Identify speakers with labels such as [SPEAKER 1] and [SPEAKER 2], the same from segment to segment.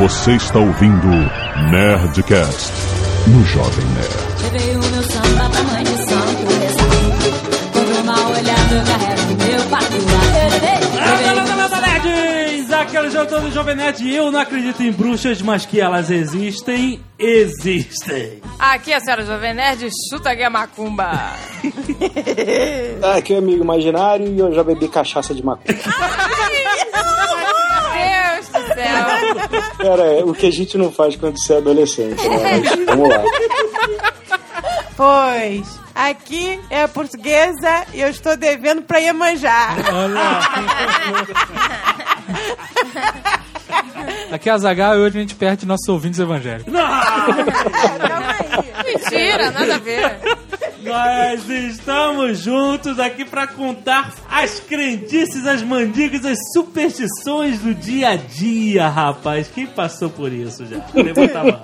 [SPEAKER 1] Você está ouvindo Nerdcast no Jovem Nerd.
[SPEAKER 2] Levei o meu samba pra mãe de santo rezar. Quando mal olhado eu carrego meu patrulha.
[SPEAKER 3] Landa, nerds! Aquele jogo todo Jovem Nerd. Eu não acredito em bruxas, mas que elas existem, existem.
[SPEAKER 4] Aqui é a senhora Jovem Nerd, chuta aqui a macumba.
[SPEAKER 5] Ah, aqui é o amigo imaginário e eu já bebi cachaça de maconha.
[SPEAKER 4] Deus do céu.
[SPEAKER 5] Cara, é o que a gente não faz quando você é adolescente, né? Vamos lá.
[SPEAKER 6] Pois, aqui é a portuguesa e eu estou devendo pra Iemanjá.
[SPEAKER 7] Aqui é a Zagal e hoje a gente perde nossos ouvintes evangélicos.
[SPEAKER 6] Calma aí.
[SPEAKER 4] Mentira, nada a ver.
[SPEAKER 3] Nós estamos juntos aqui pra contar as crendices, as mandigas, as superstições do dia a dia, rapaz. Quem passou por isso já? Levanta a mão.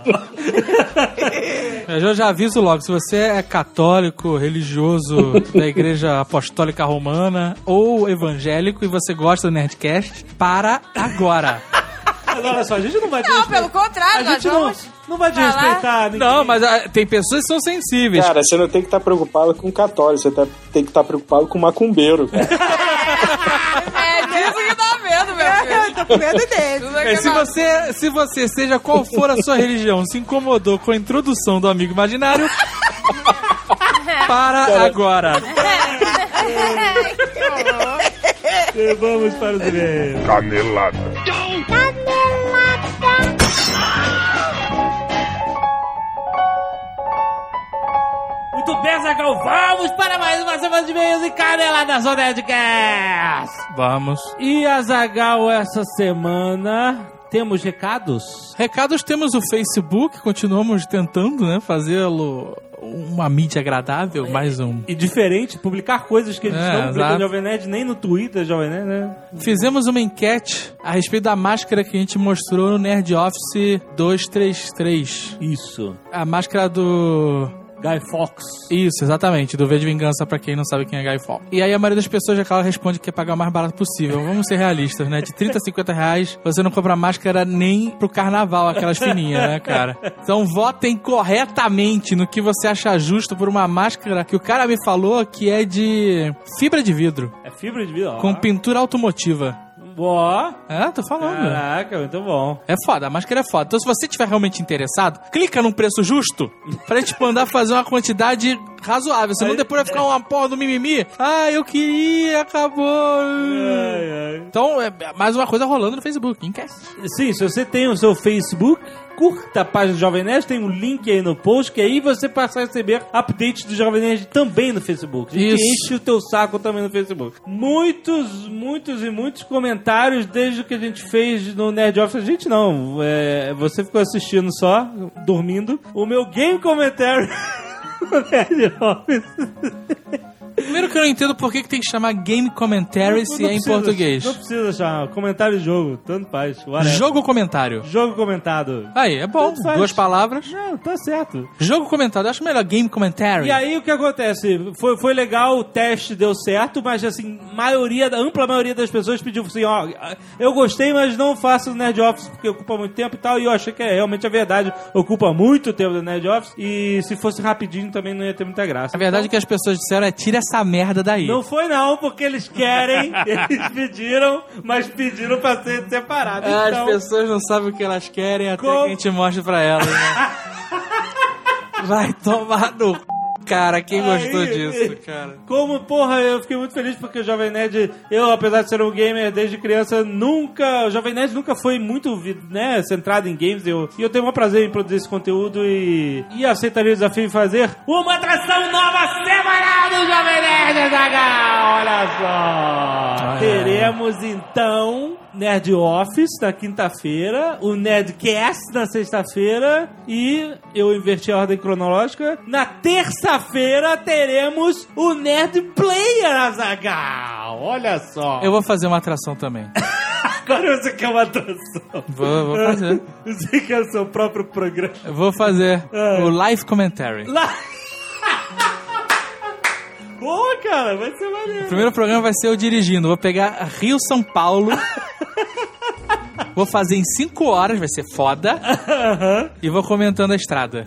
[SPEAKER 7] Eu já aviso logo, se você é católico, religioso da igreja apostólica romana ou evangélico e você gosta do Nerdcast, para agora.
[SPEAKER 3] Mas olha só, a gente não vai te
[SPEAKER 4] Não,
[SPEAKER 3] respeitar.
[SPEAKER 4] pelo contrário,
[SPEAKER 3] A
[SPEAKER 4] nós
[SPEAKER 3] gente não,
[SPEAKER 4] vamos.
[SPEAKER 3] não vai te
[SPEAKER 4] falar.
[SPEAKER 3] respeitar. ninguém.
[SPEAKER 7] Não, mas ah, tem pessoas que são sensíveis.
[SPEAKER 5] Cara, você não tem que estar preocupado com católico, você tá- tem que estar preocupado com macumbeiro, cara.
[SPEAKER 4] É disso que tá vendo, meu
[SPEAKER 6] Eu
[SPEAKER 4] filho.
[SPEAKER 6] tô com medo dele.
[SPEAKER 4] Tudo aqui
[SPEAKER 7] É, se,
[SPEAKER 4] mal-
[SPEAKER 7] você, se você, seja qual for a sua religião, se incomodou com a introdução do amigo imaginário, para agora.
[SPEAKER 3] E Vamos para os e-mails.
[SPEAKER 1] Canelada.
[SPEAKER 3] Muito bem, Zagal, vamos para mais uma semana de e-mails e caneladas do Nerdcast!
[SPEAKER 7] Vamos.
[SPEAKER 3] E a Zagal, essa semana temos recados?
[SPEAKER 7] Recados temos o Facebook, continuamos tentando, né, fazê-lo uma mídia agradável, mais um.
[SPEAKER 3] E diferente, publicar coisas que a gente
[SPEAKER 7] É,
[SPEAKER 3] não publica no
[SPEAKER 7] exato.
[SPEAKER 3] Jovem Nerd, nem no Twitter, Jovem Nerd, né?
[SPEAKER 7] Fizemos uma enquete a respeito da máscara que a gente mostrou no Nerd Office 233.
[SPEAKER 3] Isso.
[SPEAKER 7] A máscara do
[SPEAKER 3] Guy Fox.
[SPEAKER 7] Isso, exatamente. Do V de Vingança, pra quem não sabe quem é Guy Fawkes. E aí a maioria das pessoas já que ela responde que quer pagar o mais barato possível. Vamos ser realistas, né? De 30 a 50 reais, você não compra máscara nem pro carnaval, aquelas fininhas, né, cara? Então votem corretamente no que você acha justo por uma máscara que o cara me falou que é de fibra de vidro,
[SPEAKER 3] É fibra de vidro? ó.
[SPEAKER 7] com pintura automotiva.
[SPEAKER 3] Ó,
[SPEAKER 7] É, tô falando.
[SPEAKER 3] caraca, muito bom.
[SPEAKER 7] É foda, a máscara é foda. Então, se você estiver realmente interessado, clica num preço justo pra gente mandar fazer uma quantidade razoável. Senão depois vai ficar uma porra do mimimi. Ah, eu queria, acabou.
[SPEAKER 3] Ai, ai.
[SPEAKER 7] Então, é mais uma coisa rolando no Facebook, enquete.
[SPEAKER 3] Sim, se você tem o seu Facebook, curta a página do Jovem Nerd, tem um link aí no post, que aí você passa a receber updates do Jovem Nerd também no Facebook. A gente
[SPEAKER 7] Isso.
[SPEAKER 3] enche o teu saco também no Facebook. Muitos, muitos e muitos comentários desde o que a gente fez no Nerd Office. A gente não, é, você ficou assistindo só, dormindo. O meu game comentário... no Nerd Office.
[SPEAKER 7] Primeiro que eu não entendo por que, que tem que chamar Game Commentary se
[SPEAKER 3] Não
[SPEAKER 7] é em
[SPEAKER 3] precisa-
[SPEAKER 7] português.
[SPEAKER 3] Não precisa chamar. Comentário de jogo. Tanto faz. whatever.
[SPEAKER 7] Jogo comentário.
[SPEAKER 3] Jogo comentado.
[SPEAKER 7] Aí, é bom.
[SPEAKER 3] Tanto faz.
[SPEAKER 7] Duas palavras.
[SPEAKER 3] Não, tá certo.
[SPEAKER 7] Jogo comentado, eu acho melhor Game Commentary.
[SPEAKER 3] E aí o que acontece? Foi, foi legal, o teste deu certo, mas assim, maioria, a ampla maioria das pessoas pediu assim, ó, eu gostei, mas não faço o Nerd Office porque ocupa muito tempo e tal, e eu achei que é realmente a verdade, ocupa muito tempo do Nerd Office, e se fosse rapidinho também não ia ter muita graça.
[SPEAKER 7] A verdade é que as pessoas disseram é tira essa merda daí.
[SPEAKER 3] Não foi não, porque eles querem, eles pediram, mas pediram pra ser separado.
[SPEAKER 7] Ah,
[SPEAKER 3] então,
[SPEAKER 7] As pessoas não sabem o que elas querem até
[SPEAKER 3] Com-
[SPEAKER 7] que a gente mostre pra elas. Né? Vai tomar no c... cara. Quem gostou
[SPEAKER 3] Aí,
[SPEAKER 7] disso, cara?
[SPEAKER 3] Como, porra, eu fiquei muito feliz porque o Jovem Nerd, eu, apesar de ser um gamer desde criança, nunca. O Jovem Nerd nunca foi muito vi- né, centrado em games. Eu, e eu tenho o maior prazer em produzir esse conteúdo e, e aceitaria o desafio de fazer uma atração nova semanal do Jovem Nerd Zagal! Olha só!
[SPEAKER 7] Olha.
[SPEAKER 3] Teremos então. Nerd Office na quinta-feira, o Nerdcast na sexta-feira e eu inverti a ordem cronológica. Na terça-feira teremos o Nerd Player Azagal. Olha só.
[SPEAKER 7] Eu vou fazer uma atração também.
[SPEAKER 3] Agora você quer uma atração.
[SPEAKER 7] Vou, vou fazer.
[SPEAKER 3] Você quer o seu próprio programa.
[SPEAKER 7] Eu Vou fazer
[SPEAKER 3] É.
[SPEAKER 7] o live commentary.
[SPEAKER 3] Lá. Boa, cara, vai ser maneiro.
[SPEAKER 7] O primeiro programa vai ser eu dirigindo. Vou pegar Rio São Paulo. Vou fazer em 5 horas, vai ser foda. E vou comentando a estrada.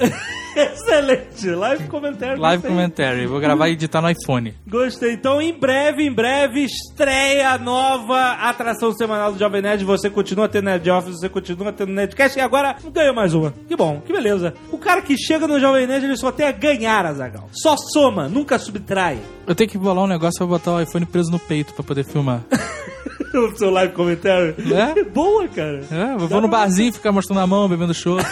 [SPEAKER 3] Excelente. Live comentário.
[SPEAKER 7] Live
[SPEAKER 3] gostei.
[SPEAKER 7] commentary. Vou gravar e editar no iPhone.
[SPEAKER 3] Gostei. Então, em breve, em breve, estreia a nova atração semanal do Jovem Nerd. Você continua tendo Nerd Office, você continua tendo Nerdcast. E agora ganhou mais uma. Que bom, que beleza. O cara que chega no Jovem Nerd, ele só tem a ganhar, Azagal. Só soma, nunca subtrai.
[SPEAKER 7] Eu tenho que bolar um negócio pra botar o iPhone preso no peito pra poder filmar.
[SPEAKER 3] o seu live comentário.
[SPEAKER 7] É?
[SPEAKER 3] Boa, cara.
[SPEAKER 7] É, eu vou no barzinho ficar mostrando a mão, bebendo chope.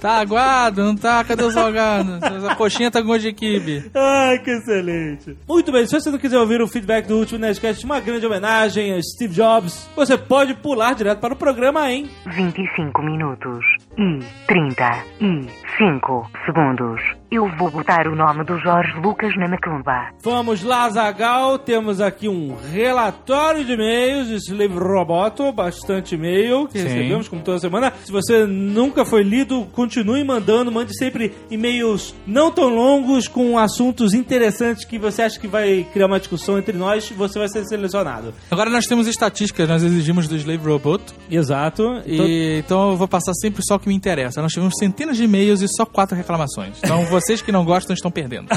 [SPEAKER 7] Tá aguado, não tá? Cadê o salgado? A coxinha tá com gosto de quibe.
[SPEAKER 3] Ai, que excelente. Muito bem, se você não quiser ouvir o feedback do último Nerdcast, uma grande homenagem a Steve Jobs, você pode pular direto para o programa em
[SPEAKER 8] 25 minutos e 30 e 5 segundos. Eu vou botar o nome do Jorge Lucas na macumba.
[SPEAKER 3] Vamos lá, Zagal. Temos aqui um relatório de e-mails desse livro Roboto, bastante e-mail que
[SPEAKER 7] Sim.
[SPEAKER 3] recebemos como toda semana. Se você nunca foi lido, continue mandando, mande sempre e-mails não tão longos com assuntos interessantes que você acha que vai criar uma discussão entre nós, você vai ser selecionado.
[SPEAKER 7] Agora nós temos estatísticas, nós exigimos do Slave Robot.
[SPEAKER 3] Exato.
[SPEAKER 7] E, então eu vou passar sempre só o que me interessa. Nós tivemos centenas de e-mails e só quatro reclamações. Então vocês que não gostam estão perdendo.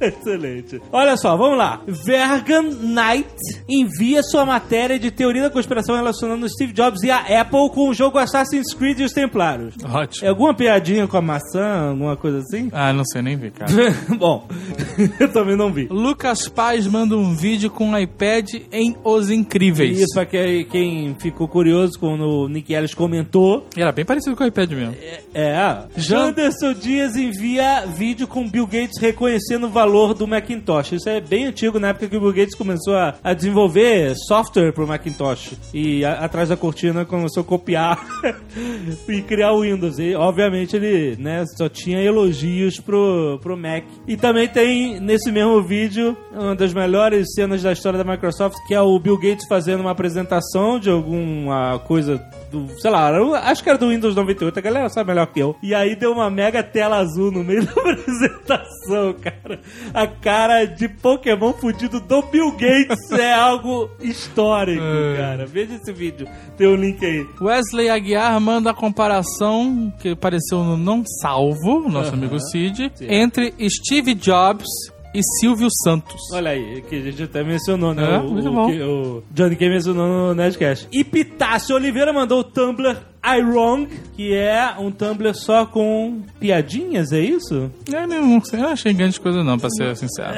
[SPEAKER 3] Excelente. Olha só, vamos lá. Vergan Knight envia sua matéria de teoria da conspiração relacionando Steve Jobs e a Apple com o jogo Assassin's Creed e os Templários. É
[SPEAKER 7] Ótimo.
[SPEAKER 3] alguma piadinha com a maçã, alguma coisa assim?
[SPEAKER 7] Ah, não sei nem ver, cara.
[SPEAKER 3] Bom, eu também não vi.
[SPEAKER 7] Lucas Paz manda um vídeo com um iPad em Os Incríveis.
[SPEAKER 3] Isso pra que- quem ficou curioso quando o Nick Ellis comentou.
[SPEAKER 7] Era bem parecido com o iPad mesmo.
[SPEAKER 3] É. Janderson Dias envia vídeo com Bill Gates reconhecendo o valor do Macintosh. Isso é bem antigo, na época que o Bill Gates começou a, a desenvolver software pro Macintosh. E a- atrás da cortina começou a copiar e criar o Windows. E, obviamente, ele né, só tinha elogios pro, pro Mac. E também tem, nesse mesmo vídeo, uma das melhores cenas da história da Microsoft, que é o Bill Gates fazendo uma apresentação de alguma coisa do, sei lá, eu acho que era do Windows 98, a galera sabe melhor que eu. E aí deu uma mega tela azul no meio da apresentação, cara. A cara de Pokémon fudido do Bill Gates é algo histórico, cara. Veja esse vídeo, tem o link aí.
[SPEAKER 7] Wesley Aguiar manda a comparação que apareceu no Não Salvo, nosso amigo Cid,
[SPEAKER 3] Sim.
[SPEAKER 7] entre Steve Jobs e Silvio Santos.
[SPEAKER 3] Olha aí, que a gente até mencionou, né?
[SPEAKER 7] É,
[SPEAKER 3] o,
[SPEAKER 7] muito
[SPEAKER 3] o
[SPEAKER 7] bom.
[SPEAKER 3] que o Johnny Kay mencionou no Nerdcast. E Pitácio Oliveira mandou o Tumblr I Wrong, que é um Tumblr só com piadinhas, é isso?
[SPEAKER 7] Eu não, eu não achei grande coisa não, pra ser sincero.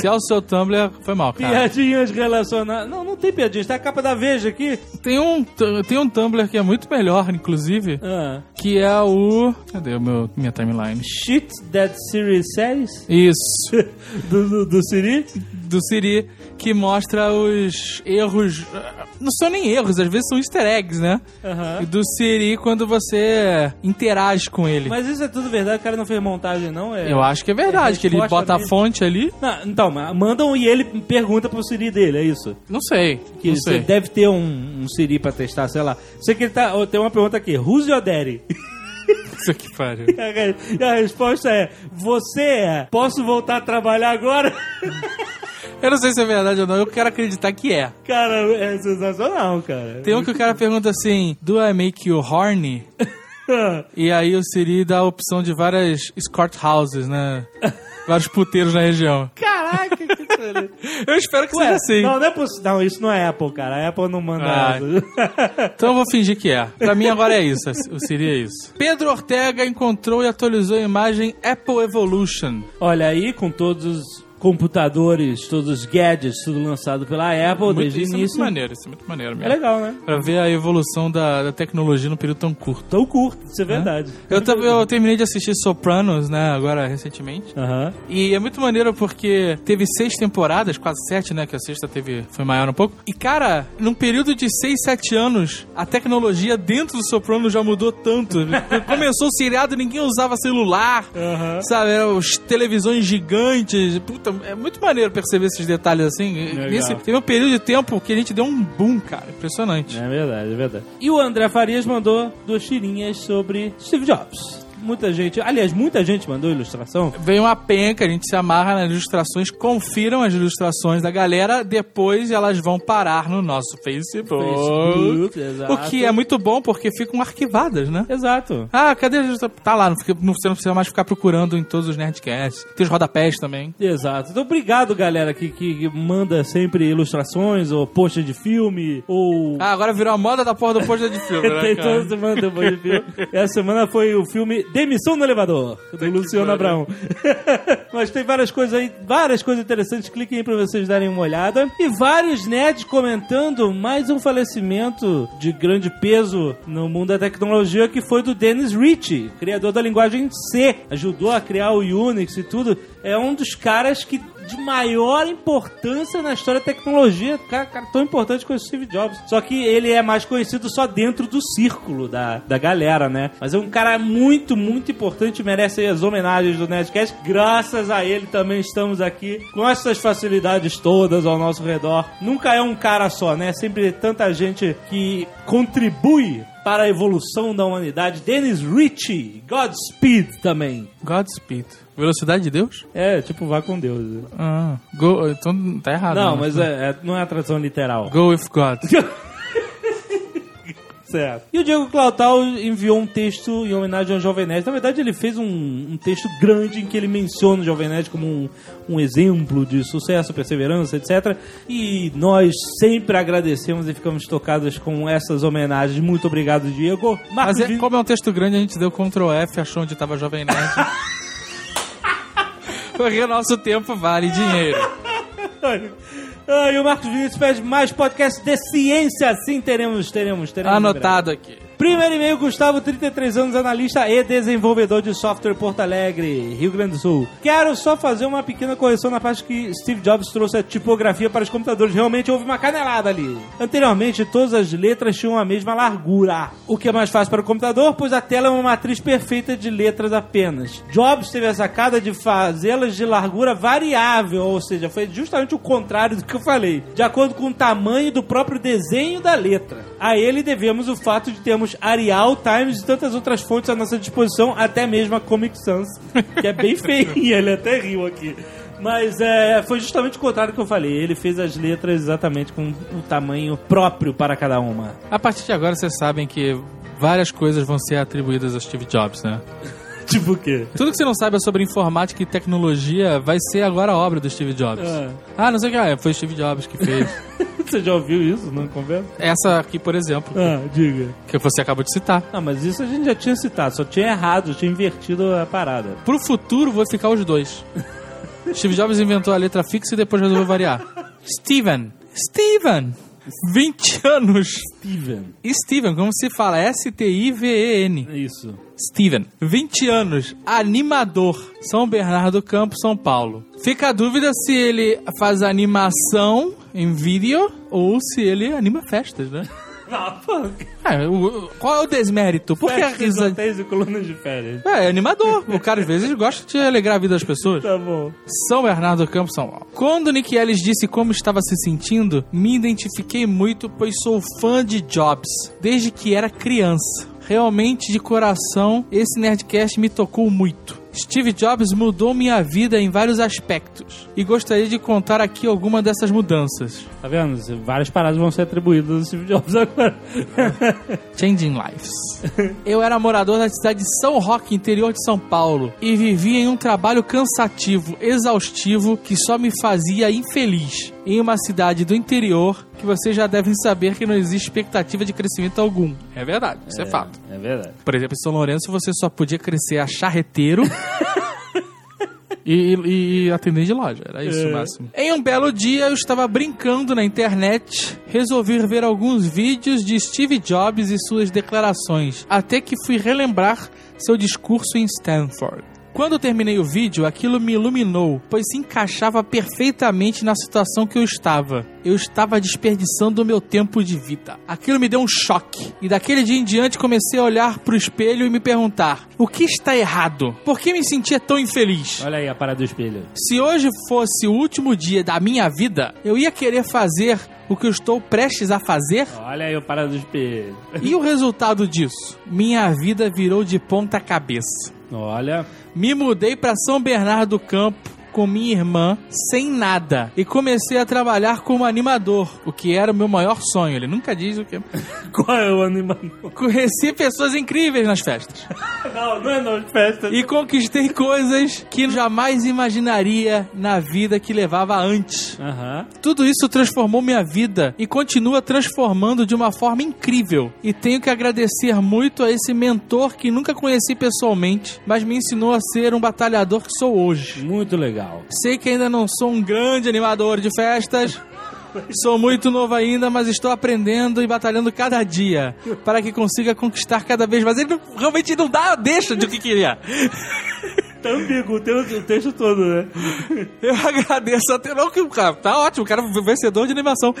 [SPEAKER 7] Se é o seu Tumblr, foi mal, cara.
[SPEAKER 3] Piadinhas relacionadas. Não, não tem piadinhas, tá a capa da Veja aqui.
[SPEAKER 7] Tem um, tu- tem um Tumblr que é muito melhor, inclusive,
[SPEAKER 3] Ah.
[SPEAKER 7] que é o. Cadê o meu, minha timeline?
[SPEAKER 3] Shit That Series 6
[SPEAKER 7] Isso,
[SPEAKER 3] do, do, do Siri.
[SPEAKER 7] do Siri, que mostra os erros. ah, Não são nem erros, às vezes são easter eggs, né?
[SPEAKER 3] Aham.
[SPEAKER 7] Do Siri quando você interage com ele.
[SPEAKER 3] Mas isso é tudo verdade, o cara não fez montagem, não? É...
[SPEAKER 7] Eu acho que é verdade,
[SPEAKER 3] É
[SPEAKER 7] que ele
[SPEAKER 3] resposta
[SPEAKER 7] bota a
[SPEAKER 3] mesmo.
[SPEAKER 7] fonte ali.
[SPEAKER 3] Não, então, ma- mandam e ele pergunta pro Siri dele, é isso?
[SPEAKER 7] Não sei.
[SPEAKER 3] Que
[SPEAKER 7] não
[SPEAKER 3] você
[SPEAKER 7] sei.
[SPEAKER 3] deve ter um, um Siri pra testar, sei lá. Sei que ele tá. ó, Tem uma pergunta aqui: Who's your daddy?
[SPEAKER 7] Isso que pariu.
[SPEAKER 3] E a re- e a resposta é: Você é. Posso voltar a trabalhar agora?
[SPEAKER 7] Eu não sei se é verdade ou não, eu quero acreditar que é.
[SPEAKER 3] cara, é sensacional, cara.
[SPEAKER 7] Tem um que o cara pergunta assim: Do I make you horny?
[SPEAKER 3] Ah.
[SPEAKER 7] E aí o Siri dá a opção de várias escort houses, né? Vários puteiros na região.
[SPEAKER 3] Caraca, que excelente.
[SPEAKER 7] Eu espero que seja
[SPEAKER 3] Ué,
[SPEAKER 7] assim.
[SPEAKER 3] Não, não é poss- Não, isso não é Apple, cara. A Apple não manda.
[SPEAKER 7] Ah.
[SPEAKER 3] essa.
[SPEAKER 7] Então eu vou fingir que é. Pra mim agora é isso. O Siri é isso. Pedro Ortega encontrou e atualizou a imagem Apple Evolution.
[SPEAKER 3] Olha aí, com todos os computadores, todos os gadgets, tudo lançado pela Apple
[SPEAKER 7] Muito-
[SPEAKER 3] desde o
[SPEAKER 7] isso é muito
[SPEAKER 3] início.
[SPEAKER 7] maneiro, isso é muito maneiro
[SPEAKER 3] é
[SPEAKER 7] mesmo.
[SPEAKER 3] legal, né?
[SPEAKER 7] Pra ver a evolução da, da tecnologia num período tão curto. Né?
[SPEAKER 3] Tão curto, isso é verdade.
[SPEAKER 7] Eu, também- eu terminei de assistir Sopranos, né, agora recentemente.
[SPEAKER 3] Aham.
[SPEAKER 7] E é muito maneiro porque teve seis temporadas, quase sete, né? Que a sexta teve, foi maior um pouco. E, cara, num período de seis, sete anos, a tecnologia dentro do Soprano já mudou tanto. Começou o seriado, ninguém usava celular,
[SPEAKER 3] Aham.
[SPEAKER 7] sabe? Eram os televisões gigantes. Puta, é muito maneiro perceber esses detalhes assim. E
[SPEAKER 3] Legal.
[SPEAKER 7] Nesse, teve um período de tempo que a gente deu um boom, cara. Impressionante.
[SPEAKER 3] É verdade, é verdade. E o André Farias mandou duas tirinhas sobre Steve Jobs. Muita gente. Aliás, muita gente mandou ilustração.
[SPEAKER 7] Vem uma penca, a gente se amarra nas ilustrações, confiram as ilustrações da galera, depois elas vão parar no nosso Facebook.
[SPEAKER 3] Facebook, exato.
[SPEAKER 7] O que é muito bom porque ficam arquivadas, né?
[SPEAKER 3] Exato.
[SPEAKER 7] Ah, cadê a ilustração? Tá lá, não fica- não- você não precisa mais ficar procurando em todos os Nerdcasts. Tem os rodapés também.
[SPEAKER 3] Exato. Então, obrigado, galera, que, que manda sempre ilustrações, ou post de filme, ou.
[SPEAKER 7] Ah, agora virou a moda da porra do posto de filme, né,
[SPEAKER 3] Tem toda
[SPEAKER 7] cara?
[SPEAKER 3] semana tem post de filme. Essa semana foi o filme Demissão no Elevador, do Luciano Abraão. Mas tem várias coisas aí, várias coisas interessantes. Cliquem aí pra vocês darem uma olhada. E vários nerds comentando mais um falecimento de grande peso no mundo da tecnologia, que foi do Dennis Ritchie, criador da linguagem C. Ajudou a criar o Unix e tudo. É um dos caras que de maior importância na história da tecnologia, cara, cara tão importante quanto o Steve Jobs. Só que ele é mais conhecido só dentro do círculo da, da galera, né? Mas é um cara muito, muito importante, merece aí as homenagens do Nerdcast. Graças a ele também estamos aqui com essas facilidades todas ao nosso redor. Nunca é um cara só, né? Sempre tanta gente que contribui para a evolução da humanidade. Dennis Ritchie, Godspeed também.
[SPEAKER 7] Godspeed. Velocidade de Deus?
[SPEAKER 3] É, tipo, vá com Deus. né?
[SPEAKER 7] Ah, go, então tá errado.
[SPEAKER 3] Não,
[SPEAKER 7] né?
[SPEAKER 3] mas é- é- não é a tradução literal.
[SPEAKER 7] Go with God.
[SPEAKER 3] Certo. E o Diego Clautal enviou um texto em homenagem ao Jovem Nerd. Na verdade, ele fez um, um texto grande em que ele menciona o Jovem Nerd como um, um exemplo de sucesso, perseverança, etc. E nós sempre agradecemos e ficamos tocados com essas homenagens. Muito obrigado, Diego. Marcos
[SPEAKER 7] Mas é-
[SPEAKER 3] Vini-
[SPEAKER 7] como é um texto grande, a gente deu Ctrl F, achou onde tava Jovem Nerd. Porque o nosso tempo vale dinheiro.
[SPEAKER 3] Ah, e o Marcos Vinícius faz mais podcast de ciência. Sim, teremos, teremos, teremos.
[SPEAKER 7] Anotado aqui.
[SPEAKER 3] Primeiro e-mail, Gustavo, 33 anos, analista e desenvolvedor de software Porto Alegre, Rio Grande do Sul. Quero só fazer uma pequena correção na parte que Steve Jobs trouxe a tipografia para os computadores. Realmente houve uma canelada ali. Anteriormente, todas as letras tinham a mesma largura, o que é mais fácil para o computador, pois a tela é uma matriz perfeita de letras apenas. Jobs teve a sacada de fazê-las de largura variável, ou seja, foi justamente o contrário do que eu falei, de acordo com o tamanho do próprio desenho da letra. A ele devemos o fato de termos Arial, Times e tantas outras fontes à nossa disposição, até mesmo a Comic Sans, que é bem feinha, ele até riu aqui. Mas é, foi justamente o contrário que eu falei. Ele fez as letras exatamente com o tamanho próprio para cada uma.
[SPEAKER 7] A partir de agora, vocês sabem que várias coisas vão ser atribuídas a Steve Jobs, né?
[SPEAKER 3] Tipo o quê?
[SPEAKER 7] Tudo que você não sabe é sobre informática e tecnologia vai ser agora obra do Steve Jobs. Ah, não sei o que. Ah, foi o Steve Jobs que fez.
[SPEAKER 3] Você já ouviu isso na conversa?
[SPEAKER 7] Essa aqui, por exemplo,
[SPEAKER 3] Ah, diga.
[SPEAKER 7] que você acabou de citar.
[SPEAKER 3] Ah, mas isso a gente já tinha citado, só tinha errado, tinha invertido a parada.
[SPEAKER 7] Pro futuro, vou ficar os dois. Steve Jobs inventou a letra fixa e depois resolveu variar. Steven. Steven. 20 anos.
[SPEAKER 3] Steven.
[SPEAKER 7] Steven, como se fala? S-T-I-V-E-N.
[SPEAKER 3] É Isso.
[SPEAKER 7] Steven. 20 anos. Animador. São Bernardo do Campo, São Paulo. Fica a dúvida se ele faz animação em vídeo ou se ele anima festas, né? É, o- o- qual é o desmérito? Por que a
[SPEAKER 3] Ah, Festas,
[SPEAKER 7] risa...
[SPEAKER 3] hotéis e colunas de férias.
[SPEAKER 7] É, é animador. O cara às vezes gosta de alegrar a vida das pessoas.
[SPEAKER 3] Tá bom.
[SPEAKER 7] São Bernardo do Campo, São Paulo. Quando Nick Ellis disse como estava se sentindo, me identifiquei muito, pois sou fã de Jobs, desde que era criança. Realmente, de coração, esse Nerdcast me tocou muito. Steve Jobs mudou minha vida em vários aspectos, e gostaria de contar aqui alguma dessas mudanças.
[SPEAKER 3] Tá vendo? Várias paradas vão ser atribuídas ao Steve Jobs agora.
[SPEAKER 7] Changing Lives. Eu era morador da cidade de São Roque, interior de São Paulo, e vivia em um trabalho cansativo, exaustivo, que só me fazia infeliz. Em uma cidade do interior que vocês já devem saber que não existe expectativa de crescimento algum. É verdade, isso é, fato.
[SPEAKER 3] É verdade.
[SPEAKER 7] Por exemplo, em São Lourenço você só podia crescer a charreteiro. E, e- e atender de loja, era isso o máximo. Em um belo dia, eu estava brincando na internet, resolvi ver alguns vídeos de Steve Jobs e suas declarações, até que fui relembrar seu discurso em Stanford. Quando terminei o vídeo, aquilo me iluminou, pois se encaixava perfeitamente na situação que eu estava. Eu estava desperdiçando o meu tempo de vida. Aquilo me deu um choque. E daquele dia em diante comecei a olhar pro espelho e me perguntar: o que está errado? Por que me sentia tão infeliz?
[SPEAKER 3] Olha aí a parada do espelho.
[SPEAKER 7] Se hoje fosse o último dia da minha vida, eu ia querer fazer o que eu estou prestes a fazer?
[SPEAKER 3] Olha aí a parada do espelho.
[SPEAKER 7] E o resultado disso? Minha vida virou de ponta cabeça.
[SPEAKER 3] Olha.
[SPEAKER 7] Me mudei para São Bernardo do Campo com minha irmã, sem nada, e comecei a trabalhar como animador, o que era o meu maior sonho. Ele nunca diz o que.
[SPEAKER 3] Qual é o animal?
[SPEAKER 7] Conheci pessoas incríveis nas festas
[SPEAKER 3] Não, não é não, de festa.
[SPEAKER 7] e conquistei coisas que jamais imaginaria na vida que levava antes.
[SPEAKER 3] Aham.
[SPEAKER 7] Tudo isso transformou minha vida e continua transformando de uma forma incrível. E tenho que agradecer muito a esse mentor que nunca conheci pessoalmente, mas me ensinou a ser um batalhador que sou hoje.
[SPEAKER 3] Muito legal.
[SPEAKER 7] Sei que ainda não sou um grande animador de festas. Sou muito novo ainda, mas estou aprendendo e batalhando cada dia para que consiga conquistar cada vez mais. Ele não- realmente não dá, deixa de o que queria.
[SPEAKER 3] Tá ambíguo o teu- o texto todo, né?
[SPEAKER 7] Eu agradeço a atenção. Tá ótimo, o cara é vencedor de animação.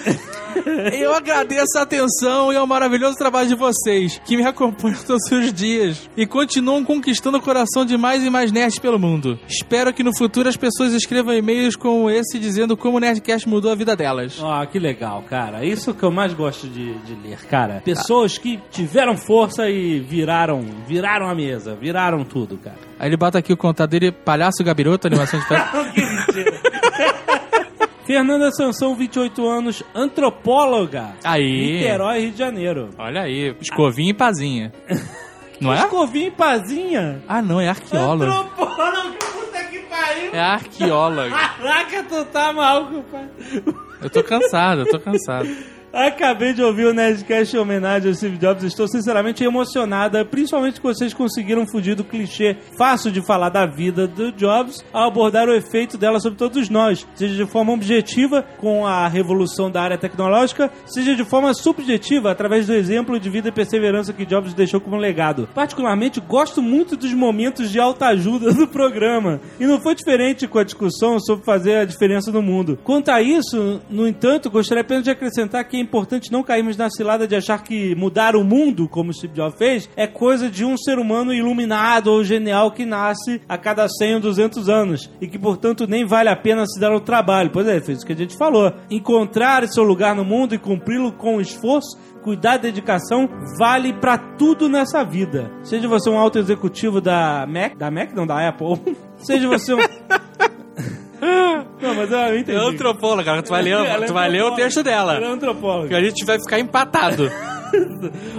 [SPEAKER 7] Eu agradeço a atenção e ao maravilhoso trabalho de vocês, que me acompanham todos os dias e continuam conquistando o coração de mais e mais nerds pelo mundo. Espero que no futuro as pessoas escrevam e-mails como esse dizendo como o Nerdcast mudou a vida delas.
[SPEAKER 3] Ah, que legal, cara. Isso que eu mais gosto de, de ler, cara. Pessoas que tiveram força e viraram, viraram a mesa, viraram tudo, cara.
[SPEAKER 7] Aí ele bota aqui o contato dele, palhaço gabiroto, animação de festa.
[SPEAKER 3] Fernanda Sansão, 28 anos, antropóloga.
[SPEAKER 7] Aí.
[SPEAKER 3] Niterói, Rio de Janeiro.
[SPEAKER 7] Olha aí, escovinha e pazinha. Não é?
[SPEAKER 3] Escovinha e Pazinha.
[SPEAKER 7] Ah, não, é arqueólogo.
[SPEAKER 3] Antropóloga, puta que pariu.
[SPEAKER 7] É arqueólogo.
[SPEAKER 3] Caraca, tu tá maluco, pai.
[SPEAKER 7] Eu tô cansado, eu tô cansado.
[SPEAKER 3] Acabei de ouvir o Nerdcast em homenagem ao Steve Jobs. Estou sinceramente emocionada, principalmente que vocês conseguiram fugir do clichê fácil de falar da vida do Jobs ao abordar o efeito dela sobre todos nós, seja de forma objetiva com a revolução da área tecnológica, seja de forma subjetiva através do exemplo de vida e perseverança que Jobs deixou como legado. Particularmente, gosto muito dos momentos de autoajuda do programa. E não foi diferente com a discussão sobre fazer a diferença no mundo. Quanto a isso, no entanto, gostaria apenas de acrescentar que é importante não cairmos na cilada de achar que mudar o mundo, como o Steve Jobs fez, é coisa de um ser humano iluminado ou genial que nasce a cada 100 ou 200 anos e que, portanto, nem vale a pena se dar ao trabalho. Pois é, fez o que a gente falou. Encontrar seu lugar no mundo e cumpri-lo com esforço Cuidar e dedicação vale pra tudo nessa vida. Seja você um alto executivo da Mac, da Mac não da Apple. Seja você um Não, mas eu entendi.
[SPEAKER 7] É antropóloga, cara. Tu vai
[SPEAKER 3] Ela
[SPEAKER 7] ler,
[SPEAKER 3] é
[SPEAKER 7] tu vai ler o
[SPEAKER 3] antropóloga.
[SPEAKER 7] texto
[SPEAKER 3] Ela é
[SPEAKER 7] dela. Que
[SPEAKER 3] antropóloga.
[SPEAKER 7] a gente vai ficar empatado.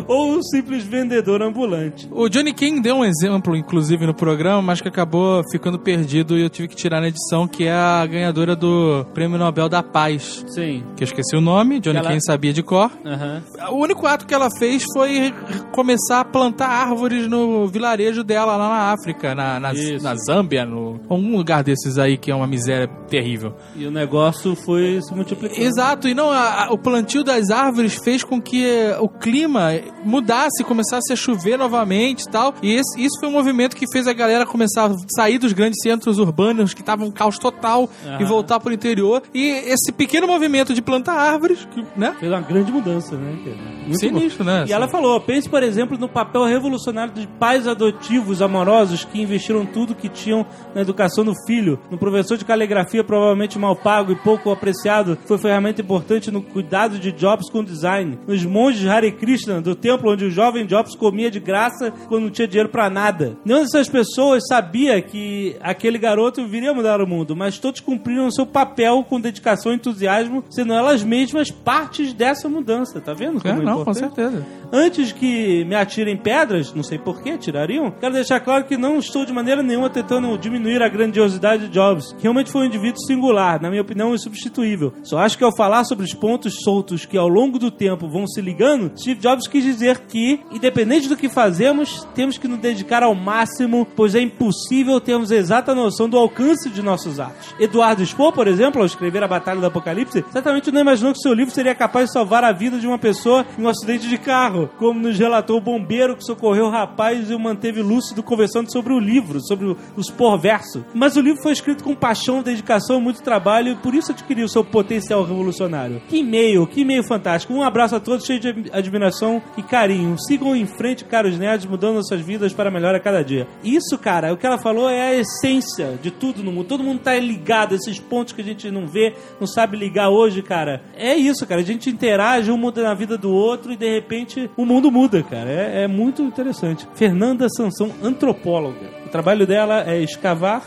[SPEAKER 3] Ou um simples vendedor ambulante.
[SPEAKER 7] O Johnny King deu um exemplo, inclusive, no programa, mas que acabou ficando perdido e eu tive que tirar na edição, que é a ganhadora do Prêmio Nobel da Paz.
[SPEAKER 3] Sim.
[SPEAKER 7] Que eu esqueci o nome, Johnny
[SPEAKER 3] Ela-
[SPEAKER 7] King sabia de cor.
[SPEAKER 3] Aham.
[SPEAKER 7] O único ato que ela fez foi começar a plantar árvores no vilarejo dela lá na África, na, na,
[SPEAKER 3] Isso.
[SPEAKER 7] na Zâmbia, no, algum lugar desses aí que é uma miséria terrível.
[SPEAKER 3] E o negócio foi se multiplicando.
[SPEAKER 7] Exato, e não, a- a- o plantio das árvores fez com que eh, o clima mudasse, começasse a chover novamente e tal. E esse- isso foi um movimento que fez a galera começar a sair dos grandes centros urbanos que estavam um caos total
[SPEAKER 3] Aham.
[SPEAKER 7] e voltar pro interior. E esse pequeno movimento de plantar árvores, que, né?
[SPEAKER 3] Fez uma grande mudança, né? cara? Muito bom.
[SPEAKER 7] Sinistro, né?
[SPEAKER 3] E ela falou: pense, por exemplo, no papel revolucionário dos pais adotivos amorosos que investiram tudo que tinham na educação do filho. Um professor de caligrafia, provavelmente mal pago e pouco apreciado, foi ferramenta importante no cuidado de Jobs com o design. Nos monges Hare Krishna, do templo onde o jovem Jobs comia de graça quando não tinha dinheiro pra nada. Nenhuma dessas pessoas sabia que aquele garoto viria mudar o mundo, mas todos cumpriram seu papel com dedicação e entusiasmo, sendo elas mesmas partes dessa mudança. Tá vendo
[SPEAKER 7] É,
[SPEAKER 3] como é
[SPEAKER 7] não, com
[SPEAKER 3] importante?
[SPEAKER 7] certeza.
[SPEAKER 3] Antes que me atirem pedras, não sei por que atirariam, quero deixar claro que não estou de maneira nenhuma tentando diminuir a grandiosidade de Jobs, que realmente foi um indivíduo singular, na minha opinião, insubstituível. Só acho que ao falar sobre os pontos soltos que ao longo do tempo vão se ligando, Steve Jobs quis dizer que, independente do que fazemos, temos que nos dedicar ao máximo, pois é impossível termos a exata noção do alcance de nossos atos. Eduardo Spohr, por exemplo, ao escrever A Batalha do Apocalipse, certamente não imaginou que seu livro seria capaz de salvar a vida de uma pessoa em um acidente de carro, como nos relatou o bombeiro que socorreu o rapaz e o manteve lúcido conversando sobre o livro, sobre o- os porverso. Mas o livro foi escrito com paixão, dedicação, muito trabalho e por isso adquiriu seu potencial revolucionário. Que e-mail, que e-mail fantástico. Um abraço a todos, cheio de ad- admiração e carinho. Sigam em frente, caros nerds, mudando nossas vidas para melhor a cada dia. Isso, cara, o que ela falou é a essência de tudo no mundo. Todo mundo tá ligado, esses pontos que a gente não vê, não sabe ligar hoje, cara. É isso, cara. A gente interage, um muda na vida do outro e de repente o mundo muda, cara. É, é muito interessante. Fernanda Sansão, antropóloga. O trabalho dela é escavar.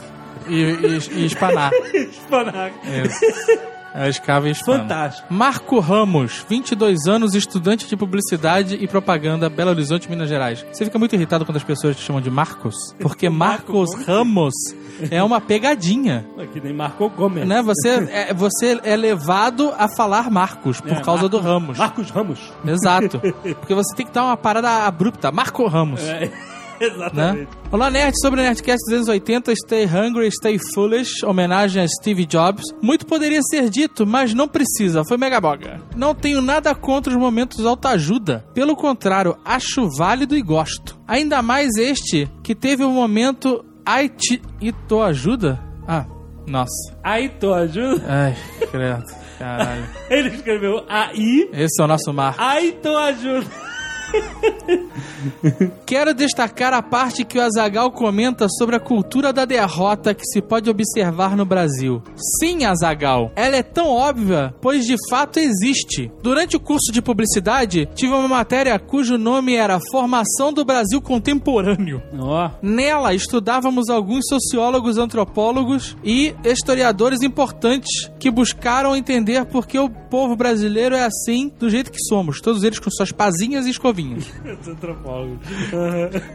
[SPEAKER 7] E, e, e espanar. É.
[SPEAKER 3] Espanar.
[SPEAKER 7] Isso. Ela escava e espana.
[SPEAKER 3] Fantástico.
[SPEAKER 7] Marco Ramos, 22 anos, estudante de publicidade e propaganda, Belo Horizonte, Minas Gerais. Você fica muito irritado quando as pessoas te chamam de Marcos? Porque Marcos Ramos é uma pegadinha.
[SPEAKER 3] Que nem Marco Gomes.
[SPEAKER 7] Né? Você, é, você é levado a falar Marcos por
[SPEAKER 3] É,
[SPEAKER 7] causa do Ramos.
[SPEAKER 3] Marcos Ramos.
[SPEAKER 7] Exato. Porque você tem que dar uma parada abrupta. Marco Ramos.
[SPEAKER 3] É,
[SPEAKER 7] Né?
[SPEAKER 3] exatamente.
[SPEAKER 7] Olá, nerd, sobre o Nerdcast 280, Stay Hungry, Stay Foolish, homenagem a Steve Jobs. Muito poderia ser dito, mas não precisa, foi megaboga. Não tenho nada contra os momentos autoajuda, pelo contrário, acho válido e gosto. Ainda mais este, que teve o momento ai te e tô ajuda? Ah, nossa.
[SPEAKER 3] Aí, tu ajuda.
[SPEAKER 7] Ai, credo. Caralho.
[SPEAKER 3] Ele escreveu aí.
[SPEAKER 7] Esse é o nosso mar.
[SPEAKER 3] Aí, tu ajuda.
[SPEAKER 7] Quero destacar a parte que o Azagal comenta sobre a cultura da derrota que se pode observar no Brasil. Sim, Azagal, ela é tão óbvia, pois de fato existe. Durante o curso de publicidade, tive uma matéria cujo nome era Formação do Brasil Contemporâneo.
[SPEAKER 3] Ó.
[SPEAKER 7] Nela estudávamos alguns sociólogos, antropólogos e historiadores importantes que buscaram entender por que o povo brasileiro é assim, do jeito que somos, todos eles com suas pazinhas e escovinhas.
[SPEAKER 3] Antropólogo.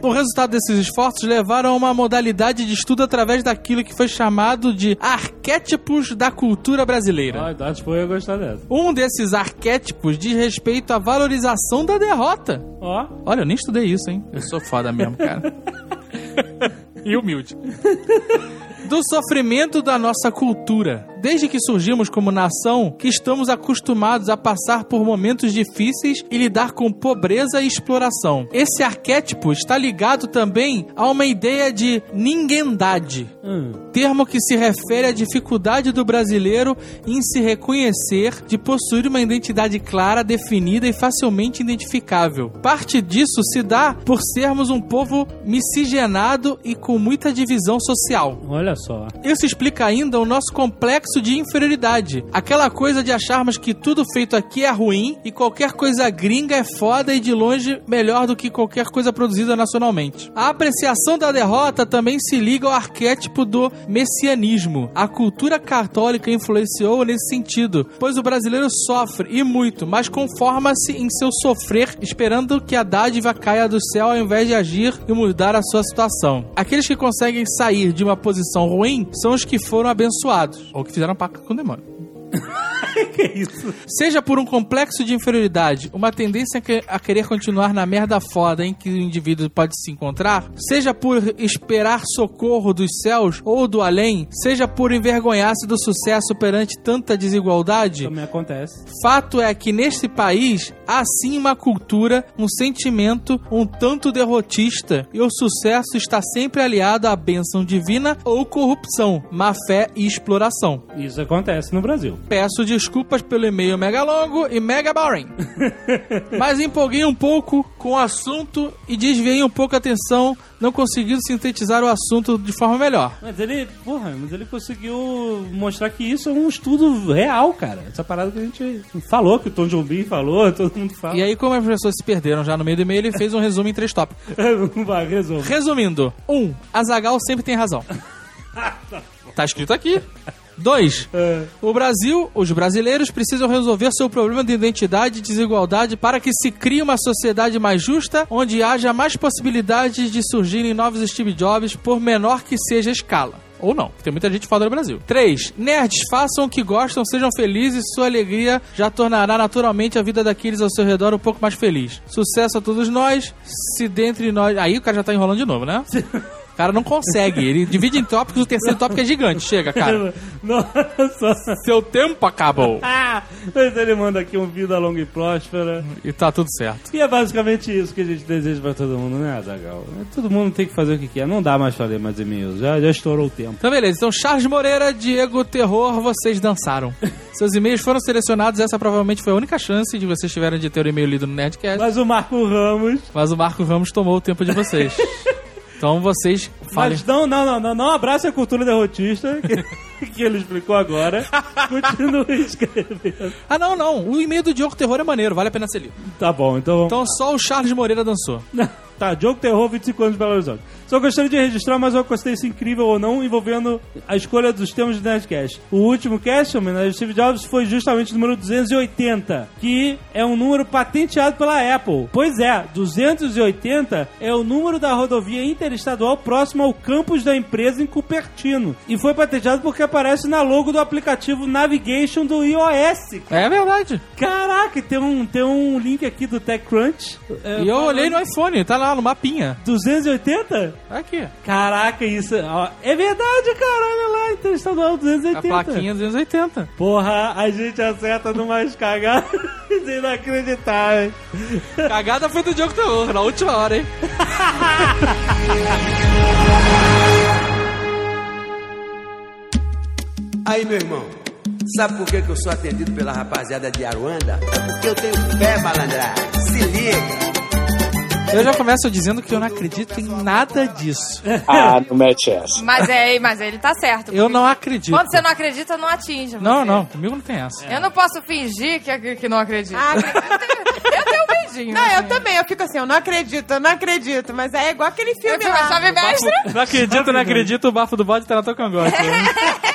[SPEAKER 7] O resultado desses esforços levaram a uma modalidade de estudo através daquilo que foi chamado de arquétipos da cultura brasileira.
[SPEAKER 3] Ah, acho que eu ia gostar dessa.
[SPEAKER 7] Um desses arquétipos diz respeito à valorização da derrota.
[SPEAKER 3] Ó.
[SPEAKER 7] Olha, eu nem estudei isso, hein? Eu sou foda mesmo, cara. e humilde. Do sofrimento da nossa cultura. Desde que surgimos como nação, que estamos acostumados a passar por momentos difíceis e lidar com pobreza e exploração. Esse arquétipo está ligado também a uma ideia de ninguémdade
[SPEAKER 3] Hum.
[SPEAKER 7] termo que se refere à dificuldade do brasileiro em se reconhecer, de possuir uma identidade clara, definida e facilmente identificável. Parte disso se dá por sermos um povo miscigenado e com muita divisão social.
[SPEAKER 3] Olha só.
[SPEAKER 7] Isso explica ainda o nosso complexo de inferioridade. Aquela coisa de acharmos que tudo feito aqui é ruim e qualquer coisa gringa é foda e de longe melhor do que qualquer coisa produzida nacionalmente. A apreciação da derrota também se liga ao arquétipo do messianismo. A cultura católica influenciou nesse sentido, pois o brasileiro sofre e muito, mas conforma-se em seu sofrer, esperando que a dádiva caia do céu ao invés de agir e mudar a sua situação. Aqueles que conseguem sair de uma posição ruim são os que foram abençoados, ou que fizeram pacto com o demônio.
[SPEAKER 3] Que isso?
[SPEAKER 7] Seja por um complexo de inferioridade, uma tendência a que- a querer continuar na merda foda em que o indivíduo pode se encontrar, seja por esperar socorro dos céus ou do além, seja por envergonhar-se do sucesso perante tanta desigualdade,
[SPEAKER 3] Também acontece.
[SPEAKER 7] Fato é que neste país há sim uma cultura, um sentimento um tanto derrotista e o sucesso está sempre aliado à bênção divina ou corrupção, má fé e exploração.
[SPEAKER 3] Isso acontece no Brasil.
[SPEAKER 7] Peço desculpas pelo e-mail mega longo e mega boring, mas empolguei um pouco com o assunto e desviei um pouco a atenção, não conseguindo sintetizar o assunto de forma melhor.
[SPEAKER 3] Mas ele, porra, mas ele conseguiu mostrar que isso é um estudo real, cara. Essa parada que a gente falou, que o Tom Jobim falou, todo mundo fala.
[SPEAKER 7] E aí, como as pessoas se perderam já no meio do e-mail, ele fez um resumo em três tópicos.
[SPEAKER 3] Não vai, resolve.
[SPEAKER 7] Resumindo: 1. Um, Azagal sempre tem razão. tá escrito aqui. 2.
[SPEAKER 3] É.
[SPEAKER 7] O Brasil, os brasileiros precisam resolver seu problema de identidade e desigualdade para que se crie uma sociedade mais justa, onde haja mais possibilidades de surgirem novos Steve Jobs, por menor que seja a escala. Ou não, porque tem muita gente foda no Brasil. 3. Nerds, façam o que gostam, sejam felizes, sua alegria já tornará naturalmente a vida daqueles ao seu redor um pouco mais feliz. Sucesso a todos nós, se dentre nós. Aí o cara já tá enrolando de novo, né? O cara não consegue, ele divide em tópicos, o terceiro tópico é gigante. Chega, cara.
[SPEAKER 3] Nossa.
[SPEAKER 7] Seu tempo acabou.
[SPEAKER 3] Ah, mas ele manda aqui um vida longa e próspera.
[SPEAKER 7] E tá tudo certo.
[SPEAKER 3] E é basicamente isso que a gente deseja pra todo mundo, né, Azagal? Todo mundo tem que fazer o que quer. Não dá mais pra ler mais e-mails. Já, já estourou o tempo.
[SPEAKER 7] Então, beleza. Então, Charles Moreira, Diego Terror, vocês dançaram. Seus e-mails foram selecionados. Essa provavelmente foi a única chance de vocês tiverem de ter o e-mail lido no Nerdcast. Mas,
[SPEAKER 3] Mas o Marco Ramos.
[SPEAKER 7] o Marco Ramos tomou o tempo de vocês. então, vocês falem.
[SPEAKER 3] Mas não, não, não, não, não abraça a cultura derrotista, que, que ele explicou agora. Continue escrevendo.
[SPEAKER 7] Ah, não, não. O e-mail do Diogo Terror é maneiro. Vale a pena ser lido.
[SPEAKER 3] Tá bom, então vamos.
[SPEAKER 7] Então, só o Charles Moreira dançou.
[SPEAKER 3] Tá, Diogo Terror, 25 anos de Belo Horizonte. Só gostaria de registrar mais uma coincidência incrível ou não envolvendo a escolha dos temas do Nerdcast. O último cast, em homenagem ao Steve Jobs, foi justamente o número 280, que é um número patenteado pela Apple. Pois é, 280 é o número da rodovia interestadual próximo ao campus da empresa em Cupertino. E foi patenteado porque aparece na logo do aplicativo Navigation do iOS.
[SPEAKER 7] É verdade.
[SPEAKER 3] Caraca, tem um, tem um link aqui do TechCrunch. É,
[SPEAKER 7] E eu olhei no iPhone. Tá lá no mapinha.
[SPEAKER 3] 280?
[SPEAKER 7] Tá aqui.
[SPEAKER 3] Caraca, isso. ó, é verdade, cara. Olha lá, então, Interestadual
[SPEAKER 7] A
[SPEAKER 3] 280.
[SPEAKER 7] plaquinha 280.
[SPEAKER 3] Porra, a gente acerta numas cagadas inacreditáveis.
[SPEAKER 7] Cagada foi do Diogo Terror, na última hora, hein?
[SPEAKER 9] Aí, meu irmão, sabe por que, que eu sou atendido pela rapaziada de Aruanda? Porque eu tenho pé, malandrar. Se liga.
[SPEAKER 7] Eu já começo dizendo que eu não acredito em nada disso.
[SPEAKER 5] Ah, não mete essa.
[SPEAKER 4] Mas, é, mas ele tá certo.
[SPEAKER 7] Eu não
[SPEAKER 4] porque
[SPEAKER 7] acredito.
[SPEAKER 4] Quando você não acredita, não atinge.
[SPEAKER 7] Não,
[SPEAKER 4] você.
[SPEAKER 7] não, comigo não tem essa.
[SPEAKER 4] Eu não posso fingir que, que, que não acredito.
[SPEAKER 6] Ah, acre-
[SPEAKER 4] eu, tenho, eu tenho um beijinho.
[SPEAKER 6] Não, eu
[SPEAKER 4] assim.
[SPEAKER 6] também, eu fico assim, eu não acredito, eu não acredito, mas é igual aquele
[SPEAKER 4] Eu
[SPEAKER 6] filme
[SPEAKER 4] tenho uma
[SPEAKER 6] lá.
[SPEAKER 4] chave mestra.
[SPEAKER 7] É. Não acredito, não acredito, o bafo do bode tá na tua cangote.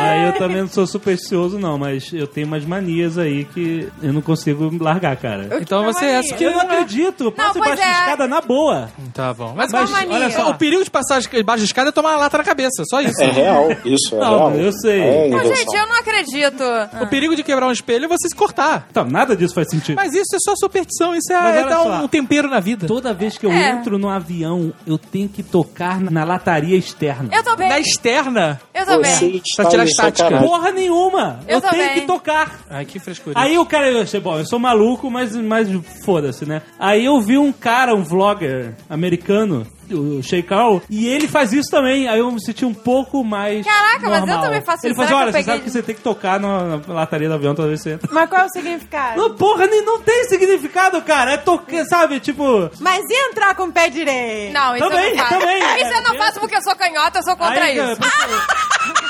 [SPEAKER 3] Ah, eu também não sou supersticioso, não, mas eu tenho umas manias aí que eu não consigo largar, cara.
[SPEAKER 7] Então você é essa
[SPEAKER 3] Que eu né? não acredito, eu passo
[SPEAKER 4] Não, pois
[SPEAKER 3] embaixo de
[SPEAKER 4] é.
[SPEAKER 3] escada na boa.
[SPEAKER 7] Tá bom. Mas,
[SPEAKER 3] Mas,
[SPEAKER 7] mas
[SPEAKER 3] olha só.
[SPEAKER 7] o perigo de passar esca- embaixo de escada é tomar uma lata na cabeça, só isso.
[SPEAKER 5] É real, isso é
[SPEAKER 3] Não,
[SPEAKER 5] real.
[SPEAKER 3] eu sei.
[SPEAKER 5] É
[SPEAKER 4] Não, gente,
[SPEAKER 5] invenção.
[SPEAKER 4] eu não acredito.
[SPEAKER 7] O perigo de quebrar um espelho é você se cortar.
[SPEAKER 3] Então, nada disso faz sentido.
[SPEAKER 7] Mas isso é só superstição, isso
[SPEAKER 3] Mas
[SPEAKER 7] é, é
[SPEAKER 3] olha
[SPEAKER 7] dar
[SPEAKER 3] só.
[SPEAKER 7] um tempero na vida.
[SPEAKER 3] Toda vez que eu
[SPEAKER 4] É.
[SPEAKER 3] entro no avião, eu tenho que tocar na lataria externa.
[SPEAKER 4] Eu também.
[SPEAKER 7] Na externa.
[SPEAKER 4] Eu também.
[SPEAKER 5] Você está
[SPEAKER 7] Pra tirar
[SPEAKER 5] de
[SPEAKER 7] estática.
[SPEAKER 5] sacanagem.
[SPEAKER 3] Porra nenhuma!
[SPEAKER 4] Eu
[SPEAKER 3] eu tenho
[SPEAKER 4] também.
[SPEAKER 3] que tocar.
[SPEAKER 7] Ai, que frescura.
[SPEAKER 3] Aí o cara, eu achei, bom, eu sou maluco, mas, mas foda-se, né? Aí eu vi um cara, um vlogger americano, o Shay Carl, e ele faz isso também. Aí eu me senti um pouco mais.
[SPEAKER 4] Caraca, mas eu
[SPEAKER 3] normal.
[SPEAKER 4] também faço
[SPEAKER 3] ele
[SPEAKER 4] isso.
[SPEAKER 3] Ele
[SPEAKER 4] Será
[SPEAKER 3] fala assim,
[SPEAKER 4] que
[SPEAKER 3] olha, você sabe
[SPEAKER 4] eu peguei-
[SPEAKER 3] que você tem que tocar na, na lataria do avião toda vez que você entra.
[SPEAKER 6] Mas qual é o significado?
[SPEAKER 3] Não, porra, nem, não tem significado, cara. É tocar, sabe? Tipo.
[SPEAKER 6] Mas e entrar com o pé direito?
[SPEAKER 4] Não, isso
[SPEAKER 3] Também,
[SPEAKER 4] eu não faço.
[SPEAKER 3] também.
[SPEAKER 4] Isso eu não faço porque eu sou canhota, eu sou contra
[SPEAKER 3] aí,
[SPEAKER 4] isso. Ah!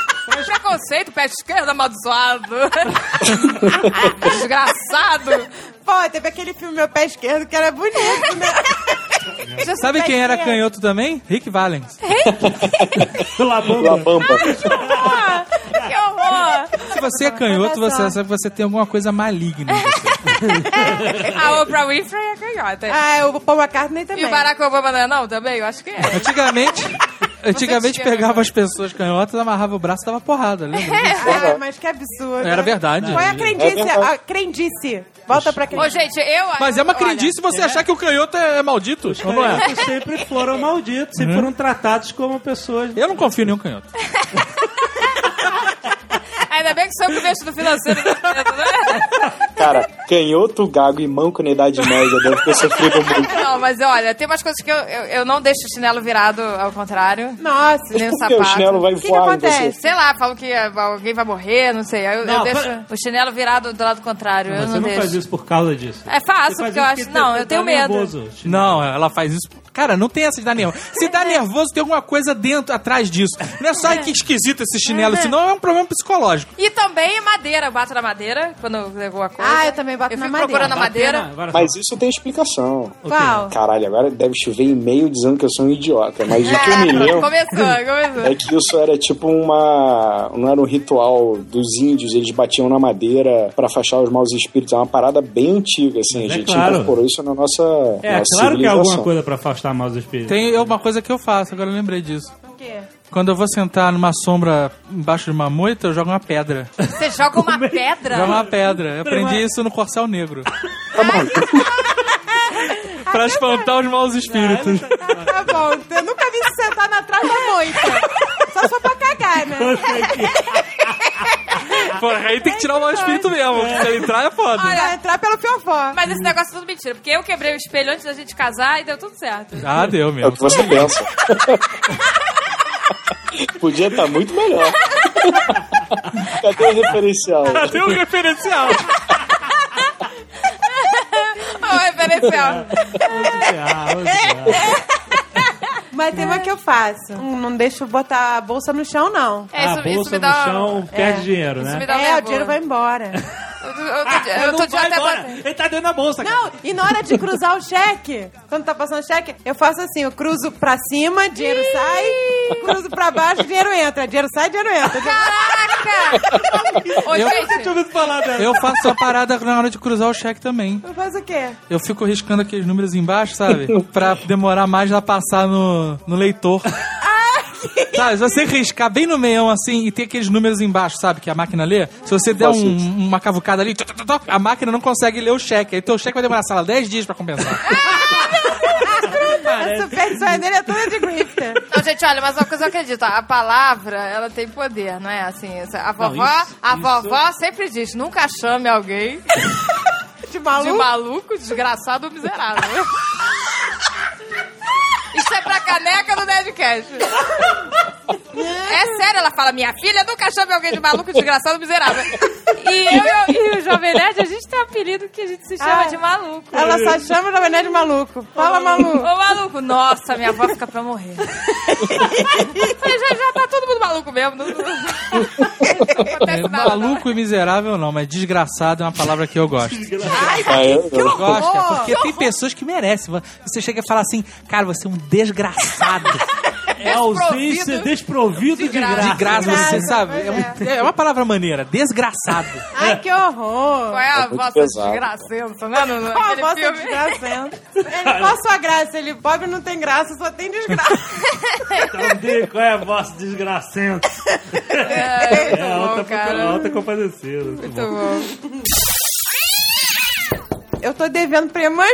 [SPEAKER 4] Preconceito, pé esquerda amaldiçoado. Desgraçado.
[SPEAKER 6] Pô, teve aquele filme Meu Pé Esquerdo que era bonito, né?
[SPEAKER 7] Sabe quem era
[SPEAKER 6] Pé
[SPEAKER 7] canhoto também? Rick Valens.
[SPEAKER 3] Pela
[SPEAKER 5] La
[SPEAKER 3] banda.
[SPEAKER 5] Bamba.
[SPEAKER 4] Que horror.
[SPEAKER 7] Se você é canhoto,
[SPEAKER 6] Olha só.
[SPEAKER 7] você sabe que você tem alguma coisa maligna. em você.
[SPEAKER 4] A Oprah Winfrey é canhota.
[SPEAKER 6] Ah, o Paul McCartney
[SPEAKER 4] e
[SPEAKER 6] também.
[SPEAKER 4] o Barack Obama não é não também? Eu acho que é.
[SPEAKER 7] Antigamente, antigamente
[SPEAKER 4] tinha-
[SPEAKER 7] pegava as pessoas canhotas, amarrava o braço e dava porrada, lembra?
[SPEAKER 6] Ah, mas que absurdo.
[SPEAKER 7] Era verdade.
[SPEAKER 6] Qual é a
[SPEAKER 5] É
[SPEAKER 6] crendice?
[SPEAKER 5] verdade.
[SPEAKER 6] A crendice. Volta pra
[SPEAKER 4] Ô,
[SPEAKER 6] crendice.
[SPEAKER 4] gente, eu...
[SPEAKER 7] Mas é uma
[SPEAKER 4] olha,
[SPEAKER 7] crendice você achar que o canhoto é, é maldito, ou não é?
[SPEAKER 3] Eles sempre foram malditos, sempre foram tratados como pessoas.
[SPEAKER 7] Eu não confio em nenhum canhoto.
[SPEAKER 4] Ainda bem que sou eu que mexo no financeiro. do governo, né?
[SPEAKER 5] Cara, canhoto, gago e manco na Idade Média deve ter sofrido muito.
[SPEAKER 4] Não, mas olha, tem umas coisas que eu, eu, eu não deixo o chinelo virado ao contrário.
[SPEAKER 6] Nossa.
[SPEAKER 4] Nem o
[SPEAKER 5] Por que o
[SPEAKER 4] sapato.
[SPEAKER 5] chinelo vai
[SPEAKER 6] O que que
[SPEAKER 5] voar em
[SPEAKER 6] acontece?
[SPEAKER 5] você?
[SPEAKER 4] Sei lá, falam que ah, alguém vai morrer, não sei. Eu, eu
[SPEAKER 3] Não,
[SPEAKER 4] deixo
[SPEAKER 3] pra-
[SPEAKER 4] o chinelo virado do lado contrário. eu
[SPEAKER 3] Mas
[SPEAKER 4] não,
[SPEAKER 3] você não
[SPEAKER 4] deixo.
[SPEAKER 3] faz isso por causa disso.
[SPEAKER 4] É fácil,
[SPEAKER 3] Você faz
[SPEAKER 4] porque eu
[SPEAKER 3] isso
[SPEAKER 4] acho. Não,
[SPEAKER 3] tá-
[SPEAKER 4] eu tenho
[SPEAKER 3] tá
[SPEAKER 4] medo.
[SPEAKER 3] nervoso, tipo.
[SPEAKER 7] Não, ela faz isso. Cara, não tem essa de dar nervoso. Se dá nervoso, tem alguma coisa dentro, atrás disso. Não é só "Ai, que esquisito esse chinelo, senão é um problema psicológico.
[SPEAKER 4] E também madeira. Eu bato na madeira quando levou a coisa.
[SPEAKER 6] Ah, eu também bato
[SPEAKER 4] eu
[SPEAKER 6] na
[SPEAKER 4] fico
[SPEAKER 6] madeira.
[SPEAKER 4] procurando a madeira.
[SPEAKER 3] Agora,
[SPEAKER 5] Mas isso tem explicação.
[SPEAKER 6] Qual?
[SPEAKER 5] Caralho, agora deve chover e-mail dizendo que eu sou um idiota. Mas o que eu me
[SPEAKER 4] pronto,
[SPEAKER 5] lembro
[SPEAKER 4] começou, começou.
[SPEAKER 5] é que isso era tipo uma. Não era um ritual dos índios, eles batiam na madeira pra afastar os maus espíritos. É uma parada bem antiga, assim.
[SPEAKER 3] Mas
[SPEAKER 5] a
[SPEAKER 3] é
[SPEAKER 5] gente
[SPEAKER 3] claro.
[SPEAKER 5] incorporou isso na nossa.
[SPEAKER 3] É, claro
[SPEAKER 5] nossa
[SPEAKER 3] que é
[SPEAKER 5] civilização.
[SPEAKER 3] alguma coisa pra afastar maus espíritos.
[SPEAKER 7] Tem uma coisa que eu faço, agora eu lembrei disso.
[SPEAKER 6] O quê?
[SPEAKER 7] Quando eu vou sentar numa sombra embaixo de uma moita, eu jogo uma pedra.
[SPEAKER 4] Você joga uma pedra?
[SPEAKER 7] Jogo uma pedra. Eu aprendi isso no Corcel Negro.
[SPEAKER 5] Tá então,
[SPEAKER 7] pra espantar os maus espíritos.
[SPEAKER 6] Tá bom, eu nunca vi se sentar na trave da moita. Só se for pra cagar, né?
[SPEAKER 7] Pô, aí tem que tirar o mau espírito mesmo. porque Se ele entrar, é foda.
[SPEAKER 6] Olha, entrar pelo fiofó.
[SPEAKER 4] Mas esse negócio é tudo mentira, porque eu quebrei o espelho antes da gente casar e deu tudo certo.
[SPEAKER 7] Ah, deu
[SPEAKER 5] É o
[SPEAKER 7] mesmo.
[SPEAKER 5] que você pensa. Podia estar muito melhor. Cadê o referencial?
[SPEAKER 6] Ah,
[SPEAKER 7] Tem um referencial.
[SPEAKER 4] Ó, o referencial.
[SPEAKER 3] Ah,
[SPEAKER 6] Mas tem
[SPEAKER 4] É.
[SPEAKER 6] uma que eu faço. Hum, não deixo botar a bolsa no chão, não.
[SPEAKER 4] É, isso,
[SPEAKER 3] a
[SPEAKER 4] isso
[SPEAKER 3] bolsa
[SPEAKER 4] me dá. é,
[SPEAKER 3] no chão perde dinheiro,
[SPEAKER 4] isso
[SPEAKER 3] né?
[SPEAKER 4] me dá
[SPEAKER 6] É, o
[SPEAKER 4] vergonha.
[SPEAKER 6] dinheiro vai embora.
[SPEAKER 4] Eu, tô- eu,
[SPEAKER 3] Ah,
[SPEAKER 4] tô- eu tô de
[SPEAKER 3] vai
[SPEAKER 4] até
[SPEAKER 3] embora.
[SPEAKER 4] botando-
[SPEAKER 3] Ele tá dentro da bolsa, cara.
[SPEAKER 6] Não, e na hora de cruzar o cheque, quando tá passando cheque, eu faço assim, eu cruzo pra cima, dinheiro sai, cruzo pra baixo, dinheiro entra. Dinheiro sai, dinheiro entra.
[SPEAKER 4] Ah! Caraca! Ô,
[SPEAKER 7] Eu-
[SPEAKER 3] Deixa eu
[SPEAKER 4] gente,
[SPEAKER 3] ouvir falar dela.
[SPEAKER 7] Eu faço a parada na hora de cruzar o cheque também.
[SPEAKER 6] Eu faço o quê?
[SPEAKER 7] Eu fico riscando aqueles números embaixo, sabe? Pra demorar mais a passar no, no leitor. Sabe, se você riscar bem no meião assim e tem aqueles números embaixo, sabe? Que a máquina lê, se você der
[SPEAKER 5] Faço
[SPEAKER 7] um- uma cavucada ali, tó, tó, tó, tó, a máquina não consegue ler o cheque. Aí teu cheque vai demorar, sei lá, 10 dias pra compensar.
[SPEAKER 6] A superstição dele é toda de grifter.
[SPEAKER 4] não, gente, olha, mas uma coisa eu acredito, a palavra, ela tem poder, não é? Assim, essa- a vovó,
[SPEAKER 3] isso-
[SPEAKER 4] a
[SPEAKER 3] isso-
[SPEAKER 4] vovó sempre diz, nunca chame alguém
[SPEAKER 6] De
[SPEAKER 4] de
[SPEAKER 6] maluco.
[SPEAKER 4] maluco, desgraçado ou miserável. Isso é pra caneca do Nerdcast. É sério, ela fala, minha filha nunca chame alguém de maluco, desgraçado ou miserável. E eu e o- e o Jovem Nerd, a gente tem um apelido que a gente se chama
[SPEAKER 6] Ah.
[SPEAKER 4] de maluco.
[SPEAKER 6] Ela só chama na verdade de maluco. Fala,
[SPEAKER 4] Ô,
[SPEAKER 6] maluco.
[SPEAKER 4] maluco, nossa, minha avó fica pra morrer. Falei, já, já tá todo mundo maluco mesmo. Não, não- não acontece
[SPEAKER 7] É,
[SPEAKER 4] nada.
[SPEAKER 7] maluco e miserável não, mas desgraçado é uma palavra que eu gosto.
[SPEAKER 5] Ah, eu- eu-
[SPEAKER 7] Gosto, cara,
[SPEAKER 6] horror!
[SPEAKER 7] porque tem pessoas que merecem. Você chega e fala assim, cara, você é um desgraçado.
[SPEAKER 3] É ausência,
[SPEAKER 4] desprovido.
[SPEAKER 3] desprovido de
[SPEAKER 4] graça.
[SPEAKER 3] graça.
[SPEAKER 7] De graça, você
[SPEAKER 6] Desgraça,
[SPEAKER 7] sabe?
[SPEAKER 6] pois
[SPEAKER 7] É, um- é uma palavra maneira, desgraçado.
[SPEAKER 6] Ai, que horror.
[SPEAKER 4] Qual é a
[SPEAKER 5] muito
[SPEAKER 4] vossa
[SPEAKER 5] pesado.
[SPEAKER 4] desgracença, né? No, no,
[SPEAKER 6] Qual a
[SPEAKER 4] naquele
[SPEAKER 6] vossa
[SPEAKER 4] filme?
[SPEAKER 6] desgraçando? Ele, qual a sua graça? Ele pobre não tem graça, só tem desgraça.
[SPEAKER 3] Então, diga qual é a vossa desgracenta.
[SPEAKER 4] É,
[SPEAKER 3] É alta,
[SPEAKER 4] muito bom,
[SPEAKER 3] é
[SPEAKER 4] cara.
[SPEAKER 3] alta compadecida. Muito bom.
[SPEAKER 4] Muito bom.
[SPEAKER 6] Eu tô devendo pra Iemanjá.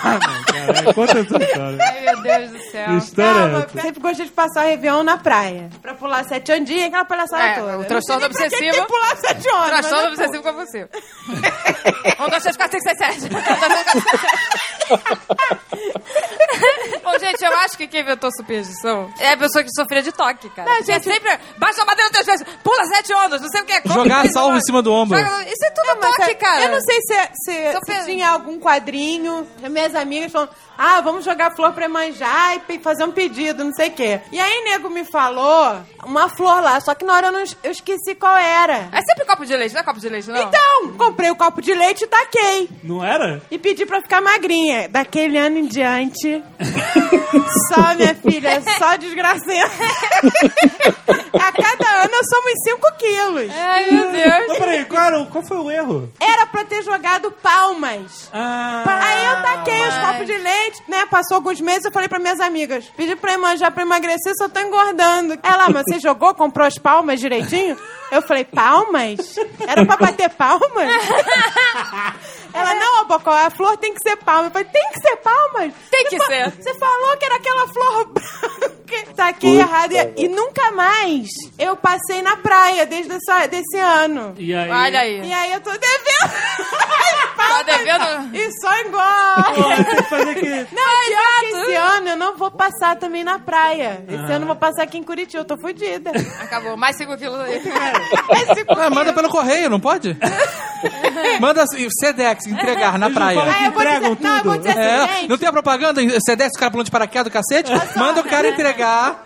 [SPEAKER 3] Caralho, conta a sua história.
[SPEAKER 4] Ai, meu Deus do céu.
[SPEAKER 3] Que história é
[SPEAKER 6] Calma,
[SPEAKER 3] essa?
[SPEAKER 6] sempre gostei de passar o Réveillon na praia. Pra pular sete ondinhas, aquela palhaçada
[SPEAKER 4] É,
[SPEAKER 6] toda.
[SPEAKER 4] o
[SPEAKER 6] Eu
[SPEAKER 4] transtorno
[SPEAKER 6] não sei nem pra que
[SPEAKER 4] obsessivo.
[SPEAKER 6] que pular sete ondas.
[SPEAKER 4] Transtorno
[SPEAKER 6] mas eu pulo.
[SPEAKER 4] obsessivo compulsivo. Um, dois, três, quatro, cinco, seis, sete. Um, dois, três, quatro, cinco, seis. Bom, gente, eu acho que quem inventou superstição é a pessoa que sofria de toque, cara. Não, gente, é sempre baixa a madeira três vezes, pula sete ondas, não sei o que. come
[SPEAKER 7] Jogar
[SPEAKER 4] três
[SPEAKER 7] salvo em
[SPEAKER 4] ondas.
[SPEAKER 7] cima do ombro.
[SPEAKER 4] Joga- Isso é tudo
[SPEAKER 6] Mas
[SPEAKER 4] toque,
[SPEAKER 6] é-
[SPEAKER 4] cara.
[SPEAKER 6] Eu não sei se, se,
[SPEAKER 4] Tô
[SPEAKER 6] se
[SPEAKER 4] pensando.
[SPEAKER 6] tinha algum quadrinho. Minhas amigas falam, ah, vamos jogar flor pra manjar e pe- fazer um pedido, não sei o quê. E aí, nego me falou uma flor lá, só que na hora eu, não, es- eu esqueci qual era.
[SPEAKER 4] É sempre copo de leite, não é copo de leite, não?
[SPEAKER 6] Então, comprei o copo de leite e taquei.
[SPEAKER 3] Não era?
[SPEAKER 6] E pedi pra ficar magrinha. Daquele ano em diante. só, minha filha, só desgraceira. A cada ano eu somo uns 5 quilos.
[SPEAKER 4] Ai, meu Deus.
[SPEAKER 3] Mas peraí, qual, era o- qual foi o erro?
[SPEAKER 6] Era pra ter jogado palmas.
[SPEAKER 3] Ah,
[SPEAKER 6] Aí eu taquei os
[SPEAKER 4] Mas-
[SPEAKER 6] copos de leite, né? Passou alguns meses, eu falei pra minhas amigas: pedi pra manjar pra emagrecer, só tô engordando. Ela, mas você jogou, comprou as palmas direitinho? Eu falei: palmas? Era pra bater palmas? Ela, não, Bocó, a flor tem que ser palma. Eu falei: tem que ser palmas?
[SPEAKER 4] Tem que
[SPEAKER 6] fa-
[SPEAKER 4] ser.
[SPEAKER 6] Você falou que era aquela flor branca. Taquei errado. E, e nunca mais eu passei na praia desde essa, desse ano.
[SPEAKER 3] Ah, E aí?
[SPEAKER 4] Olha aí.
[SPEAKER 6] E aí eu tô devendo.
[SPEAKER 4] Tá devendo...
[SPEAKER 6] E só engorda.
[SPEAKER 3] Porra, tem que fazer que...
[SPEAKER 6] Não, pior que Ah, esse ano eu não vou passar também na praia. Esse ano eu vou passar aqui em Curitiba, eu tô fodida.
[SPEAKER 4] Acabou, mais cinco quilos aí.
[SPEAKER 7] Ah, manda pelo correio, não pode? manda assim, Sedex entregar na
[SPEAKER 3] Eles não falam
[SPEAKER 7] praia.
[SPEAKER 3] que
[SPEAKER 6] eu vou
[SPEAKER 3] entregam
[SPEAKER 6] dizer- não, eu vou
[SPEAKER 3] tudo.
[SPEAKER 6] dizer- assim,
[SPEAKER 7] É, não tem a propaganda em Sedex, o cara pulando de paraquedas do cacete? Manda o cara entregar.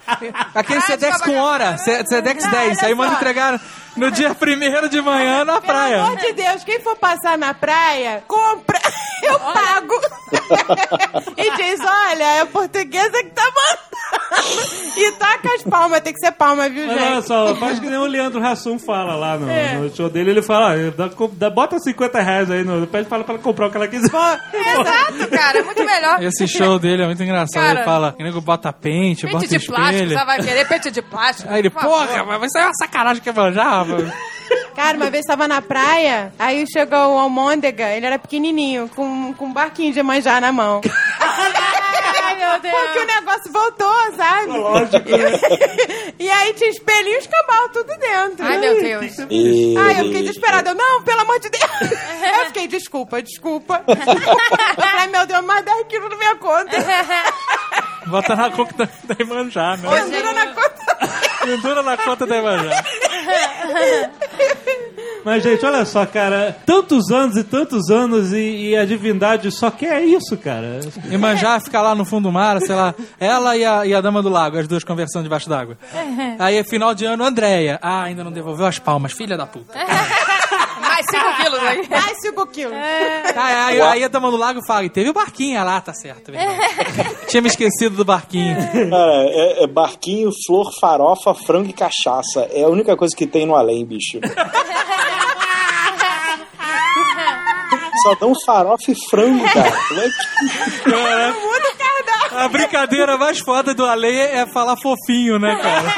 [SPEAKER 7] Aquele Sedex com hora, Se- Sedex
[SPEAKER 6] Não,
[SPEAKER 7] 10.
[SPEAKER 6] olha
[SPEAKER 7] Aí manda
[SPEAKER 6] só.
[SPEAKER 7] entregar no dia 1 de manhã na
[SPEAKER 6] Pelo amor
[SPEAKER 7] praia.
[SPEAKER 6] de Deus, quem for passar na praia, compra. Eu pago. e diz, olha, é a portuguesa que tá mandando. E taca as palmas, tem que ser palma, viu,
[SPEAKER 3] Mas olha
[SPEAKER 6] gente?
[SPEAKER 3] só, faz que nem o Leandro Hassum fala lá no,
[SPEAKER 6] É.
[SPEAKER 3] no show dele. Ele fala, ah, dá- co- dá- bota 50 reais aí, no, pede pra ela pra ela comprar o que ela quiser.
[SPEAKER 4] Exato, cara. É muito melhor.
[SPEAKER 7] Esse show dele é muito engraçado.
[SPEAKER 4] Cara.
[SPEAKER 7] ele fala, que nego bota pente,
[SPEAKER 4] Pente
[SPEAKER 7] bota
[SPEAKER 4] de plástico,
[SPEAKER 7] espelho.
[SPEAKER 4] você vai querer pente de plástico.
[SPEAKER 7] Aí ele,
[SPEAKER 4] Por favor.
[SPEAKER 7] porra, mas isso é uma sacanagem que eu já, rapaz.
[SPEAKER 6] Cara, uma vez tava na praia, aí chegou o Almôndega, ele era pequenininho, com, com um barquinho de manjar na mão.
[SPEAKER 4] Ai, meu Deus.
[SPEAKER 6] Porque o negócio voltou, sabe?
[SPEAKER 3] Lógico,
[SPEAKER 6] E aí tinha espelhinho e escambau tudo dentro.
[SPEAKER 4] Ai, meu Deus.
[SPEAKER 5] E...
[SPEAKER 6] Ai, Ah, eu fiquei desesperada. Eu, não, pelo amor de Deus. Eu fiquei, desculpa, desculpa. Eu falei, meu Deus, mais 10 quilos na minha conta.
[SPEAKER 7] Bota na conta da, da Imanjá,
[SPEAKER 4] É,
[SPEAKER 7] né?
[SPEAKER 6] Pendura na conta.
[SPEAKER 7] Pendura na conta da Imanjá.
[SPEAKER 3] né? Mas, gente, olha só, cara. Tantos anos e tantos anos e, e a divindade só quer isso, cara.
[SPEAKER 7] Imanjá fica lá no fundo do mar, sei lá, ela e a, e a Dama do Lago, as duas conversando debaixo d'água. Aí, final de ano, Andréia. Ah, ainda não devolveu as palmas, filha da puta.
[SPEAKER 4] Mais 5 quilos aí.
[SPEAKER 6] Ai, 5 quilos.
[SPEAKER 7] Tá, aí, aí a Dama do Lago fala, e teve o barquinho lá, tá certo. verdade. Tinha me esquecido do barquinho.
[SPEAKER 5] Cara, é, é barquinho, flor, farofa, frango e cachaça. É a única coisa que tem no além, bicho. Só dão farofa e frango, cara. Como é que-
[SPEAKER 7] A brincadeira mais foda do Ale é falar fofinho, né, cara?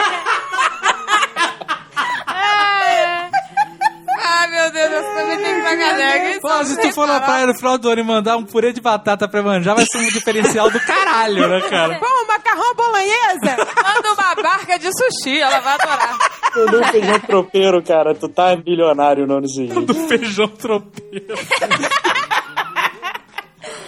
[SPEAKER 4] Ai, meu Deus, eu também tenho que pagar né?
[SPEAKER 7] Pô, se tu for na praia no final do ano e mandar um purê de batata pra manjar, vai ser um diferencial do caralho, né, cara?
[SPEAKER 6] Pô, macarrão bolonhesa.
[SPEAKER 4] Manda uma barca de sushi, ela vai adorar.
[SPEAKER 5] Eu dou feijão tropeiro, cara. Tu tá bilionário no ano seguinte.
[SPEAKER 7] Do feijão tropeiro.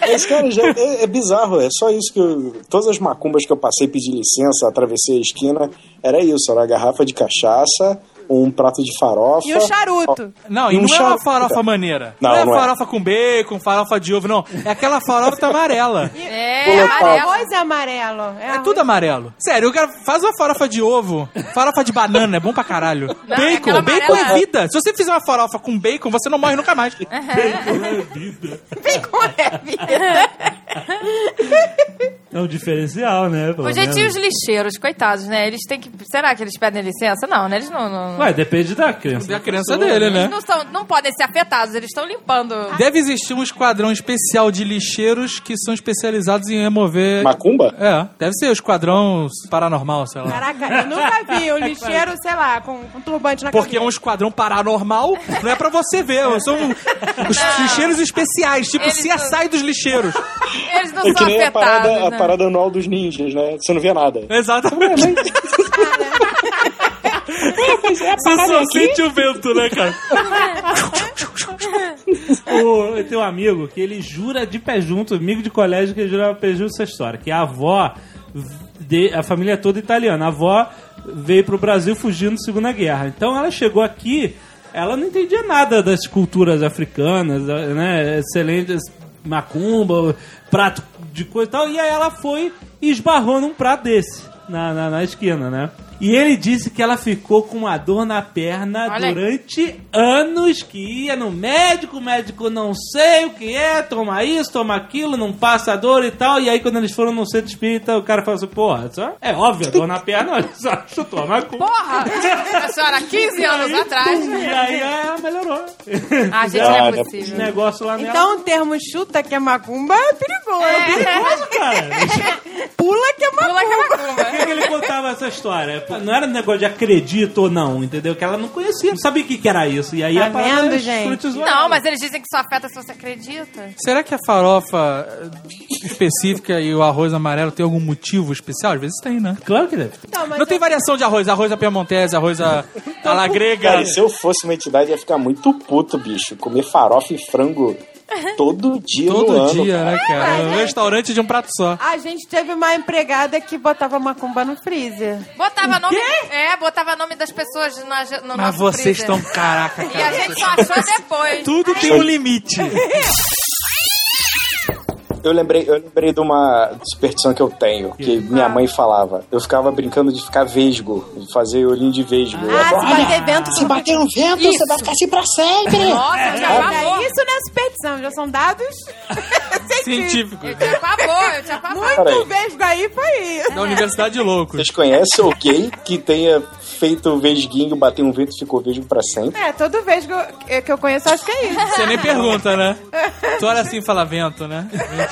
[SPEAKER 5] Esse cara já é, é bizarro. É só isso que eu, todas as macumbas que eu passei, pedi licença, atravessei a esquina, era isso. Era a garrafa de cachaça, um prato de farofa.
[SPEAKER 6] E o charuto.
[SPEAKER 7] Não, e
[SPEAKER 5] Um
[SPEAKER 7] não é uma
[SPEAKER 5] charuto.
[SPEAKER 7] farofa maneira.
[SPEAKER 5] Não,
[SPEAKER 7] Não, é
[SPEAKER 5] não é.
[SPEAKER 7] farofa com bacon, farofa de ovo, não. É aquela farofa que tá amarela.
[SPEAKER 4] É,
[SPEAKER 5] Vou
[SPEAKER 6] O
[SPEAKER 5] levar.
[SPEAKER 4] amarelo.
[SPEAKER 6] arroz é um amarelo.
[SPEAKER 7] É tudo amarelo. Sério, o cara faz uma farofa de ovo, farofa de banana, é bom pra caralho.
[SPEAKER 4] Não,
[SPEAKER 7] bacon,
[SPEAKER 4] aquela
[SPEAKER 7] bacon é
[SPEAKER 4] amarela-
[SPEAKER 7] vida. Se você fizer uma farofa com bacon, você não morre nunca mais.
[SPEAKER 6] Bacon é vida.
[SPEAKER 3] É um diferencial, né? pelo
[SPEAKER 4] Mas, gente, e
[SPEAKER 3] menos.
[SPEAKER 4] os lixeiros, coitados, né? Eles têm que. Será que eles pedem licença? Não, né? Eles não. Não,
[SPEAKER 3] Ué, depende da criança.
[SPEAKER 7] É a criança dele, né?
[SPEAKER 4] não, são, não podem ser afetados, eles estão limpando.
[SPEAKER 7] Deve existir um esquadrão especial de lixeiros que são especializados em remover.
[SPEAKER 5] Macumba?
[SPEAKER 7] É, deve ser o esquadrão paranormal, sei lá.
[SPEAKER 6] Caraca, eu nunca vi o lixeiro, sei lá, com um turbante na
[SPEAKER 7] Porque é um
[SPEAKER 6] cabeça.
[SPEAKER 7] esquadrão paranormal, não é pra você ver, são os lixeiros especiais, tipo
[SPEAKER 4] Eles
[SPEAKER 7] CSI dos lixeiros.
[SPEAKER 4] Eles não
[SPEAKER 5] É que
[SPEAKER 4] são
[SPEAKER 5] nem a
[SPEAKER 4] afetados.
[SPEAKER 5] parada, a
[SPEAKER 4] né?
[SPEAKER 5] parada anual dos ninjas, né? Você não vê nada.
[SPEAKER 7] Exatamente.
[SPEAKER 4] é
[SPEAKER 7] Você só sente o vento, né, cara?
[SPEAKER 3] O, eu tenho um amigo que ele jura de pé junto, amigo de colégio que jura de pé junto essa história, que a avó, de- a família é toda italiana, a avó veio pro Brasil fugindo da Segunda Guerra. Então ela chegou aqui, ela não entendia nada das culturas africanas, né, excelentes macumba, prato de coisa e tal, e aí ela foi e esbarrou num prato desse, na, na, na esquina, né? E ele disse que ela ficou com uma dor na perna
[SPEAKER 4] Olha aí.
[SPEAKER 3] durante durante anos que ia no médico, o médico não sei o que é, toma isso, toma aquilo, não passa dor e tal. E aí quando eles foram no centro espírita, o cara falou assim, porra, só, é óbvio, dor na perna, olha só chutou a macumba.
[SPEAKER 4] Porra! A senhora, 15 anos atrás. né?
[SPEAKER 3] E aí ela melhorou.
[SPEAKER 4] Ah, gente, não é
[SPEAKER 5] Ah,
[SPEAKER 3] Esse
[SPEAKER 4] possível.
[SPEAKER 3] negócio lá é nela.
[SPEAKER 6] Então, o termo chuta que é macumba é perigoso.
[SPEAKER 3] Mas, né, cara,
[SPEAKER 6] Pula que é macumba.
[SPEAKER 4] Pula que é
[SPEAKER 3] por que, que ele contava essa história? Não era um negócio de acredito ou não, entendeu? Que ela não conhecia, não sabia o que, que era isso. E aí
[SPEAKER 6] Tá
[SPEAKER 3] a parada é
[SPEAKER 6] vendo, gente?
[SPEAKER 3] escrotizou ela.
[SPEAKER 4] Não, mas eles dizem que só afeta se você acredita.
[SPEAKER 7] Será que a farofa específica e o arroz amarelo tem algum motivo especial? Às vezes tem, né?
[SPEAKER 3] Claro que deve.
[SPEAKER 6] Então, mas
[SPEAKER 7] Não tem variação de arroz, arroz à piemontese, arroz à,
[SPEAKER 4] Então,
[SPEAKER 7] à la grega.
[SPEAKER 5] Cara, se eu fosse uma entidade, ia ficar muito puto, bicho. Comer farofa e frango todo dia no
[SPEAKER 7] Todo
[SPEAKER 5] ano.
[SPEAKER 7] dia, né, cara?
[SPEAKER 4] é
[SPEAKER 7] Um restaurante de um prato só.
[SPEAKER 6] A gente teve uma empregada que botava macumba no freezer.
[SPEAKER 4] Botava nome. É, botava nome das pessoas na, no
[SPEAKER 7] Mas
[SPEAKER 4] nosso
[SPEAKER 7] Ah, vocês
[SPEAKER 4] Ah, freezer.
[SPEAKER 7] estão caraca,
[SPEAKER 4] E a
[SPEAKER 7] cara.
[SPEAKER 4] gente só achou depois.
[SPEAKER 7] Tudo tem um limite.
[SPEAKER 5] Eu lembrei, eu lembrei de uma superstição que eu tenho, que minha mãe falava. Eu ficava brincando de ficar vesgo, de fazer olhinho de vesgo. Eu
[SPEAKER 6] Ah, se
[SPEAKER 5] adoro-
[SPEAKER 6] bater vento...
[SPEAKER 5] se bater no vento, você vai ficar assim pra sempre.
[SPEAKER 4] Nossa, que
[SPEAKER 6] Olha,
[SPEAKER 4] amor.
[SPEAKER 6] isso não é superstição, já são dados
[SPEAKER 7] científico.
[SPEAKER 4] Eu te apavor, eu te apavor.
[SPEAKER 6] Muito vesgo aí foi.
[SPEAKER 7] Da Universidade de Loucos.
[SPEAKER 5] Vocês conhecem alguém que tenha feito vesguinho, bateu um vento e ficou vesgo pra sempre?
[SPEAKER 6] É, todo vesgo que eu conheço, acho que é isso.
[SPEAKER 7] Você nem pergunta, né? Tu olha assim e fala vento, né? Ventinho.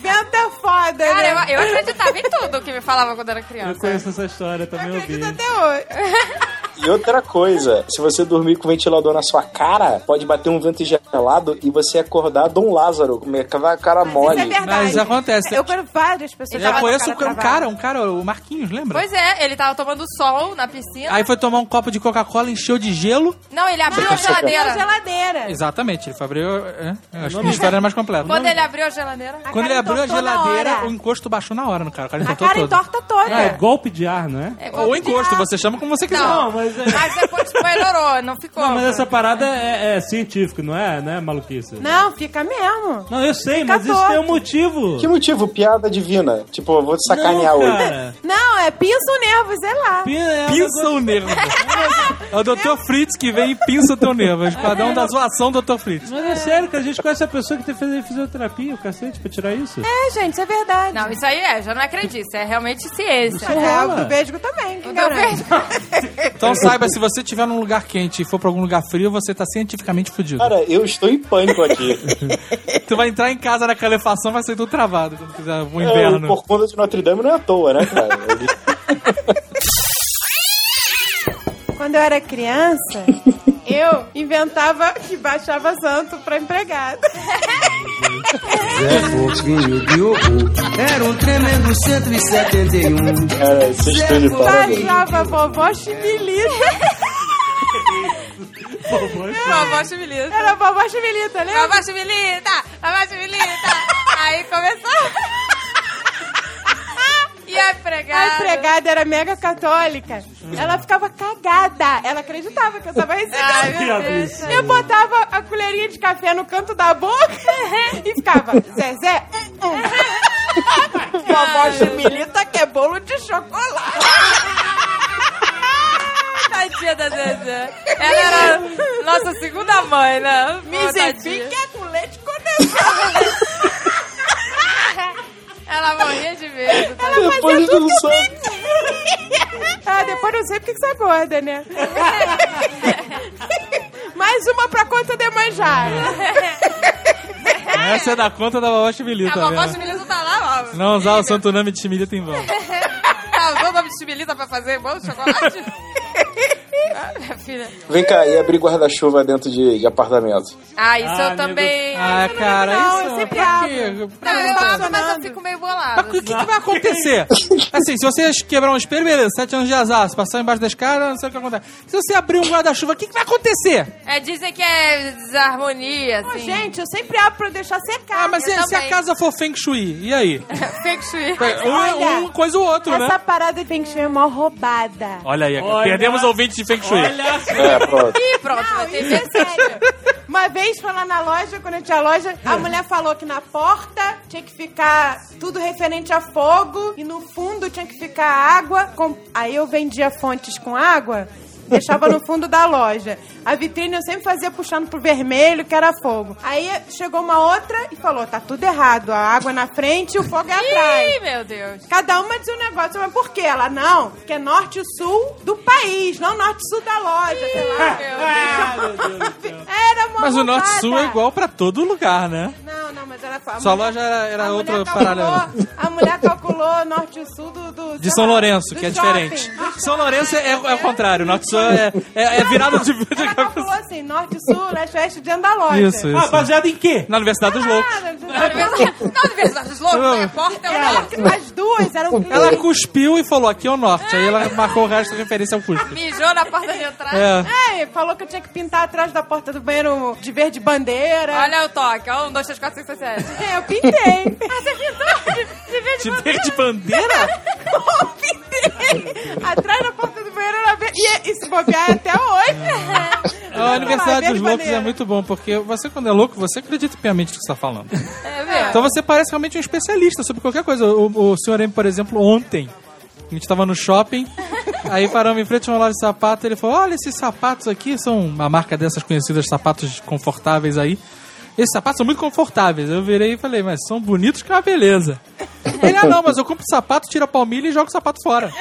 [SPEAKER 6] Vento é foda, né?
[SPEAKER 4] Cara, eu, eu acreditava em tudo que me falava quando era
[SPEAKER 3] Eu
[SPEAKER 4] criança.
[SPEAKER 3] conheço essa história, também ouvi.
[SPEAKER 6] Acredito até
[SPEAKER 7] É,
[SPEAKER 6] hoje.
[SPEAKER 5] E outra coisa, se você dormir com o ventilador na sua cara, pode bater um vento gelado e você acordar Dom Lázaro, com a cara
[SPEAKER 6] Isso é
[SPEAKER 5] mole.
[SPEAKER 6] verdade.
[SPEAKER 7] Mas acontece.
[SPEAKER 6] Eu conheço várias pessoas.
[SPEAKER 7] Eu
[SPEAKER 6] Tava
[SPEAKER 7] conheço
[SPEAKER 6] com
[SPEAKER 7] um
[SPEAKER 6] cara
[SPEAKER 7] cara, um
[SPEAKER 6] travada.
[SPEAKER 7] cara, o Marquinhos, lembra?
[SPEAKER 4] Pois é, ele tava tomando sol na
[SPEAKER 6] é.
[SPEAKER 4] piscina.
[SPEAKER 7] Aí foi tomar um copo de Coca-Cola, encheu de gelo.
[SPEAKER 4] Não, ele abriu a
[SPEAKER 6] Abriu a
[SPEAKER 4] geladeira.
[SPEAKER 6] geladeira.
[SPEAKER 7] Exatamente, ele foi abrir. é, eu acho que a história era mais completa.
[SPEAKER 4] Quando ele abriu a geladeira.
[SPEAKER 6] A cara
[SPEAKER 7] Quando ele abriu a
[SPEAKER 6] entortou na
[SPEAKER 7] geladeira,
[SPEAKER 6] hora.
[SPEAKER 7] o encosto baixou na hora no cara. O cara
[SPEAKER 6] A
[SPEAKER 7] entortou
[SPEAKER 6] cara
[SPEAKER 7] todo.
[SPEAKER 6] entorta toda.
[SPEAKER 3] Ah, é golpe de ar, não é?
[SPEAKER 4] É golpe
[SPEAKER 7] Ou
[SPEAKER 4] de
[SPEAKER 7] encosto,
[SPEAKER 4] ar.
[SPEAKER 7] você chama como você quiser.
[SPEAKER 4] Não.
[SPEAKER 3] Não, mas, é-
[SPEAKER 4] Mas depois tipo, melhorou, não ficou.
[SPEAKER 3] não, mas essa parada é, é científica, não é, né, maluquice?
[SPEAKER 6] Não, fica mesmo.
[SPEAKER 3] Não, eu sei,
[SPEAKER 6] Fica
[SPEAKER 3] mas isso
[SPEAKER 6] torto.
[SPEAKER 3] tem um motivo.
[SPEAKER 5] Que motivo? Piada divina. Tipo, eu vou te sacanear
[SPEAKER 3] Não,
[SPEAKER 5] hoje.
[SPEAKER 3] cara.
[SPEAKER 6] Não, é pinça o nervo, sei lá.
[SPEAKER 3] Pin- é um
[SPEAKER 7] Pinça o nervo. É o Dr. Fritz que vem e pinça o teu nervo. É o Esquadrão da zoação do Dr. Fritz.
[SPEAKER 3] Mas é sério, cara, a gente conhece a pessoa que tem que fazer fisioterapia, o cacete, pra tirar isso?
[SPEAKER 6] É, gente, isso é verdade.
[SPEAKER 4] Não, isso aí é, já não é crendice, é realmente ciência.
[SPEAKER 3] Isso
[SPEAKER 6] é,
[SPEAKER 3] rola.
[SPEAKER 6] o do vesgo também. Que
[SPEAKER 4] Eu vejo-
[SPEAKER 6] garante.
[SPEAKER 7] Então saiba, se você estiver num lugar quente e for pra algum lugar frio, você tá cientificamente fudido.
[SPEAKER 5] Cara, eu estou em pânico aqui.
[SPEAKER 7] Tu vai entrar em casa na calefação, vai sair tudo travado quando fizer um
[SPEAKER 5] É,
[SPEAKER 7] inverno.
[SPEAKER 5] o Corcunda de Notre Dame não é à toa, né, cara? Ele-
[SPEAKER 6] Quando eu era criança, eu inventava que baixava santo pra empregada.
[SPEAKER 9] Era um tremendo 171.
[SPEAKER 5] Cara, vocês estão de parabéns.
[SPEAKER 6] Baixava a vovó chimilita.
[SPEAKER 4] Vovó Chimilita.
[SPEAKER 6] Era a vovó chimilita, né? lembra?
[SPEAKER 4] Vovó Chimilita, vovó Chimilita. Aí começou. E a
[SPEAKER 6] A
[SPEAKER 4] empregada.
[SPEAKER 6] empregada era mega católica. Ela ficava cagada. Ela acreditava que eu tava
[SPEAKER 4] Ai,
[SPEAKER 6] recebendo.
[SPEAKER 4] meu Deus.
[SPEAKER 6] Eu botava a colherinha de café no canto da boca e ficava, Zezé, hum, hum. vovó Jumilita quer bolo de chocolate.
[SPEAKER 4] Tadinha da Zezé. Ela era nossa segunda mãe, né? Ô,
[SPEAKER 6] Misefi
[SPEAKER 4] tadinha.
[SPEAKER 6] quer com leite condensado.
[SPEAKER 4] Ela morria de medo. tadinha.
[SPEAKER 5] Depois não sabe.
[SPEAKER 6] Ah, depois não sei porque que você é gorda, né? Mais uma pra conta de manjar.
[SPEAKER 7] Essa é da conta da vovó Chimilita,
[SPEAKER 4] A vovó
[SPEAKER 7] né?
[SPEAKER 4] Chimilita tá lá, ó.
[SPEAKER 7] Não usar o santo nome de Chimilita em vão.
[SPEAKER 4] Tá usando o nome de Chimilita pra fazer bolo de chocolate? Ah, minha filha.
[SPEAKER 5] Vem cá, e abrir guarda-chuva dentro de, de apartamento.
[SPEAKER 4] Ah, isso
[SPEAKER 3] Ah,
[SPEAKER 4] eu
[SPEAKER 3] meu
[SPEAKER 4] também.
[SPEAKER 7] Ah, cara,
[SPEAKER 6] não,
[SPEAKER 7] isso
[SPEAKER 6] isso é
[SPEAKER 7] pra
[SPEAKER 6] piada.
[SPEAKER 7] quê? Pra
[SPEAKER 4] Não, eu
[SPEAKER 7] quê?
[SPEAKER 4] amo, mas eu
[SPEAKER 6] funcionando.
[SPEAKER 4] fico meio
[SPEAKER 7] Mas
[SPEAKER 4] bolada.
[SPEAKER 7] o que, que vai acontecer? Assim, se você quebrar um espelho, beleza, sete anos de azar, se passar embaixo da escada, não sei o que acontece. Se você abrir um guarda-chuva, o que, que vai acontecer?
[SPEAKER 4] É, dizem que é desarmonia,
[SPEAKER 6] Não,
[SPEAKER 4] assim.
[SPEAKER 6] Gente, eu sempre abro pra deixar secar.
[SPEAKER 7] Ah, mas
[SPEAKER 4] eu
[SPEAKER 7] e se a
[SPEAKER 4] também.
[SPEAKER 7] casa for Feng Shui, e aí?
[SPEAKER 4] Feng Shui.
[SPEAKER 7] Um, é-
[SPEAKER 6] Olha,
[SPEAKER 7] um coisa ou outro,
[SPEAKER 6] Essa
[SPEAKER 7] né?
[SPEAKER 6] parada tem que ser mó roubada.
[SPEAKER 7] Olha aí,
[SPEAKER 3] Olha-
[SPEAKER 7] perdemos ouvintes de Feng Shui.
[SPEAKER 3] Olha
[SPEAKER 5] É, pronto.
[SPEAKER 4] Ih, pronto, vai ter
[SPEAKER 6] Isso é sério. Uma vez foi lá na loja, quando eu tinha loja, a mulher falou que na porta tinha que ficar tudo referente a fogo e no fundo tinha que ficar água. Com- Aí eu vendia fontes com água, deixava no fundo da loja. A vitrine eu sempre fazia puxando pro vermelho, que era fogo. Aí chegou uma outra e falou: tá tudo errado, a água na frente e o fogo é atrás.
[SPEAKER 4] Ih, meu Deus.
[SPEAKER 6] Cada uma diz um negócio, mas por quê? Ela, não, que é norte e sul do país, não norte e sul da loja, sei lá. Era uma
[SPEAKER 7] Mas o Norte
[SPEAKER 6] roubada.
[SPEAKER 7] Sul é igual pra todo lugar, né?
[SPEAKER 6] Não, não, mas ela foi. a
[SPEAKER 7] Sua
[SPEAKER 6] mulher-
[SPEAKER 7] loja era, era
[SPEAKER 6] a
[SPEAKER 7] outra
[SPEAKER 6] mulher
[SPEAKER 7] paralela.
[SPEAKER 6] calculou- A mulher calculou norte e sul do. do
[SPEAKER 7] De
[SPEAKER 6] sei
[SPEAKER 7] São
[SPEAKER 6] lá,
[SPEAKER 7] Lourenço,
[SPEAKER 6] do
[SPEAKER 7] que é
[SPEAKER 6] shopping.
[SPEAKER 7] diferente. São Lourenço é, é o contrário, Norte Sul é, é, é virado de...
[SPEAKER 6] Ela calculou assim: norte, sul, leste, oeste, dentro da loja.
[SPEAKER 7] Isso,
[SPEAKER 3] Ah,
[SPEAKER 7] isso.
[SPEAKER 3] baseado em quê?
[SPEAKER 7] Na Universidade dos Loucos.
[SPEAKER 4] Não,
[SPEAKER 6] Ah,
[SPEAKER 4] Universidade dos Loucos, não importa, é o
[SPEAKER 6] ela,
[SPEAKER 4] norte.
[SPEAKER 6] as duas eram.
[SPEAKER 7] Ela cuspiu e falou, aqui é o norte. Aí ela marcou o resto de referência ao cuspe.
[SPEAKER 4] Mijou na porta de entrada.
[SPEAKER 7] É.
[SPEAKER 6] É, falou que eu tinha que pintar atrás da porta do banheiro de verde bandeira.
[SPEAKER 4] Olha o toque, ó, um, dois, três, quatro, cinco, seis, sete.
[SPEAKER 6] É, eu pintei.
[SPEAKER 7] De verde bandeira?
[SPEAKER 6] Eu pintei. Atrás da porta do banheiro era verde. E, e se bobear é até hoje.
[SPEAKER 7] A Universidade
[SPEAKER 6] Verde
[SPEAKER 7] Ah, dos Loucos é
[SPEAKER 6] bandeira.
[SPEAKER 7] muito bom, porque você, quando é louco, você acredita piamente no que você está falando.
[SPEAKER 4] É mesmo.
[SPEAKER 7] Então você parece realmente um especialista sobre qualquer coisa. O, o senhor M, por exemplo, ontem, a gente estava no shopping, aí paramos em frente a uma loja de sapato, ele falou, olha, esses sapatos aqui são uma marca dessas conhecidas, sapatos confortáveis aí. esses sapatos são muito confortáveis. Eu virei e falei, mas são bonitos que é uma beleza. Ele, ah não, mas eu compro sapato, tiro a palmilha e jogo o sapato fora.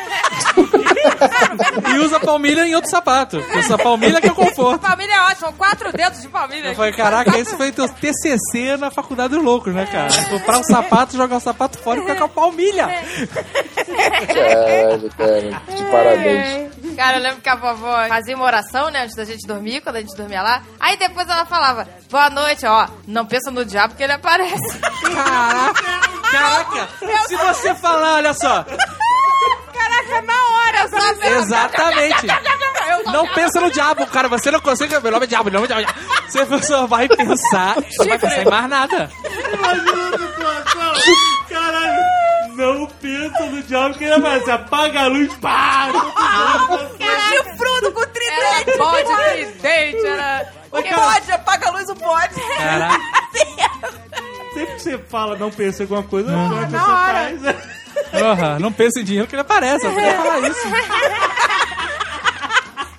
[SPEAKER 7] e usa a palmilha em outro sapato. porque Essa palmilha que é o conforto.
[SPEAKER 4] Palmilha é ótimo, quatro dedos de palmilha.
[SPEAKER 7] Eu falei, caraca, esse foi teu TCC na faculdade dos loucos, né, cara? Comprar um sapato, jogar o sapato fora e ficar com a palmilha.
[SPEAKER 10] Caralho, cara. De parabéns.
[SPEAKER 4] Cara, eu lembro que a vovó fazia uma oração, né, antes da gente dormir, quando a gente dormia lá. Aí depois ela falava, boa noite, ó, não pensa no diabo que ele aparece.
[SPEAKER 7] Caraca, se você falar, olha só,
[SPEAKER 11] é
[SPEAKER 4] Caraca, na hora, eu só
[SPEAKER 7] exatamente.
[SPEAKER 4] Eu só-
[SPEAKER 7] Não pensa no diabo, cara. Você não consegue. Meu nome é diabo, meu nome é diabo. Você só vai pensar, não vai pensar em mais nada.
[SPEAKER 3] Imagina a situação. Caralho. Não pensa no diabo que ele aparece. Apaga a luz, pá!
[SPEAKER 11] Chifrudo com
[SPEAKER 4] Era
[SPEAKER 11] tridente.
[SPEAKER 4] bode, tridente, era...
[SPEAKER 11] O bode, apaga a luz o bode.
[SPEAKER 4] É.
[SPEAKER 7] Caraca.
[SPEAKER 3] Sempre que você fala, não pensa em alguma coisa, a pessoa
[SPEAKER 6] hora.
[SPEAKER 3] faz.
[SPEAKER 7] Porra, não pensa em dinheiro que ele aparece. Eu ia falar isso.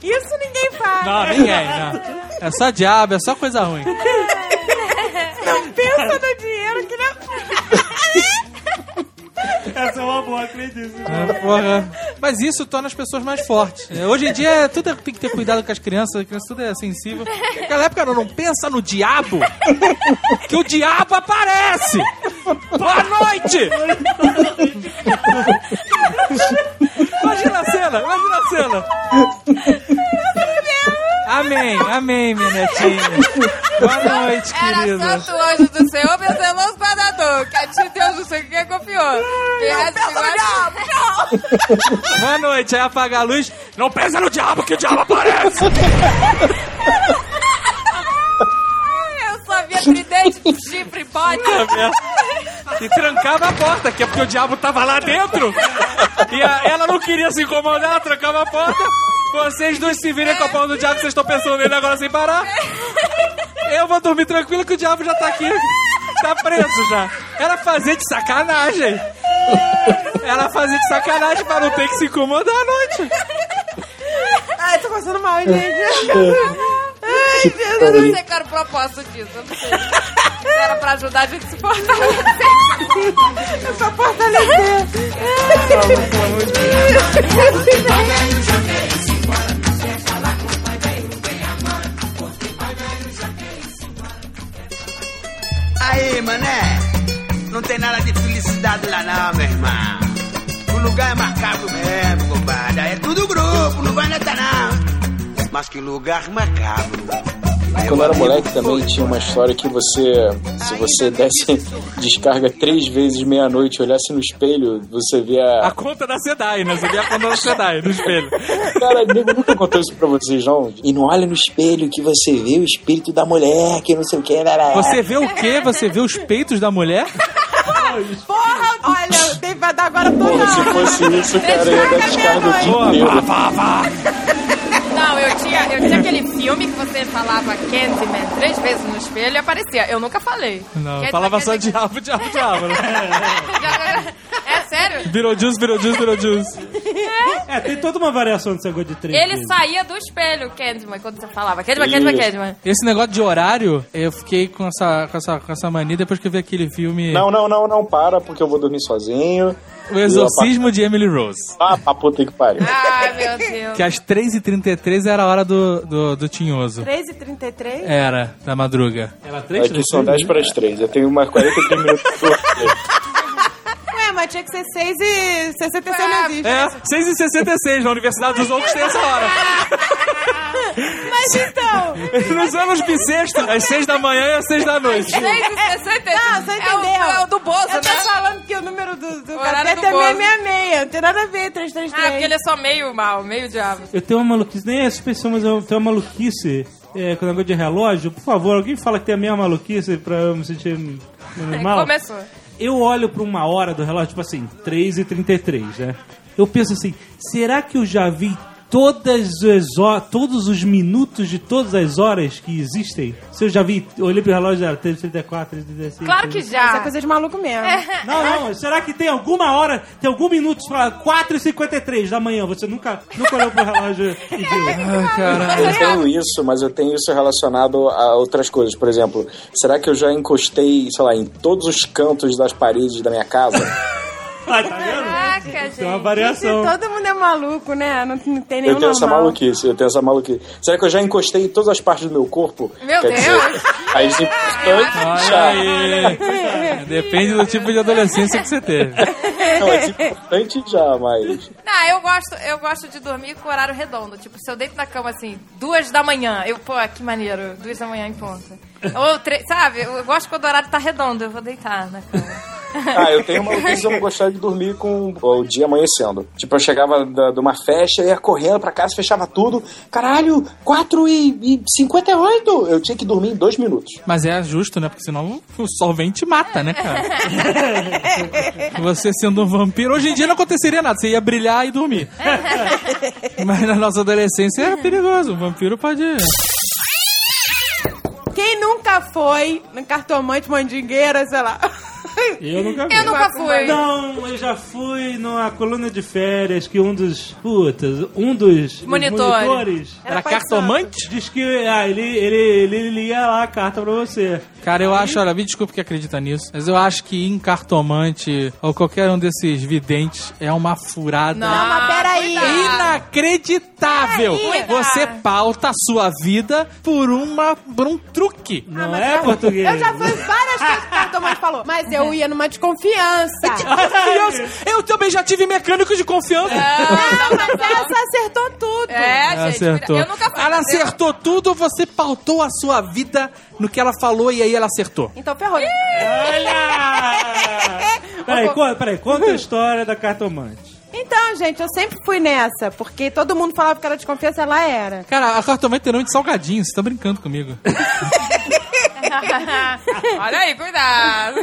[SPEAKER 6] Isso ninguém faz.
[SPEAKER 7] Não, ninguém, não. É só diabo, é só coisa ruim.
[SPEAKER 6] Pensa no dinheiro que não.
[SPEAKER 3] Essa é uma boa, acredito.
[SPEAKER 7] É, porra. Mas isso torna as pessoas mais fortes. É, Hoje em dia é tudo é- tem que ter cuidado com as crianças, a criança tudo é sensível. Naquela época não, não pensa no diabo, que o diabo aparece! Boa noite! Imagina a cena, imagina a cena! Amém, amém, minha netinha. Boa noite,
[SPEAKER 4] Era
[SPEAKER 7] querida.
[SPEAKER 4] santo anjo do Senhor, meu zeloso guardador, que a ti Deus do Senhor que confiou. Ferrado de
[SPEAKER 7] assim,
[SPEAKER 4] guarda-
[SPEAKER 7] Boa noite, aí apaga a luz. Não pensa no diabo, que o diabo aparece!
[SPEAKER 4] Eu só via tridente, chifre, bode.
[SPEAKER 7] Puta merda. E trancava a porta, que é porque o diabo tava lá dentro. E a- ela não queria se incomodar, ela trancava a porta. Vocês dois se virem com a porta do diabo, vocês estão pensando nele agora sem parar. Eu vou dormir tranquilo que o diabo já tá aqui. Tá preso já. Ela fazia de sacanagem. Ela fazia de sacanagem pra não ter que se incomodar à noite.
[SPEAKER 6] Ai, tô passando mal, gente. Ai, Jesus.
[SPEAKER 4] Eu não sei qual era o propósito disso, eu não sei. Se era pra ajudar a gente a se fortalecer.
[SPEAKER 6] Eu só fortalecer.
[SPEAKER 9] Aí, mané, não tem nada de felicidade lá não, meu irmão. O lugar é macabro mesmo, compadre. Aí É tudo grupo, não vai nada não. Mas que lugar macabro.
[SPEAKER 5] Quando eu
[SPEAKER 9] Meu
[SPEAKER 5] era
[SPEAKER 9] amigo,
[SPEAKER 5] moleque também tinha uma história que você, se você desse descarga três vezes meia-noite e olhasse no espelho, você
[SPEAKER 7] A
[SPEAKER 5] via.
[SPEAKER 7] conta da Sedai, né? Você via a conta da Sedai no espelho.
[SPEAKER 5] Cara, nego nunca contou isso pra vocês, não. E não olha no espelho que você vê o espírito da mulher, que não sei o né, que. blá, blá, blá.
[SPEAKER 7] Você vê o quê? Você vê os peitos da mulher?
[SPEAKER 6] Porra, olha, tem vai dar agora
[SPEAKER 5] Porra, se
[SPEAKER 6] toda hora.
[SPEAKER 5] fosse isso, cara, eu ia dar descarga o dia inteiro.
[SPEAKER 4] Não, eu tinha, eu tinha aquele filme que você falava Candyman três vezes no espelho e aparecia. Eu nunca falei.
[SPEAKER 7] Não,
[SPEAKER 4] Candyman,
[SPEAKER 7] falava só
[SPEAKER 4] Candyman.
[SPEAKER 7] diabo, diabo, diabo. né?
[SPEAKER 4] É sério?
[SPEAKER 7] Virou juice, virou juice, virou juice.
[SPEAKER 3] É, tem toda uma variação desse negócio de três.
[SPEAKER 4] Ele
[SPEAKER 3] vezes.
[SPEAKER 4] saía do espelho, Candyman, quando você falava Candyman, Candyman,
[SPEAKER 5] Isso.
[SPEAKER 4] Candyman.
[SPEAKER 7] Esse negócio de horário, eu fiquei com essa, com essa, com essa mania depois que eu vi aquele filme
[SPEAKER 5] Não, não, não, não, para, porque eu vou dormir sozinho.
[SPEAKER 7] O Exorcismo de Emily Rose.
[SPEAKER 5] Ah, pra puta que pariu.
[SPEAKER 4] Ai, meu Deus.
[SPEAKER 7] Que às 3h33 era a hora do, do, do tinhoso.
[SPEAKER 6] 3h33?
[SPEAKER 7] Era, da madruga.
[SPEAKER 3] Era três
[SPEAKER 5] Aqui são 10 para as 3. Eu tenho umas 43 minutos pra dormir.
[SPEAKER 6] Ué, mas tinha que ser 6 e né, 66
[SPEAKER 4] Ah,
[SPEAKER 6] não existe.
[SPEAKER 7] É, 6h66, na Universidade dos Outros tem essa hora.
[SPEAKER 6] Mas então,
[SPEAKER 7] Nos anos bissextos, às 6 da manhã e às 6 da noite.
[SPEAKER 4] 3,60.
[SPEAKER 6] não, você
[SPEAKER 4] É o,
[SPEAKER 6] Tá, entendeu?
[SPEAKER 4] é o do Bozo,
[SPEAKER 6] Eu tô
[SPEAKER 4] né?
[SPEAKER 6] falando que o número do, do
[SPEAKER 4] horário
[SPEAKER 6] capeta
[SPEAKER 4] do
[SPEAKER 6] é
[SPEAKER 4] Bozo.
[SPEAKER 6] 666, não tem nada a ver, 333.
[SPEAKER 4] Ah, porque ele é só meio mal, meio diabo.
[SPEAKER 3] Eu tenho uma maluquice, nem é suspensão, mas eu tenho uma maluquice é, com o negócio de relógio. Por favor, alguém fala que tem a minha maluquice pra eu me sentir
[SPEAKER 4] É,
[SPEAKER 3] menos mal.
[SPEAKER 4] Começou.
[SPEAKER 3] Eu olho pra uma hora do relógio, tipo assim, 3h33, né? Eu penso assim, será que eu já vi todas as horas, todos os minutos de todas as horas que existem. Se eu já vi, olhei pro relógio, era 334, 335.
[SPEAKER 4] Claro que já.
[SPEAKER 6] Isso é coisa de maluco mesmo.
[SPEAKER 3] Não, não, será que tem alguma hora, tem algum minuto pra 4h53 da manhã? Você nunca, nunca olhou pro relógio e viu.
[SPEAKER 5] Eu tenho isso, mas eu tenho isso relacionado a outras coisas. Por exemplo, será que eu já encostei, sei lá, em todos os cantos das paredes da minha casa?
[SPEAKER 3] Ah, tá vendo?
[SPEAKER 4] Caraca,
[SPEAKER 3] Tem uma
[SPEAKER 4] gente.
[SPEAKER 3] variação.
[SPEAKER 6] é Todo mundo é maluco, né? Não, não tem nenhum
[SPEAKER 5] eu tenho essa
[SPEAKER 6] normal.
[SPEAKER 5] maluquice, eu tenho essa maluquice. Será que eu já encostei em todas as partes do meu corpo?
[SPEAKER 4] Meu
[SPEAKER 5] Quer
[SPEAKER 4] Deus.
[SPEAKER 5] dizer, as importantes
[SPEAKER 7] Olha
[SPEAKER 5] já.
[SPEAKER 7] aí. Depende do tipo de adolescência que você teve.
[SPEAKER 5] Não, as importantes já, mas.
[SPEAKER 4] Não, eu gosto, eu gosto de dormir com horário redondo. Tipo, se eu deito na cama assim, duas da manhã, eu, pô, que maneiro, duas da manhã em ponto. Ou três, sabe? Eu gosto quando o horário tá redondo, eu vou deitar na cama.
[SPEAKER 5] Ah, eu tenho maluquice de eu não gostar de dormir com o dia amanhecendo. Tipo, eu chegava da- de uma festa, ia correndo pra casa, fechava tudo. Caralho, 4 e, e 58! Eu tinha que dormir em dois minutos.
[SPEAKER 7] Mas é justo, né? Porque senão o solvente mata, né, cara? Você sendo um vampiro, hoje em dia não aconteceria nada. Você ia brilhar e dormir. Mas na nossa adolescência é perigoso. O vampiro pode.
[SPEAKER 6] Quem nunca foi no cartomante mandingueira, sei lá.
[SPEAKER 3] Eu nunca vi.
[SPEAKER 4] Eu nunca fui.
[SPEAKER 3] Não, eu já fui numa coluna de férias que um dos. Putas, um dos dos
[SPEAKER 4] Monitores.
[SPEAKER 3] monitores
[SPEAKER 7] Era
[SPEAKER 6] paixão.
[SPEAKER 7] cartomante?
[SPEAKER 3] diz que ah, ele, ele, ele lia lá a carta pra você.
[SPEAKER 7] Cara, eu acho, olha, me desculpe que acredita nisso, mas eu acho que em cartomante ou qualquer um desses videntes é uma furada.
[SPEAKER 4] Não,
[SPEAKER 6] mas peraí.
[SPEAKER 4] cuidado.
[SPEAKER 7] Inacreditável!
[SPEAKER 4] Peraí.
[SPEAKER 7] Você pauta a sua vida por, uma, por um truque.
[SPEAKER 3] Não é português.
[SPEAKER 6] Ah, Eu já fui em várias coisas que o cartomante falou. Mas eu ia numa desconfiança.
[SPEAKER 7] Maravilhoso. Eu também já tive mecânico de confiança.
[SPEAKER 6] É,
[SPEAKER 4] Não, não,
[SPEAKER 6] Mas
[SPEAKER 4] não, não.
[SPEAKER 6] essa acertou tudo.
[SPEAKER 4] É,
[SPEAKER 7] Ela
[SPEAKER 4] gente, cuidado.
[SPEAKER 7] Ah, Tá acertou.
[SPEAKER 4] eu nunca fui.
[SPEAKER 7] Ela
[SPEAKER 4] mas eu-
[SPEAKER 7] acertou tudo, você pautou a sua vida no que ela falou e aí ela acertou.
[SPEAKER 6] Então ferrou.
[SPEAKER 3] Olha! Peraí, co- peraí, conta a história da cartomante.
[SPEAKER 6] Então, gente, eu sempre fui nessa. Porque todo mundo falava que era desconfiança, ela era.
[SPEAKER 7] Cara, a cartomante tem nome de salgadinho, você tá brincando comigo.
[SPEAKER 4] Olha aí, cuidado.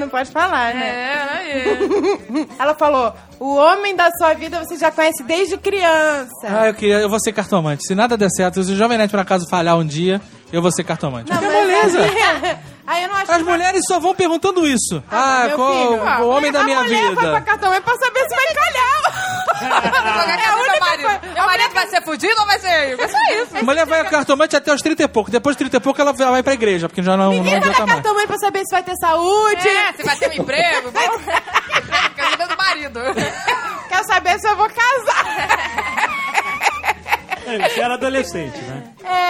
[SPEAKER 6] Não pode falar,
[SPEAKER 4] É,
[SPEAKER 6] né?
[SPEAKER 4] olha aí.
[SPEAKER 6] Ela falou, o homem da sua vida você já conhece desde criança.
[SPEAKER 7] Ah, eu queria, eu vou ser cartomante. Se nada der certo, se o Jovem Nerd por acaso falhar um dia, eu vou ser cartomante.
[SPEAKER 6] Não,
[SPEAKER 7] que
[SPEAKER 6] mas é
[SPEAKER 7] beleza!
[SPEAKER 6] Aí, aí eu não acho
[SPEAKER 7] As
[SPEAKER 6] que-
[SPEAKER 7] mulheres só vão perguntando isso.
[SPEAKER 6] Ah,
[SPEAKER 7] Ah,
[SPEAKER 6] meu
[SPEAKER 7] qual
[SPEAKER 6] filho.
[SPEAKER 7] o homem da minha
[SPEAKER 6] a mulher Foi pra
[SPEAKER 7] vida?
[SPEAKER 6] cartomante pra saber se vai calhar.
[SPEAKER 4] Vou jogar Ah. a
[SPEAKER 6] É a
[SPEAKER 4] casa do meu
[SPEAKER 6] única
[SPEAKER 4] marido.
[SPEAKER 6] coisa.
[SPEAKER 4] Meu marido vai ser fudido ou vai ser. Vai ser isso.
[SPEAKER 7] A mulher vai ao cartomante até os 30 e pouco. Depois dos 30 e pouco, ela vai ela vai pra igreja, porque já não, não
[SPEAKER 6] Ninguém vai
[SPEAKER 7] adianta
[SPEAKER 6] na
[SPEAKER 7] mais.
[SPEAKER 6] cartomante pra saber se vai ter saúde.
[SPEAKER 4] É, você vai ter um emprego. bom. É, a vida do marido.
[SPEAKER 6] Quero saber se eu vou casar.
[SPEAKER 3] É, Você era adolescente, né?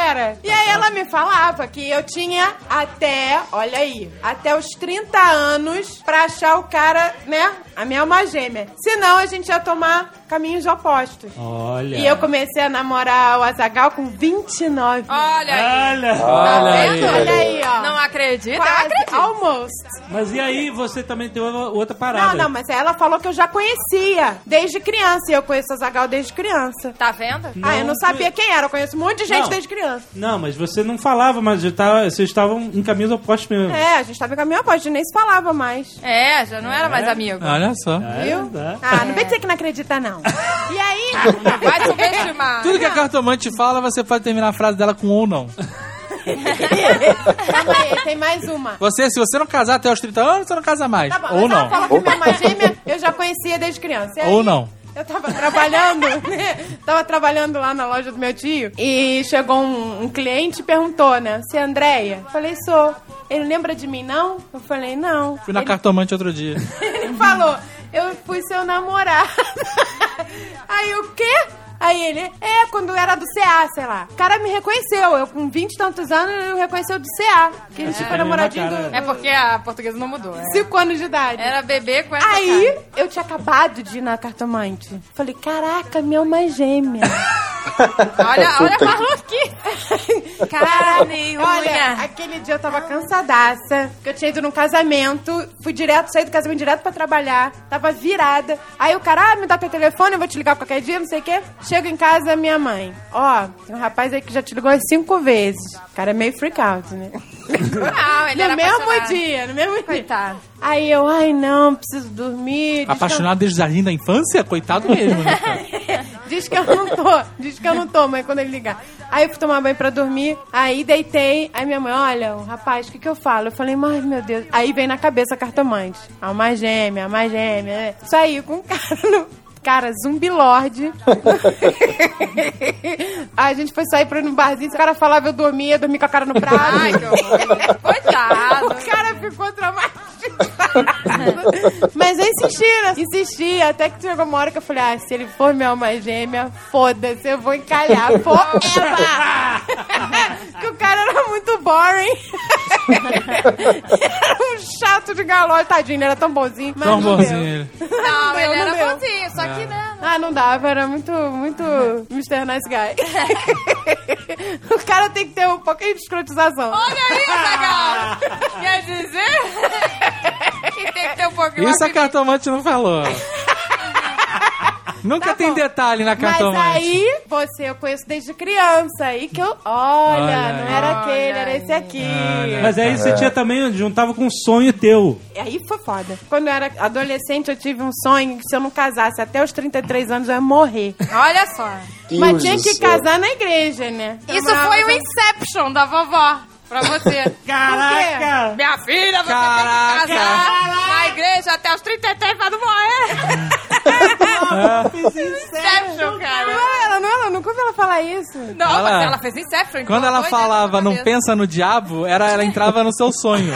[SPEAKER 6] Era. E aí ela me falava que eu tinha até, olha aí, até os 30 anos pra achar o cara, né? A minha alma gêmea. Senão a gente ia tomar caminhos opostos.
[SPEAKER 3] Olha.
[SPEAKER 6] E eu comecei a namorar o Azagal com 29.
[SPEAKER 4] Olha aí.
[SPEAKER 3] Olha!
[SPEAKER 7] Olha
[SPEAKER 4] Tá
[SPEAKER 7] aí.
[SPEAKER 4] vendo?
[SPEAKER 6] Olha aí, ó.
[SPEAKER 4] Não acredita?
[SPEAKER 6] Quase,
[SPEAKER 4] Acredita.
[SPEAKER 6] almost.
[SPEAKER 3] Mas e aí, você também tem uma- outra
[SPEAKER 6] Não,
[SPEAKER 3] parada.
[SPEAKER 6] não, mas ela falou que eu já conhecia desde criança. E eu conheço a Zagal desde criança.
[SPEAKER 4] Tá vendo?
[SPEAKER 6] ah, eu não
[SPEAKER 3] que-
[SPEAKER 6] sabia quem era. Eu conheço um monte de gente
[SPEAKER 3] Não.
[SPEAKER 6] desde criança.
[SPEAKER 3] Não, mas você não falava, mas já tava- vocês estavam em caminhos opostos mesmo.
[SPEAKER 6] É, a gente tava com a minha voz, a gente nem se falava mais.
[SPEAKER 4] É, já não era mais amigo.
[SPEAKER 7] Olha só.
[SPEAKER 6] Viu?
[SPEAKER 7] né?
[SPEAKER 3] tá.
[SPEAKER 6] Ah, não vem dizer que não acredita, não. E aí?
[SPEAKER 4] Vai subestimar.
[SPEAKER 7] Tudo que a cartomante fala, você pode terminar a frase dela com ou não.
[SPEAKER 6] Calma aí, tem mais uma.
[SPEAKER 7] Você, se você não casar até os 30 anos, você não casa mais.
[SPEAKER 6] Tá bom,
[SPEAKER 7] ou
[SPEAKER 6] mas ela
[SPEAKER 7] não.
[SPEAKER 6] falou que minha alma gêmea eu já conhecia desde criança. E aí,
[SPEAKER 7] Ou não.
[SPEAKER 6] Eu tava trabalhando, né? Tava trabalhando lá na loja do meu tio e chegou um, um cliente e perguntou, né? Você é Andréia? Eu Falei, sou. Ele lembra de mim, não? Eu falei, não.
[SPEAKER 7] Fui na
[SPEAKER 6] ele,
[SPEAKER 7] cartomante outro dia.
[SPEAKER 6] ele falou, eu fui seu namorado. Aí o quê? Aí ele, é, quando eu era do CA, sei lá. O cara me reconheceu, eu com 20 e tantos anos, ele me reconheceu do CA. Que a gente foi namoradinho
[SPEAKER 3] cara.
[SPEAKER 6] do,
[SPEAKER 4] É porque a portuguesa não mudou. é.
[SPEAKER 6] 5 anos de idade.
[SPEAKER 4] Era bebê com essa
[SPEAKER 6] Aí
[SPEAKER 4] cara.
[SPEAKER 6] eu tinha acabado de ir na cartomante. Falei, caraca, minha alma é gêmea.
[SPEAKER 4] Olha, olha
[SPEAKER 5] Puta
[SPEAKER 4] a
[SPEAKER 5] que-
[SPEAKER 4] maluquice. Carne,
[SPEAKER 6] Olha,
[SPEAKER 4] unha.
[SPEAKER 6] aquele dia eu tava cansadaça, porque eu tinha ido num casamento, fui direto, saí do casamento direto pra trabalhar, tava virada. Aí o cara, ah, me dá teu telefone, eu vou te ligar qualquer dia, não sei o quê. Chego em casa, minha mãe, ó, tem um rapaz aí que já te ligou umas cinco vezes. O cara é meio freak out, né?
[SPEAKER 4] Não, ele
[SPEAKER 6] no
[SPEAKER 4] era
[SPEAKER 6] mesmo
[SPEAKER 4] apaixonado.
[SPEAKER 6] dia, no mesmo
[SPEAKER 4] Coitado.
[SPEAKER 6] dia. Aí eu, ai não, preciso dormir. descansar.
[SPEAKER 7] Apaixonado desde o jardim da infância? Coitado mesmo, né, cara?
[SPEAKER 6] Diz que eu não tô. Diz que eu não tô, mãe, quando ele ligar. Aí eu fui tomar banho pra dormir. Aí deitei. Aí minha mãe, olha, o rapaz, o que que eu falo? Eu falei, mas meu Deus. Aí vem na cabeça a cartomante. Alma gêmea, alma gêmea. né? Saí com um cara no... Cara, zumbilorde. Aí a gente foi sair pra ir num barzinho, o cara falava, eu dormia, eu dormi com a cara no prato. Ai, que horror. Coitado. O cara ficou traumatizado. Mas eu né? insistiram, insisti, até que chegou uma hora que eu falei, ah, se ele for minha alma gêmea, foda-se, eu vou encalhar, forever. que o cara era muito boring. era um chato de galote, tadinho, ele era tão bonzinho. Mas
[SPEAKER 7] Tão
[SPEAKER 6] não deu.
[SPEAKER 7] um bonzinho ele.
[SPEAKER 4] Não,
[SPEAKER 6] deu,
[SPEAKER 4] ele
[SPEAKER 6] não
[SPEAKER 4] era
[SPEAKER 6] deu.
[SPEAKER 4] bonzinho, só que, né?
[SPEAKER 6] Ah, não dava, era muito, muito Mr. Nice Guy. o cara tem que ter um pouquinho de escrotização.
[SPEAKER 4] Olha aí, Zagal! Quer dizer? que tem que ter um pouquinho
[SPEAKER 7] Isso a
[SPEAKER 4] mais de-
[SPEAKER 7] cartomante não falou.
[SPEAKER 6] Tá
[SPEAKER 7] Nunca tem detalhe na
[SPEAKER 6] Mas
[SPEAKER 7] cartomante.
[SPEAKER 6] aí, você eu conheço desde criança. Aí que eu. Olha, não era aquele, era esse aqui.
[SPEAKER 3] Mas aí você tinha também, juntava com um sonho teu.
[SPEAKER 6] Aí foi foda. Quando eu era adolescente, eu tive um sonho que se eu não casasse até os 33 anos, eu ia morrer.
[SPEAKER 4] Olha só.
[SPEAKER 6] Mas tinha que casar na igreja, né?
[SPEAKER 4] Isso foi um o Inception da vovó. Pra você.
[SPEAKER 3] Caraca!
[SPEAKER 4] Minha filha, você tem que casar na igreja até os 33 pra não morrer.
[SPEAKER 7] É.
[SPEAKER 4] Inception, cara.
[SPEAKER 6] Não, ela não, ela nunca ouviu ela falar isso.
[SPEAKER 4] Não,
[SPEAKER 7] Ela-
[SPEAKER 4] mas ela fez Inception. então
[SPEAKER 7] Quando ela
[SPEAKER 4] foi dentro da
[SPEAKER 7] falava não
[SPEAKER 4] cabeça.
[SPEAKER 7] pensa no diabo, era, ela entrava no seu sonho.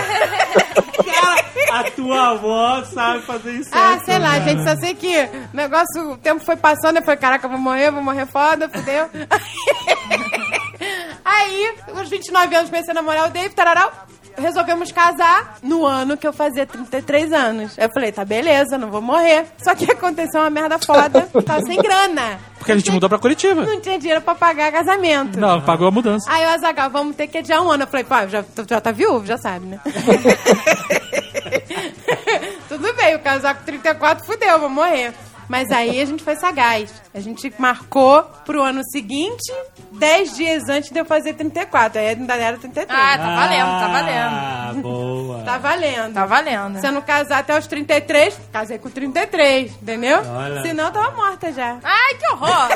[SPEAKER 3] A tua avó sabe fazer isso.
[SPEAKER 6] Ah, sei lá,
[SPEAKER 3] né?
[SPEAKER 6] gente, só sei que o negócio, o tempo foi passando, eu falei, caraca, eu vou morrer, eu vou morrer foda, fudeu. Aí, aos 29 anos, comecei a namorar o Dave, tararau, resolvemos casar no ano que eu fazia 33 anos. Eu falei, tá beleza, não vou morrer. Só que aconteceu uma merda foda, tava sem grana.
[SPEAKER 7] Porque a gente mudou pra Curitiba.
[SPEAKER 6] Não tinha dinheiro pra pagar casamento.
[SPEAKER 7] Não, pagou a mudança.
[SPEAKER 6] Aí o Azagal, vamos ter que adiar um ano. Eu falei, pá, já, tu já tá viúvo, já sabe, né? Tudo bem, o casar com 34 fudeu, vou morrer. Mas aí a gente foi sagaz. A gente marcou pro ano seguinte, 10 dias antes de eu fazer 34. Aí ainda era 33.
[SPEAKER 4] Ah, tá valendo, tá valendo.
[SPEAKER 3] Ah, boa.
[SPEAKER 6] Tá valendo.
[SPEAKER 4] Tá valendo.
[SPEAKER 6] Se eu não casar até os 33, casei com 33, entendeu?
[SPEAKER 3] Olha.
[SPEAKER 6] Senão eu tava morta já.
[SPEAKER 4] Ai, que horror.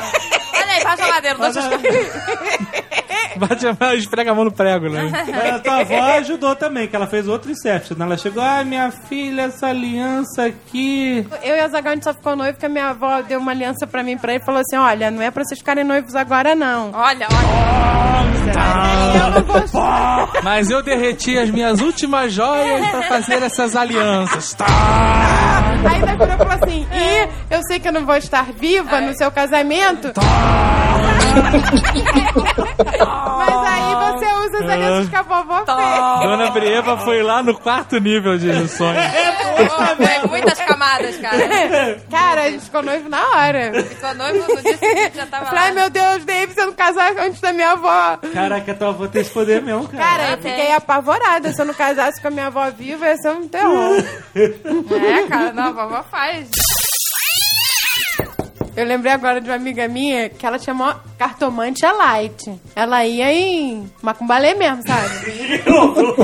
[SPEAKER 4] Olha aí, vai geladeiro. Deixa eu
[SPEAKER 7] Bate a mão, esfrega a mão no prego, né?
[SPEAKER 3] Mas a tua avó ajudou também, que ela fez outro Inception. Ela chegou, ai, minha filha, essa aliança aqui.
[SPEAKER 6] Eu e a Zagal, a gente só ficou noivo porque a minha avó deu uma aliança pra mim e pra ele e falou assim: olha, não é pra vocês ficarem noivos agora, não.
[SPEAKER 4] Olha, olha.
[SPEAKER 6] Eu não gostei.
[SPEAKER 7] Mas eu derreti as minhas últimas joias pra fazer essas alianças. Tá.
[SPEAKER 6] Aí ainda virou e falou assim: e eu sei que eu não vou estar viva no seu casamento. Mas aí você usa as alianças que a vovó fez.
[SPEAKER 7] Dona Brieva foi lá no quarto nível de sonho.
[SPEAKER 4] Ô, pega muitas camadas, cara.
[SPEAKER 6] Cara, a gente ficou noivo na hora.
[SPEAKER 4] Ficou noivo no dia seguinte, já
[SPEAKER 6] Eu
[SPEAKER 4] tava
[SPEAKER 6] falei, ai
[SPEAKER 4] lá.
[SPEAKER 6] meu Deus, David, você não casar antes da minha avó.
[SPEAKER 3] Caraca, tua avó tem esse poder mesmo, cara.
[SPEAKER 6] Cara, eu
[SPEAKER 4] é.
[SPEAKER 6] fiquei apavorada. Se eu não casasse com a minha avó viva, ia ser um terror.
[SPEAKER 4] É, cara, não, a vovó faz.
[SPEAKER 6] Eu lembrei agora de uma amiga minha que ela chamou cartomante a light. Ela ia em macumbalê mesmo, sabe?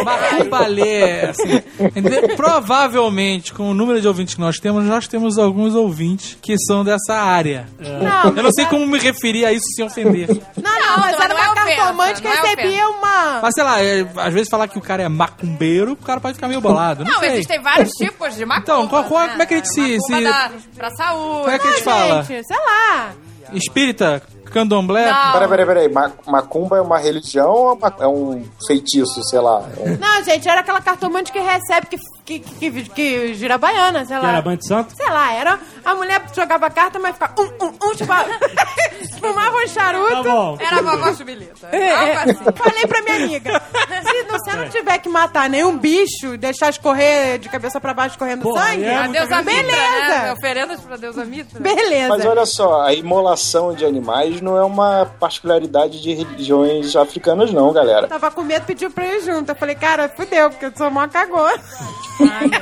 [SPEAKER 7] Macumbalê, assim, entendeu? provavelmente, com o número de ouvintes que nós temos, nós temos alguns ouvintes que são dessa área.
[SPEAKER 6] Não,
[SPEAKER 7] Eu não sei como me referir a isso sem ofender.
[SPEAKER 6] Não, não, mas
[SPEAKER 4] não,
[SPEAKER 6] era
[SPEAKER 4] não
[SPEAKER 6] uma
[SPEAKER 4] é ofensa,
[SPEAKER 6] cartomante que
[SPEAKER 4] não é
[SPEAKER 6] recebia uma...
[SPEAKER 7] Mas sei lá, é, às vezes falar que o cara é macumbeiro, o cara pode ficar meio bolado. Não,
[SPEAKER 4] Não,
[SPEAKER 7] sei.
[SPEAKER 4] existem vários tipos de macumba. né?
[SPEAKER 7] Então, qual- qual- como é que a gente se-
[SPEAKER 4] Macumba
[SPEAKER 7] se-
[SPEAKER 4] da- pra saúde.
[SPEAKER 7] Como é que a gente
[SPEAKER 6] Ah,
[SPEAKER 7] fala?
[SPEAKER 6] gente, sei lá.
[SPEAKER 7] Espírita? Candomblé?
[SPEAKER 4] Não.
[SPEAKER 10] Peraí, peraí, peraí. Ma- Macumba é uma religião ou é uma- é um feitiço, sei lá? É um-
[SPEAKER 6] Não, gente, era aquela cartomante que recebe, que, que, que, que, que gira baiana, sei
[SPEAKER 3] Que era
[SPEAKER 6] lá.
[SPEAKER 3] banho de santo?
[SPEAKER 6] Sei lá, era... A mulher jogava carta, mas ficava um, um, um, tipo... fumava um charuto.
[SPEAKER 3] Tá bom.
[SPEAKER 4] Era a vovó chubilita.
[SPEAKER 6] É,
[SPEAKER 4] Algo
[SPEAKER 6] é.
[SPEAKER 4] assim.
[SPEAKER 6] Falei pra minha amiga. Se você não tiver que matar nenhum bicho, deixar escorrer de cabeça pra baixo correndo
[SPEAKER 3] Porra,
[SPEAKER 6] sangue,
[SPEAKER 3] é
[SPEAKER 4] A deusa Mitra,
[SPEAKER 6] beleza.
[SPEAKER 4] né? Oferendas pra deusa Mitra. é.
[SPEAKER 10] Mas
[SPEAKER 6] Beleza.
[SPEAKER 10] olha só, a imolação de animais não é uma particularidade de religiões africanas, não, galera.
[SPEAKER 6] Tava com medo, pediu pra eu ir junto. Eu falei, cara, fudeu, porque eu sou mó cagona.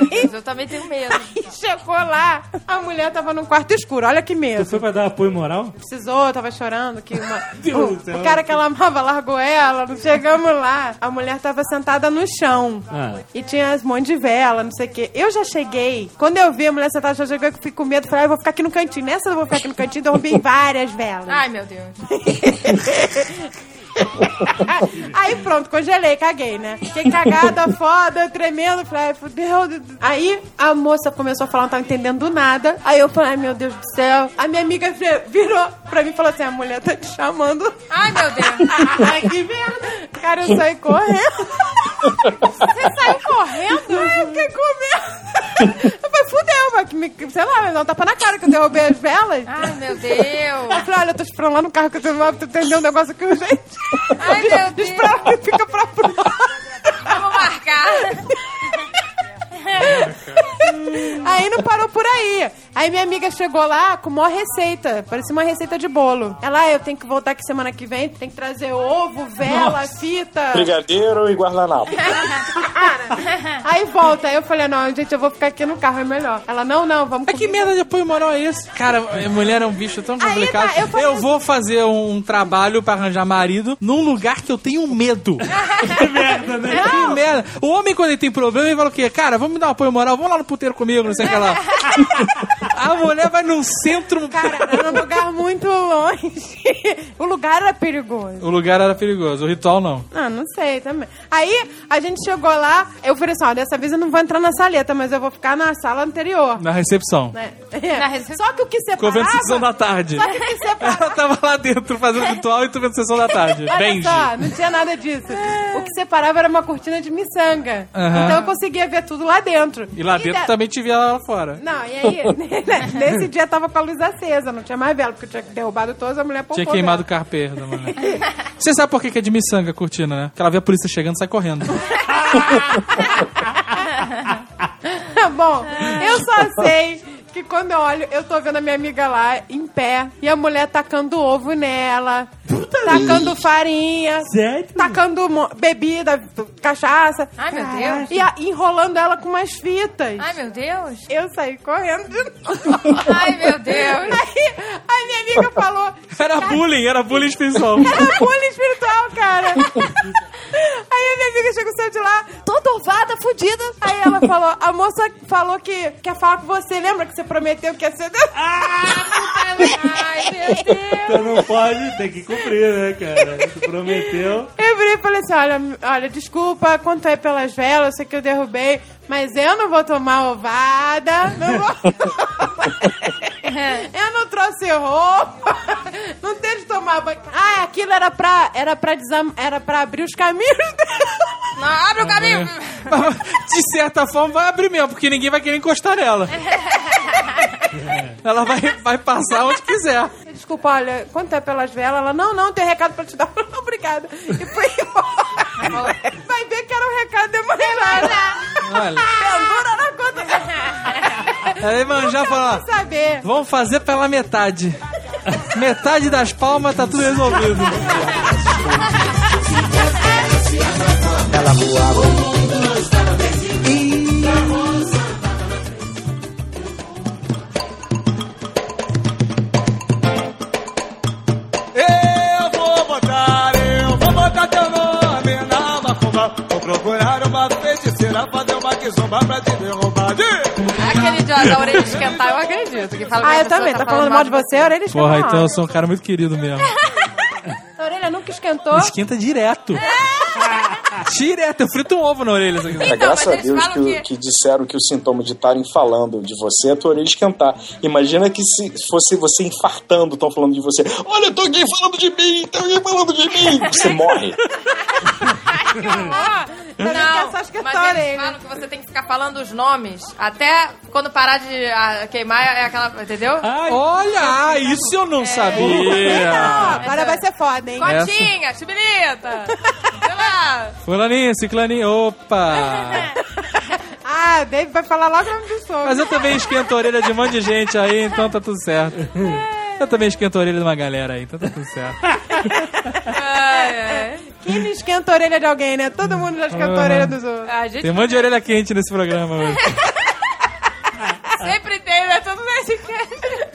[SPEAKER 4] Deus, eu também tenho medo.
[SPEAKER 6] E chegou lá, a mulher tava num quarto escuro, olha que
[SPEAKER 3] Tu
[SPEAKER 6] medo.
[SPEAKER 3] foi pra dar apoio moral?
[SPEAKER 6] Precisou, tava chorando, que uma-
[SPEAKER 3] Deus
[SPEAKER 6] o,
[SPEAKER 3] do céu.
[SPEAKER 6] o cara que ela amava largou ela, não chegamos lá. A mulher tava sentada no chão.
[SPEAKER 3] Ah.
[SPEAKER 6] E tinha um monte de vela, não sei o quê. Eu já cheguei. Quando eu vi a mulher sentada, já cheguei, eu fiquei com medo. Falei, ah, eu vou ficar aqui no cantinho. Nessa eu vou ficar aqui no cantinho, derrubei várias velas.
[SPEAKER 4] Ai, meu Deus.
[SPEAKER 6] Aí pronto, congelei, caguei, né? Fiquei cagada, foda, eu tremendo, falei, ai, fudeu. Aí a moça começou a falar, não tava entendendo nada. Aí eu falei, ai meu Deus do céu. A minha amiga vi- virou pra mim e falou assim: a mulher tá te chamando.
[SPEAKER 4] Ai, meu Deus.
[SPEAKER 6] Ai, que merda. Cara, eu saí correndo. Você saiu correndo? Ai, eu fiquei com medo. Eu falei, fudeu, mas que me- sei lá, me dá um tapa na cara que eu derrubei as velas.
[SPEAKER 4] Ai, meu
[SPEAKER 6] Eu
[SPEAKER 4] Deus.
[SPEAKER 6] falei, olha, eu tô esperando lá no carro que eu tenho lá, tô entendendo um negócio aqui, gente.
[SPEAKER 4] Ai, meu Deus.
[SPEAKER 6] Espera que fica pra prova.
[SPEAKER 4] Vamos marcar.
[SPEAKER 6] Aí não parou por aí. Aí minha amiga chegou lá com uma receita. Parecia uma receita de bolo. Ela, ah, eu tenho que voltar aqui semana que vem, tem que trazer ovo, vela, fita.
[SPEAKER 10] Brigadeiro e guardanapo.
[SPEAKER 4] Então,
[SPEAKER 6] Aí volta. Aí eu falei, não, gente, eu vou ficar aqui no carro, é melhor. Ela, não, não, vamos
[SPEAKER 7] Mas que
[SPEAKER 6] comigo.
[SPEAKER 7] merda de apoio moral é esse? Cara, mulher é um bicho tão
[SPEAKER 6] Aí
[SPEAKER 7] complicado.
[SPEAKER 6] tá, eu
[SPEAKER 7] eu,
[SPEAKER 6] falei-
[SPEAKER 7] vou fazer um trabalho pra arranjar marido num lugar que eu tenho medo.
[SPEAKER 3] Que merda, né?
[SPEAKER 7] Que merda. O homem, quando ele tem problema, ele fala o quê? Cara, vamos me dar um apoio moral, vamos lá no puteiro comigo, não sei o que lá. A mulher vai num centro.
[SPEAKER 6] Cara, era um lugar muito longe. o lugar era perigoso.
[SPEAKER 7] O lugar era perigoso, o ritual não.
[SPEAKER 6] Ah, não sei também. Aí a gente chegou lá, eu falei assim: ó, dessa vez eu não vou entrar na saleta, mas eu vou ficar na sala anterior.
[SPEAKER 7] Na recepção.
[SPEAKER 6] Né?
[SPEAKER 4] Na recepção.
[SPEAKER 6] Só que o que
[SPEAKER 7] Ficou vendo sessão
[SPEAKER 6] separava
[SPEAKER 7] da tarde.
[SPEAKER 6] Só que o que separava
[SPEAKER 7] Ela tava lá dentro fazendo ritual e tu vendo sessão da tarde.
[SPEAKER 6] Olha
[SPEAKER 7] Benji.
[SPEAKER 6] só, não tinha nada disso. O que separava era uma cortina de miçanga.
[SPEAKER 7] Aham.
[SPEAKER 6] Então eu conseguia ver tudo lá dentro.
[SPEAKER 7] E lá dentro
[SPEAKER 6] da-
[SPEAKER 7] também te via lá fora.
[SPEAKER 6] Não, e aí, né, nesse dia tava com a luz acesa, não tinha mais vela, porque eu tinha derrubado todas, a mulher poupou
[SPEAKER 7] Tinha queimado o
[SPEAKER 6] vela.
[SPEAKER 7] carpê da mulher. Você sabe por que que é de miçanga a cortina, né? Porque ela vê a polícia chegando e sai correndo.
[SPEAKER 6] Bom,
[SPEAKER 4] Ah.
[SPEAKER 6] eu só sei que quando eu olho, eu tô vendo a minha amiga lá, em pé, e a mulher tacando ovo nela, tacando farinha,
[SPEAKER 3] Sério?
[SPEAKER 6] tacando mo- bebida, cachaça.
[SPEAKER 4] Ai, meu Deus.
[SPEAKER 6] E a- enrolando ela com umas fitas.
[SPEAKER 4] Ai, meu Deus.
[SPEAKER 6] Eu saí correndo de novo.
[SPEAKER 4] Ai, meu Deus.
[SPEAKER 6] Aí, aí minha amiga falou.
[SPEAKER 7] Era bullying, era bullying espiritual.
[SPEAKER 6] Era bullying espiritual, cara. Aí a minha amiga chegou saiu de lá, toda ovada, fudida. Aí ela falou, a moça falou que quer falar com você. Lembra que você prometeu que ia ser...
[SPEAKER 4] Ah, Ai, é meu Deus.
[SPEAKER 3] Você não pode, tem que cumprir, né, cara? Tu prometeu.
[SPEAKER 6] Eu virei e falei assim, olha, olha, desculpa, quanto é pelas velas, eu sei que eu derrubei, mas eu não vou tomar ovada, não vou... eu não trouxe roupa, não teve que tomar banho. Ah, aquilo era pra, era pra, desam, era pra abrir os caminhos dela.
[SPEAKER 4] Não, abre o caminho.
[SPEAKER 7] De certa forma, vai abrir mesmo, porque ninguém vai querer encostar nela. Ela vai, vai passar onde quiser.
[SPEAKER 6] Desculpa, olha, quanto é pelas velas? Ela, não, não, tem recado pra te dar. Eu, Não, obrigada. E foi embora. Vai ver que era um recado demorado.
[SPEAKER 7] Olha,
[SPEAKER 6] Pendura na conta
[SPEAKER 7] ela manjar e falar:
[SPEAKER 6] pra saber.
[SPEAKER 7] vamos fazer pela metade. Metade das palmas tá tudo resolvido.
[SPEAKER 9] Eu vou botar, eu vou botar teu nome na macumba. Vou procurar uma feiticeira, fazer uma quizomba pra te derrubar. De...
[SPEAKER 4] Aquele idiota da orelha de esquentar, eu acredito. Que fala que
[SPEAKER 6] Ah,
[SPEAKER 4] a
[SPEAKER 6] eu
[SPEAKER 4] pessoa
[SPEAKER 6] também. Tá falando
[SPEAKER 4] falando
[SPEAKER 6] mal de você, a orelha esquentou.
[SPEAKER 7] Porra, então eu sou um cara muito querido mesmo.
[SPEAKER 6] A orelha nunca esquentou.
[SPEAKER 7] Esquenta direto. Direto, eu frito um ovo na orelha. isso aqui.
[SPEAKER 10] É,
[SPEAKER 4] Então,
[SPEAKER 10] graças
[SPEAKER 4] mas
[SPEAKER 10] a
[SPEAKER 4] eles
[SPEAKER 10] Deus que,
[SPEAKER 4] falam
[SPEAKER 10] o-
[SPEAKER 4] que-
[SPEAKER 10] que disseram que o sintoma de estarem falando de você é a tua orelha esquentar. Imagina que se fosse você infartando, estão falando de você. Olha, eu tô alguém falando de mim, tem alguém falando de mim. Você morre.
[SPEAKER 6] Mas Ah, eu quero
[SPEAKER 4] Não,
[SPEAKER 6] só esquentar
[SPEAKER 4] mas
[SPEAKER 6] a
[SPEAKER 4] eles
[SPEAKER 6] orelha.
[SPEAKER 4] falam que você tem que ficar falando os nomes até quando parar de ah, queimar é aquela, entendeu?
[SPEAKER 3] Ai,
[SPEAKER 7] Olha, ah, isso eu não sabia.
[SPEAKER 6] Não, agora vai ser foda, hein?
[SPEAKER 4] Cotinha, chibilita, sei lá.
[SPEAKER 7] Fulaninha, ciclaninha, opa.
[SPEAKER 6] Ah, David vai falar logo o nome do som.
[SPEAKER 7] Mas eu também esquento a orelha de um monte de gente aí, então tá tudo certo. Eu também esquento a orelha de uma galera aí, então tá tudo certo.
[SPEAKER 4] Ai, ai.
[SPEAKER 6] Quem não esquenta a orelha de alguém, né? Todo mundo já esquentou a orelha dos outros.
[SPEAKER 4] Ah, A gente
[SPEAKER 7] Tem um monte de orelha quente nesse programa hoje.
[SPEAKER 4] Sempre tem, né? Todo nerdcast.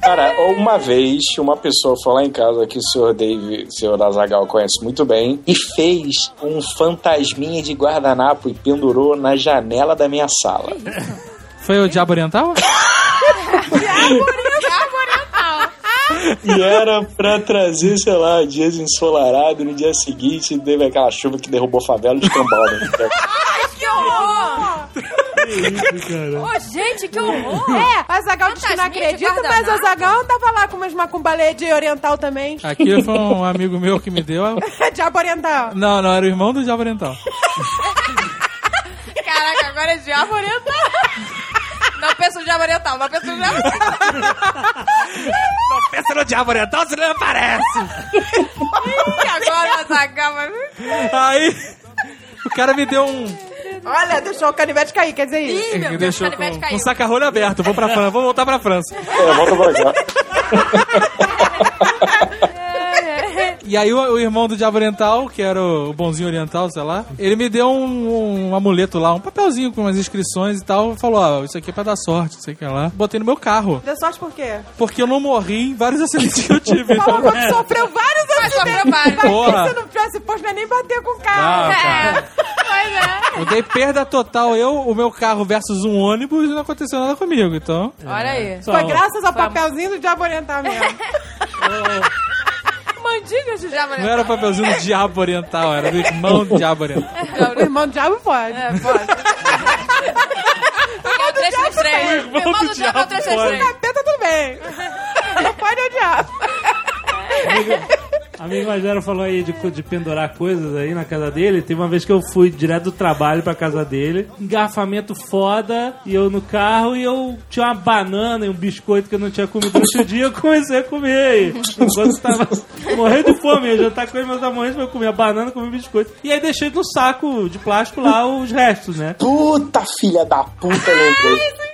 [SPEAKER 10] Cara, uma vez uma pessoa foi lá em casa que o senhor Dave, o senhor Azagal conhece muito bem, e fez um fantasminha de guardanapo e pendurou na janela da minha sala.
[SPEAKER 7] Foi o Diabo Oriental?
[SPEAKER 4] Diabo oriental.
[SPEAKER 10] E era pra trazer, sei lá, dias ensolarados, e no dia seguinte teve aquela chuva que derrubou favela né? de cambal.
[SPEAKER 4] Ai, que horror!
[SPEAKER 3] cara.
[SPEAKER 4] Ô, gente, que horror!
[SPEAKER 6] É, a Zagal diz que não
[SPEAKER 4] Fantasminha de
[SPEAKER 6] acredita, mas a
[SPEAKER 4] guardanapo.
[SPEAKER 6] Zagal tava lá com umas macumbalé de oriental também.
[SPEAKER 7] Aquilo foi um amigo meu que me deu. a-
[SPEAKER 6] Diabo oriental.
[SPEAKER 7] Não, não, era o irmão do Diabo Oriental.
[SPEAKER 4] Caraca, agora é diabo oriental. Não penso no diabo oriental, não penso no diabo oriental.
[SPEAKER 7] Pensa no Diabo Oriental, senão ele aparece!
[SPEAKER 4] E agora, Azaghal? mas-
[SPEAKER 7] Aí, o cara me deu um...
[SPEAKER 6] Olha, deixou o canivete cair, quer dizer isso.
[SPEAKER 4] Ih, meu Deus,
[SPEAKER 7] me deixou
[SPEAKER 4] o canivete
[SPEAKER 7] com, com
[SPEAKER 4] caiu.
[SPEAKER 7] um saca-rolho aberto. Vou pra França, vou voltar pra França.
[SPEAKER 10] É, volta pra cá.
[SPEAKER 7] E aí o, o irmão do Diabo Oriental, que era o, o bonzinho oriental, sei lá, ele me deu um, um amuleto lá, um papelzinho com umas inscrições e tal, e falou, ó, isso aqui é pra dar sorte, não sei o que lá. Botei no meu carro,
[SPEAKER 6] Deu sorte por quê?
[SPEAKER 7] porque eu não morri em vários acidentes que eu tive.
[SPEAKER 6] Falou
[SPEAKER 7] Então,
[SPEAKER 6] que sofreu vários
[SPEAKER 4] Mas sofreu
[SPEAKER 6] acidentes.
[SPEAKER 4] vários.
[SPEAKER 7] Porra.
[SPEAKER 6] Vai se não tivesse posto, não ia nem bater com o carro.
[SPEAKER 7] Ah,
[SPEAKER 4] É, pois
[SPEAKER 7] eu dei perda total, eu, o meu carro versus um ônibus, e não aconteceu nada comigo, então...
[SPEAKER 4] é. Olha aí.
[SPEAKER 3] Só-
[SPEAKER 6] Foi graças ao papelzinho do diabo oriental mesmo.
[SPEAKER 4] Mandingas de diabo
[SPEAKER 7] Não
[SPEAKER 4] oriental.
[SPEAKER 7] era o papelzinho do Diabo Oriental, era do irmão do Diabo Oriental.
[SPEAKER 6] o irmão do diabo pode.
[SPEAKER 4] É, pode. Porque é o 333.
[SPEAKER 3] irmão
[SPEAKER 4] Irmão
[SPEAKER 3] do
[SPEAKER 4] do diabo é o
[SPEAKER 3] diabo
[SPEAKER 4] 333.
[SPEAKER 6] Capeta tudo bem. Não pode odiar.
[SPEAKER 3] Amigo Magero falou aí de, co- de pendurar coisas aí na casa dele. Teve uma vez que eu fui direto do trabalho pra casa dele, engarrafamento foda, e eu no carro, e eu tinha uma banana e um biscoito que eu não tinha comido durante o dia, eu comecei a comer. E Enquanto tava morrendo de fome, eu jantar com ele, mas tava morrendo, de fome, eu comi a banana, comi o biscoito. E aí deixei no saco de plástico lá os restos, né?
[SPEAKER 10] Puta filha da puta, né? lembrei.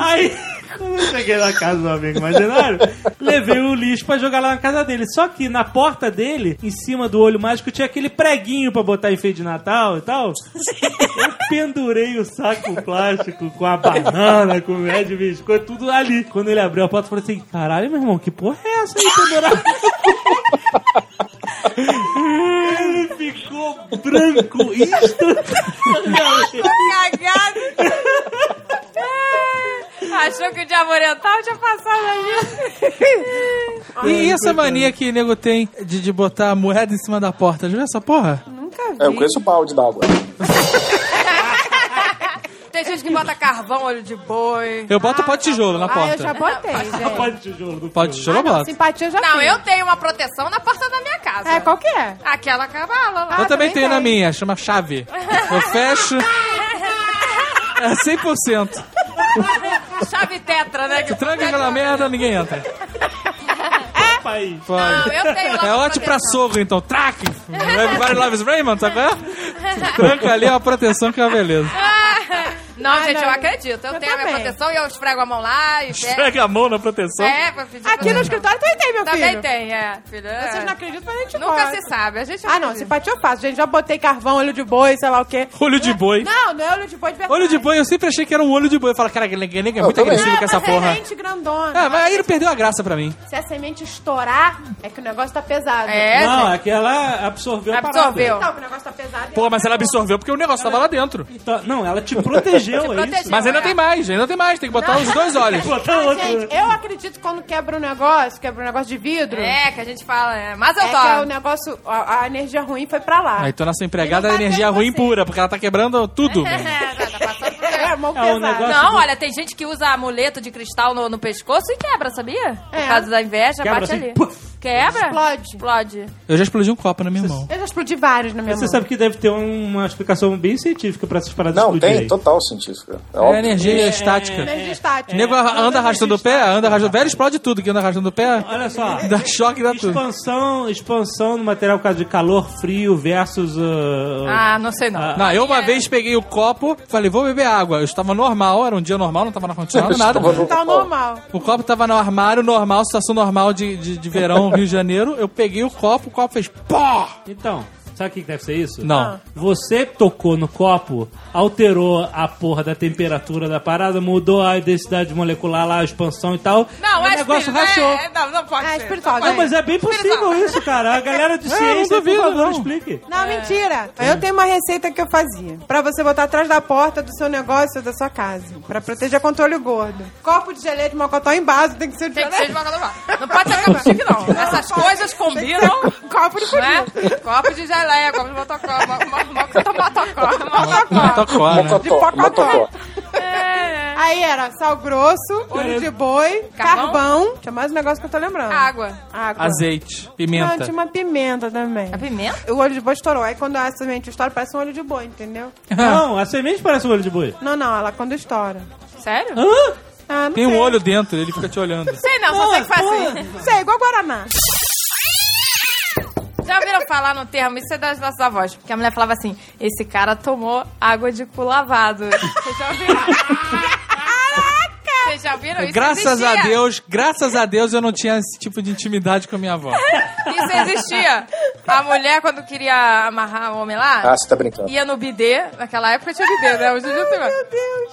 [SPEAKER 3] Aí, quando eu cheguei na casa do amigo imaginário, levei o lixo pra jogar lá na casa dele. Só que na porta dele, em cima do olho mágico, tinha aquele preguinho pra botar enfeite de Natal e tal. Eu pendurei o saco plástico com a banana, com o médio de biscoito, tudo ali. Quando ele abriu a porta, eu falei assim: caralho, meu irmão, que porra é essa aí pendurar? Ele ficou branco
[SPEAKER 4] Tá
[SPEAKER 3] instantaneamente.
[SPEAKER 4] Cagado. Achou que o diabo oriental tinha passado ali.
[SPEAKER 7] E essa mania que o nego tem de, de botar a moeda em cima da porta? Já viu essa porra?
[SPEAKER 10] É, eu conheço o balde d'água.
[SPEAKER 4] Tem gente que bota carvão, olho de boi.
[SPEAKER 7] Eu boto pó de tijolo na
[SPEAKER 6] Ah, eu já
[SPEAKER 7] porta.
[SPEAKER 6] botei, gente.
[SPEAKER 3] Pode tijolo do
[SPEAKER 7] Pó de
[SPEAKER 3] filme.
[SPEAKER 7] tijolo eu boto.
[SPEAKER 6] Simpatia eu já
[SPEAKER 4] Não,
[SPEAKER 6] fiz.
[SPEAKER 4] eu tenho uma proteção na porta da minha casa.
[SPEAKER 6] É, qual que é?
[SPEAKER 4] Aquela cavala lá.
[SPEAKER 7] Eu também
[SPEAKER 6] também
[SPEAKER 7] tenho
[SPEAKER 6] tem.
[SPEAKER 7] na minha, chama chave. Eu fecho. É 100%.
[SPEAKER 4] né? Chave tetra, né?
[SPEAKER 7] Tu tranca aquela merda, ninguém entra.
[SPEAKER 3] Pai.
[SPEAKER 4] Não,
[SPEAKER 7] Pode.
[SPEAKER 4] eu tenho lá
[SPEAKER 7] É
[SPEAKER 4] uma
[SPEAKER 7] ótimo pra
[SPEAKER 4] proteção.
[SPEAKER 7] sogro, então. Traque! Everybody loves Raymond, sabe? qual é? Tu Tranca ali é uma proteção que é uma beleza.
[SPEAKER 4] Não,
[SPEAKER 6] Ah,
[SPEAKER 4] gente,
[SPEAKER 6] não.
[SPEAKER 4] eu acredito. Eu,
[SPEAKER 6] Eu
[SPEAKER 4] tenho a minha
[SPEAKER 6] também.
[SPEAKER 4] proteção e eu esfrego a mão lá e pego.
[SPEAKER 7] Pega a mão na proteção.
[SPEAKER 4] É, pra pedir
[SPEAKER 6] Aqui no
[SPEAKER 4] proteção.
[SPEAKER 6] escritório também tem, meu filho.
[SPEAKER 4] Também tem, é, filha.
[SPEAKER 6] Vocês não acreditam, mas a gente
[SPEAKER 4] Nunca
[SPEAKER 6] bota.
[SPEAKER 4] se sabe. A gente
[SPEAKER 6] Ah, não,
[SPEAKER 4] acredita.
[SPEAKER 6] simpatia eu faço, gente. Já botei carvão, olho de boi, sei lá o quê.
[SPEAKER 7] Olho de boi.
[SPEAKER 6] Não, não é olho de boi de verdade.
[SPEAKER 7] Olho de boi, eu sempre achei que era um olho de boi. Eu falo, cara, ninguém é muito
[SPEAKER 10] também.
[SPEAKER 7] agressivo com essa porra.
[SPEAKER 6] semente grandona.
[SPEAKER 7] Ah, mas aí ele perdeu a graça pra mim.
[SPEAKER 6] Se a semente estourar, é que o negócio tá pesado.
[SPEAKER 4] É,
[SPEAKER 3] Não, é que ela absorveu
[SPEAKER 7] é
[SPEAKER 3] a parada.
[SPEAKER 4] absorveu.
[SPEAKER 6] Então, que o negócio tá pesado.
[SPEAKER 7] Pô, mas ela absorveu porque o negócio tava lá dentro.
[SPEAKER 3] Então, não, ela te protegeu, é
[SPEAKER 4] protegeu.
[SPEAKER 3] isso?
[SPEAKER 7] Mas ainda tem mais, ainda tem mais. Tem que botar os dois olhos.
[SPEAKER 3] Botar
[SPEAKER 6] Ah,
[SPEAKER 3] outro.
[SPEAKER 6] gente, eu acredito que quando quebra um negócio, quebra um negócio de vidro.
[SPEAKER 4] É, que a gente fala, é. Mas eu
[SPEAKER 6] É que é o
[SPEAKER 4] tomo.
[SPEAKER 6] negócio, a, a energia ruim foi pra lá.
[SPEAKER 7] Ah, então nossa empregada é
[SPEAKER 6] Ele não tá
[SPEAKER 7] energia
[SPEAKER 6] vendo
[SPEAKER 7] ruim
[SPEAKER 6] você.
[SPEAKER 7] pura, porque ela tá quebrando tudo.
[SPEAKER 4] É, tá- tá passando por-
[SPEAKER 6] É, mão
[SPEAKER 3] É, o
[SPEAKER 6] pesada.
[SPEAKER 3] negócio-
[SPEAKER 4] Não, olha, tem gente que usa amuleto de cristal no, no pescoço e quebra, sabia?
[SPEAKER 6] É.
[SPEAKER 4] Por causa da inveja,
[SPEAKER 3] Quebra
[SPEAKER 4] bate
[SPEAKER 3] assim,
[SPEAKER 4] ali.
[SPEAKER 3] puf.
[SPEAKER 4] Quebra?
[SPEAKER 6] Explode.
[SPEAKER 4] Explode.
[SPEAKER 7] Eu já explodi um copo na minha mão.
[SPEAKER 6] Eu já explodi vários na minha
[SPEAKER 3] Você
[SPEAKER 6] mão.
[SPEAKER 3] sabe que deve ter um, uma explicação bem científica pra essas paradas
[SPEAKER 10] Não,
[SPEAKER 3] explodirem.
[SPEAKER 10] tem, total científica. É
[SPEAKER 7] É
[SPEAKER 10] óbvio.
[SPEAKER 7] energia estática.
[SPEAKER 6] Energia estática.
[SPEAKER 7] O Nego anda arrastando o pé, anda arrastando o pé, explode tudo que anda arrastando o pé.
[SPEAKER 3] Olha só.
[SPEAKER 7] Dá choque, dá tudo.
[SPEAKER 3] Expansão, expansão no material por causa de calor, frio versus... uh,
[SPEAKER 4] Ah, não sei não.
[SPEAKER 7] Não, eu uma vez peguei o copo, falei, vou beber água. Eu estava normal, era um dia normal, não tava na condicionado, nada.
[SPEAKER 10] Estava no-
[SPEAKER 6] Tá normal.
[SPEAKER 7] O copo tava no armário normal, situação normal de, de, de verão, Rio de Janeiro. Eu peguei o copo, o copo fez pó!
[SPEAKER 3] Então, Sabe o que que deve ser isso?
[SPEAKER 7] Não.
[SPEAKER 3] Você tocou no copo, alterou a porra da temperatura da parada, mudou a densidade molecular lá, a expansão e tal.
[SPEAKER 11] Não,
[SPEAKER 3] e
[SPEAKER 11] é
[SPEAKER 3] o um negócio
[SPEAKER 11] espírito, é-
[SPEAKER 3] rachou.
[SPEAKER 11] é- não, não pode
[SPEAKER 6] Ah,
[SPEAKER 11] ser.
[SPEAKER 6] espiritual,
[SPEAKER 11] Não pode
[SPEAKER 3] Não, mas é bem possível isso, cara. A galera de ciência,
[SPEAKER 7] É, duvido,
[SPEAKER 3] por favor,
[SPEAKER 7] não.
[SPEAKER 3] explique.
[SPEAKER 6] Não,
[SPEAKER 4] É.
[SPEAKER 6] mentira. Eu tenho uma receita que eu fazia. Pra você botar atrás da porta do seu negócio ou da sua casa. Pra proteger contra o olho gordo. Copo de geleia de mocotó em base tem que ser de
[SPEAKER 4] Tem que ser de
[SPEAKER 6] geleia.
[SPEAKER 4] boca no bar. Não pode ser capchique, não. Essas coisas combinam,
[SPEAKER 6] um Copo de
[SPEAKER 4] né?
[SPEAKER 6] colher.
[SPEAKER 4] Copo de geleia, copo de motocó, motocó,
[SPEAKER 6] De
[SPEAKER 7] Mocotó, né?
[SPEAKER 5] Mocotó,
[SPEAKER 6] mocotó.
[SPEAKER 5] mocotó.
[SPEAKER 4] É.
[SPEAKER 6] Aí era sal grosso, olho de boi,
[SPEAKER 4] Carvão?
[SPEAKER 6] carvão. Tinha mais um negócio que eu tô lembrando.
[SPEAKER 4] Água.
[SPEAKER 6] Água.
[SPEAKER 7] Azeite,
[SPEAKER 6] Não,
[SPEAKER 7] pimenta.
[SPEAKER 6] tinha uma pimenta também.
[SPEAKER 4] É pimenta?
[SPEAKER 6] O olho de boi estourou. Aí quando a semente estoura, parece um olho de boi, entendeu?
[SPEAKER 3] Não, a semente parece um olho de boi.
[SPEAKER 6] Não, não, ela quando estoura.
[SPEAKER 4] Sério?
[SPEAKER 3] Hã?
[SPEAKER 6] Ah, não
[SPEAKER 7] Tem
[SPEAKER 6] sei.
[SPEAKER 7] um olho dentro, ele fica te olhando.
[SPEAKER 4] Sei não, só sei que faz assim.
[SPEAKER 6] Não Sei, igual Guaraná.
[SPEAKER 4] Já ouviram falar no termo? Isso é das nossas avós. Porque a mulher falava assim: esse cara tomou água de cu lavado. Vocês já ouviram? Caraca! Vocês já ouviram isso? é
[SPEAKER 7] Graças a
[SPEAKER 4] existia.
[SPEAKER 7] Deus, graças a Deus eu não tinha esse tipo de intimidade com a minha avó.
[SPEAKER 4] Isso existia. A mulher, quando queria amarrar o homem lá,
[SPEAKER 5] Ah, você tá brincando.
[SPEAKER 4] ia no bidê. Naquela época tinha bidê, né? Hoje em dia tem mais.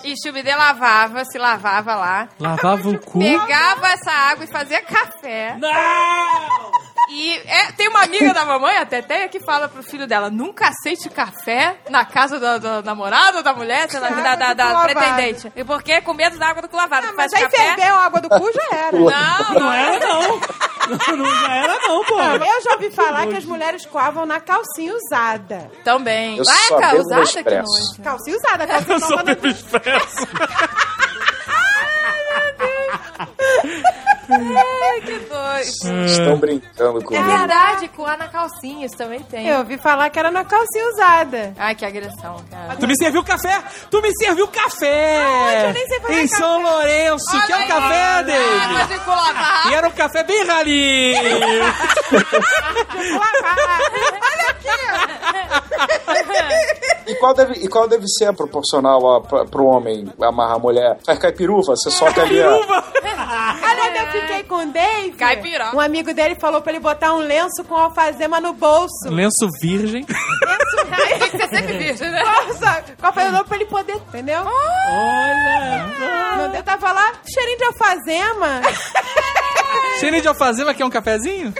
[SPEAKER 4] E tinha o bidê lavava, se lavava lá.
[SPEAKER 7] Lavava o cu.
[SPEAKER 4] Pegava essa água e fazia café.
[SPEAKER 3] Não!
[SPEAKER 4] E é, tem uma amiga da mamãe, a Teteia, que fala pro filho dela: nunca aceite café na casa da, da namorada ou da mulher, sei lá, da, da, da
[SPEAKER 6] Água do cu
[SPEAKER 4] pretendente. E porque é com medo da água do cu lavado.
[SPEAKER 6] Ah,
[SPEAKER 4] faz
[SPEAKER 6] mas aí
[SPEAKER 4] café.
[SPEAKER 6] ferveu a água do cu, já era.
[SPEAKER 4] Não,
[SPEAKER 3] Não era, não. Não, não já era, não, pô.
[SPEAKER 6] Eu já ouvi falar que as mulheres coavam na calcinha usada.
[SPEAKER 4] Também.
[SPEAKER 5] Eu
[SPEAKER 4] Lá é
[SPEAKER 5] só bebo no
[SPEAKER 4] causada que
[SPEAKER 5] Expresso.
[SPEAKER 4] nojo.
[SPEAKER 6] Calcinha usada, calcinha
[SPEAKER 3] Eu só
[SPEAKER 6] nova não-
[SPEAKER 3] bebo expresso.
[SPEAKER 4] Ai, que doido.
[SPEAKER 5] Estão brincando
[SPEAKER 4] É
[SPEAKER 5] comigo.
[SPEAKER 4] verdade, coar na calcinha, isso também tem.
[SPEAKER 6] Eu ouvi falar que era na calcinha usada.
[SPEAKER 4] Ai, que agressão, cara.
[SPEAKER 7] Tu me serviu café? Tu me serviu café!
[SPEAKER 6] eu nem sei fazer
[SPEAKER 7] em
[SPEAKER 6] café.
[SPEAKER 7] São Lourenço, que é um café,
[SPEAKER 4] Água
[SPEAKER 7] David!
[SPEAKER 4] de cu lavado.
[SPEAKER 7] E era um café bem ralinho!
[SPEAKER 5] E qual, deve, e qual deve ser a proporcional ó, pra- pro homem amarrar a mulher? Faz caipiruva, você solta ali a...
[SPEAKER 6] Aliás, eu fiquei com o Dave.
[SPEAKER 4] É. Caipira.
[SPEAKER 6] Um amigo dele falou pra ele botar um lenço com alfazema no bolso.
[SPEAKER 7] Lenço virgem.
[SPEAKER 4] Tem que ser sempre virgem, né?
[SPEAKER 6] Nossa, com alfazema pra ele poder, entendeu?
[SPEAKER 3] Olha!
[SPEAKER 6] Meu Deus, tava lá, cheirinho de alfazema.
[SPEAKER 7] Cheirinho de alfazema, quer um cafezinho?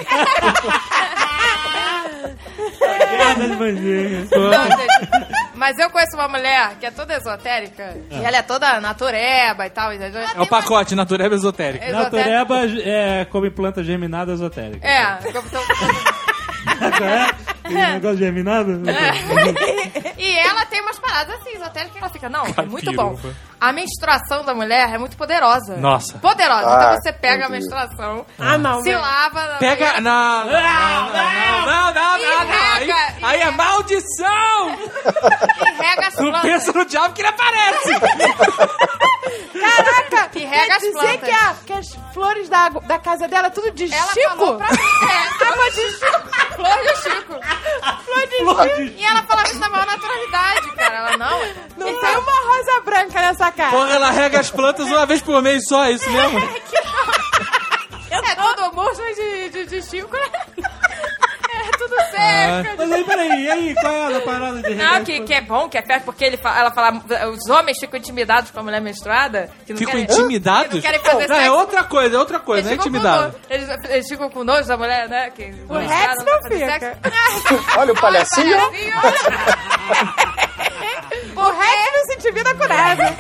[SPEAKER 3] Piadas bandinhas.
[SPEAKER 4] Não, gente. Mas eu conheço uma mulher que é toda esotérica.
[SPEAKER 6] Ah.
[SPEAKER 4] E ela é toda natureba e tal. entendeu?
[SPEAKER 7] É o pacote, natureza esotérica.
[SPEAKER 3] Natureba é, come planta germinada esotérica.
[SPEAKER 4] É, eu tô-
[SPEAKER 3] É? Tem um negócio germinado?
[SPEAKER 4] É. E ela tem umas paradas assim, esotéricas que ela fica, não, é muito
[SPEAKER 7] Capiroba.
[SPEAKER 4] bom. A menstruação da mulher é muito poderosa.
[SPEAKER 7] Nossa.
[SPEAKER 4] Poderosa.
[SPEAKER 5] Ah,
[SPEAKER 4] então você pega a
[SPEAKER 5] entendi.
[SPEAKER 4] menstruação,
[SPEAKER 6] Ah, não.
[SPEAKER 4] se
[SPEAKER 6] meu.
[SPEAKER 4] lava... na
[SPEAKER 7] Pega.
[SPEAKER 4] manhã,
[SPEAKER 7] Não, não, não, não, não, não, não. Aí,
[SPEAKER 4] Esmaga,
[SPEAKER 7] aí é maldição!
[SPEAKER 4] E rega as
[SPEAKER 7] Tu
[SPEAKER 4] plantas.
[SPEAKER 7] pensa no diabo que ele aparece!
[SPEAKER 6] Caraca!
[SPEAKER 4] E rega
[SPEAKER 6] Quer
[SPEAKER 4] as
[SPEAKER 6] dizer
[SPEAKER 4] plantas.
[SPEAKER 6] que, a- que as flores da, água- da casa dela é tudo de
[SPEAKER 4] Ela
[SPEAKER 6] Chico?
[SPEAKER 4] falou pra mim, é,
[SPEAKER 6] Água de Chico.
[SPEAKER 4] flor de Chico.
[SPEAKER 6] Flor de
[SPEAKER 3] Flor
[SPEAKER 6] Chico.
[SPEAKER 3] de-
[SPEAKER 4] E ela falava isso na maior naturalidade, cara. Ela, não... então
[SPEAKER 6] Não é tem uma rosa branca nessa casa.
[SPEAKER 7] Porra, ela rega as plantas uma vez por mês só, é isso mesmo?
[SPEAKER 4] É tudo monstro de, de, de Chico, né? É tudo
[SPEAKER 7] Ah,
[SPEAKER 4] certo.
[SPEAKER 3] Mas aí, peraí, e aí, qual é a parada de
[SPEAKER 4] Não,
[SPEAKER 3] remédio?
[SPEAKER 4] que, que é bom, que é perto, porque ele fa- ela fala, os homens ficam intimidados com a mulher menstruada. Que não
[SPEAKER 7] Ficam
[SPEAKER 4] querem-
[SPEAKER 7] intimidados?
[SPEAKER 4] Não querem fazer
[SPEAKER 7] Não, é
[SPEAKER 4] sexo.
[SPEAKER 7] outra coisa, é outra coisa,
[SPEAKER 4] Eles
[SPEAKER 7] não é
[SPEAKER 4] ficam com
[SPEAKER 7] intimidado.
[SPEAKER 4] nojo. Eles, eles ficam com nojo da mulher, né? Que, o
[SPEAKER 6] Rex não fica.
[SPEAKER 5] Olha assim, o palhacinho.
[SPEAKER 6] O Rex não se intimida com nada.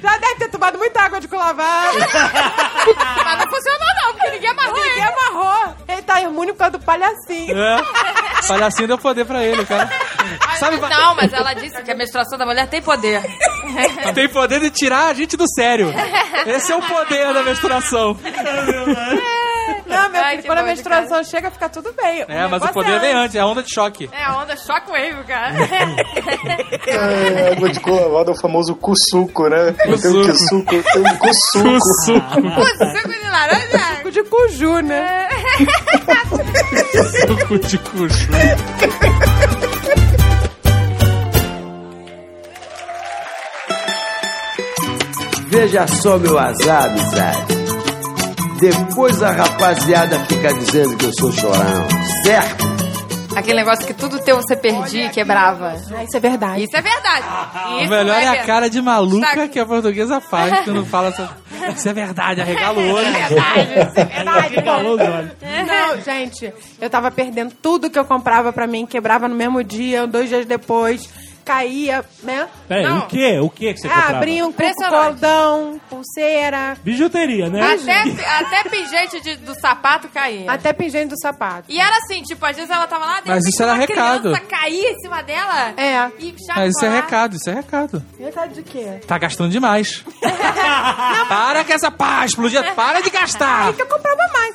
[SPEAKER 6] Já deve ter tomado muita água de colavado.
[SPEAKER 4] Mas não funcionou não, porque ninguém é amarrou
[SPEAKER 6] Ninguém é
[SPEAKER 4] ele.
[SPEAKER 6] amarrou. Ele tá imune por causa do palhacinho.
[SPEAKER 7] É. Palhacinho deu poder pra ele, cara. Sabe,
[SPEAKER 4] Não, mas ela disse que a menstruação da mulher tem poder.
[SPEAKER 7] tem poder de tirar a gente do sério. Esse é o poder da menstruação.
[SPEAKER 6] Não, meu
[SPEAKER 4] Ai,
[SPEAKER 6] filho,
[SPEAKER 4] que
[SPEAKER 6] quando a
[SPEAKER 4] nojo,
[SPEAKER 6] menstruação chega, fica tudo bem.
[SPEAKER 7] É, mas o
[SPEAKER 6] negócio
[SPEAKER 7] poder vem antes, é a onda de choque.
[SPEAKER 4] É a onda shockwave, cara.
[SPEAKER 5] É, água de colavada é o famoso cussuco, né? Não tem
[SPEAKER 7] Cussuco.
[SPEAKER 5] o quissuco, tem o cussuco.
[SPEAKER 4] Pô, suco de laranja.
[SPEAKER 6] Suco de cuju, né?
[SPEAKER 4] É.
[SPEAKER 7] Suco de cujo.
[SPEAKER 9] Veja só meu azar, amizade. Depois a rapaziada fica dizendo que eu sou chorão, certo?
[SPEAKER 4] Aquele negócio que tudo teu você perdia e quebrava.
[SPEAKER 6] Ah, isso é verdade.
[SPEAKER 4] Isso é verdade. Isso
[SPEAKER 7] O melhor
[SPEAKER 4] vai
[SPEAKER 7] é a
[SPEAKER 4] ver-
[SPEAKER 7] cara de maluca
[SPEAKER 4] Está-
[SPEAKER 7] que a portuguesa faz quando fala essa... Isso é verdade, arregala o olho.
[SPEAKER 4] É verdade.
[SPEAKER 6] Verdade,
[SPEAKER 3] Falou, olha.
[SPEAKER 6] Não, gente, eu tava perdendo tudo que eu comprava pra mim, quebrava no mesmo dia, um, dois dias depois, caía, né?
[SPEAKER 7] É,
[SPEAKER 3] Peraí,
[SPEAKER 4] Não.
[SPEAKER 3] o quê? O quê que você
[SPEAKER 6] Ah,
[SPEAKER 3] comprava?
[SPEAKER 6] brinco,
[SPEAKER 4] Impressionante.
[SPEAKER 6] cordão, pulseira,
[SPEAKER 3] Bijuteria, né?
[SPEAKER 4] Até, até pingente de- do sapato caía.
[SPEAKER 6] até pingente do sapato.
[SPEAKER 4] E era assim, tipo, às vezes ela tava lá dentro,
[SPEAKER 7] Mas isso era
[SPEAKER 4] uma criança
[SPEAKER 7] recado.
[SPEAKER 4] caía em cima dela
[SPEAKER 6] É.
[SPEAKER 4] e
[SPEAKER 7] Mas isso é
[SPEAKER 4] chacoalhar.
[SPEAKER 7] recado, isso é recado.
[SPEAKER 6] Verdade de quê?
[SPEAKER 7] Tá gastando demais. para com essa pá, explodir. Para de gastar.
[SPEAKER 6] Que eu comprava mais.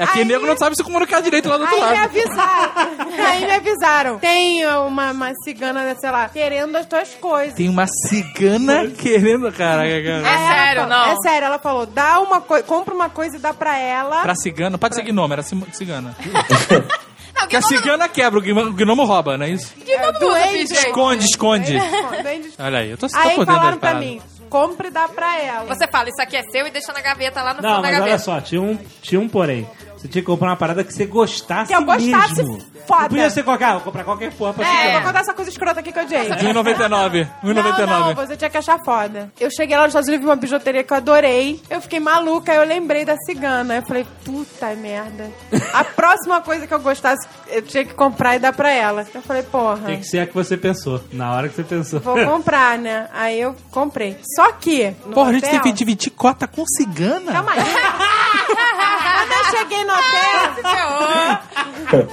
[SPEAKER 7] É que nego não sabe se comunicar direito lá do outro
[SPEAKER 6] Aí me
[SPEAKER 7] lado.
[SPEAKER 6] avisaram. Aí me avisaram. Tem uma, uma cigana, né, sei lá, querendo as tuas coisas.
[SPEAKER 7] Tem uma cigana querendo... Caraca, cara.
[SPEAKER 4] É
[SPEAKER 6] Aí ela
[SPEAKER 4] sério,
[SPEAKER 6] falou-
[SPEAKER 4] não.
[SPEAKER 6] É sério, ela falou: dá uma coisa, compra uma coisa e dá pra ela.
[SPEAKER 7] Pra cigana, pode ser gnomo, era cim- cigana.
[SPEAKER 4] Não,
[SPEAKER 7] Porque
[SPEAKER 4] que
[SPEAKER 7] a cigana quebra, o gnomo, o gnomo rouba, não é isso?
[SPEAKER 4] que todo mundo usa
[SPEAKER 6] doente.
[SPEAKER 4] pingente.
[SPEAKER 7] Esconde, esconde.
[SPEAKER 6] Bem des-
[SPEAKER 7] Olha aí, eu tô, tô
[SPEAKER 6] É, Aí
[SPEAKER 7] tá podendo
[SPEAKER 6] falaram
[SPEAKER 7] das
[SPEAKER 6] pra
[SPEAKER 7] paradas.
[SPEAKER 6] mim: compra e dá pra ela.
[SPEAKER 4] Você fala, isso aqui é seu e deixa na gaveta lá no
[SPEAKER 3] Não,
[SPEAKER 4] fundo da
[SPEAKER 3] mas
[SPEAKER 4] gaveta.
[SPEAKER 3] olha só, tinha um, tinha um porém. Você tinha que comprar uma parada que você gostasse
[SPEAKER 6] Que eu gostasse,
[SPEAKER 3] mesmo.
[SPEAKER 6] foda.
[SPEAKER 3] Não podia ser qualquer, ah, vou comprar qualquer porra pra
[SPEAKER 6] É, vou
[SPEAKER 3] cigana.
[SPEAKER 6] contar essa coisa escrota aqui que eu odiei.
[SPEAKER 7] De 1,99.
[SPEAKER 6] Não, não,
[SPEAKER 7] 1,99.
[SPEAKER 6] você tinha que achar foda. Eu cheguei lá nos Estados Unidos vi uma bijuteria que eu adorei. Eu fiquei maluca, aí eu lembrei da cigana. Eu falei, puta merda. A próxima coisa que eu gostasse, eu tinha que comprar e dar pra ela. Eu falei, porra.
[SPEAKER 3] Tem que ser a que você pensou, na hora que você pensou.
[SPEAKER 6] Vou comprar, né? Aí eu comprei. Só que. no
[SPEAKER 7] Porra, a gente
[SPEAKER 6] hotel-
[SPEAKER 7] teve que dividir cota com cigana?
[SPEAKER 6] Calma aí. Quando eu cheguei no hotel,
[SPEAKER 4] Ferrou.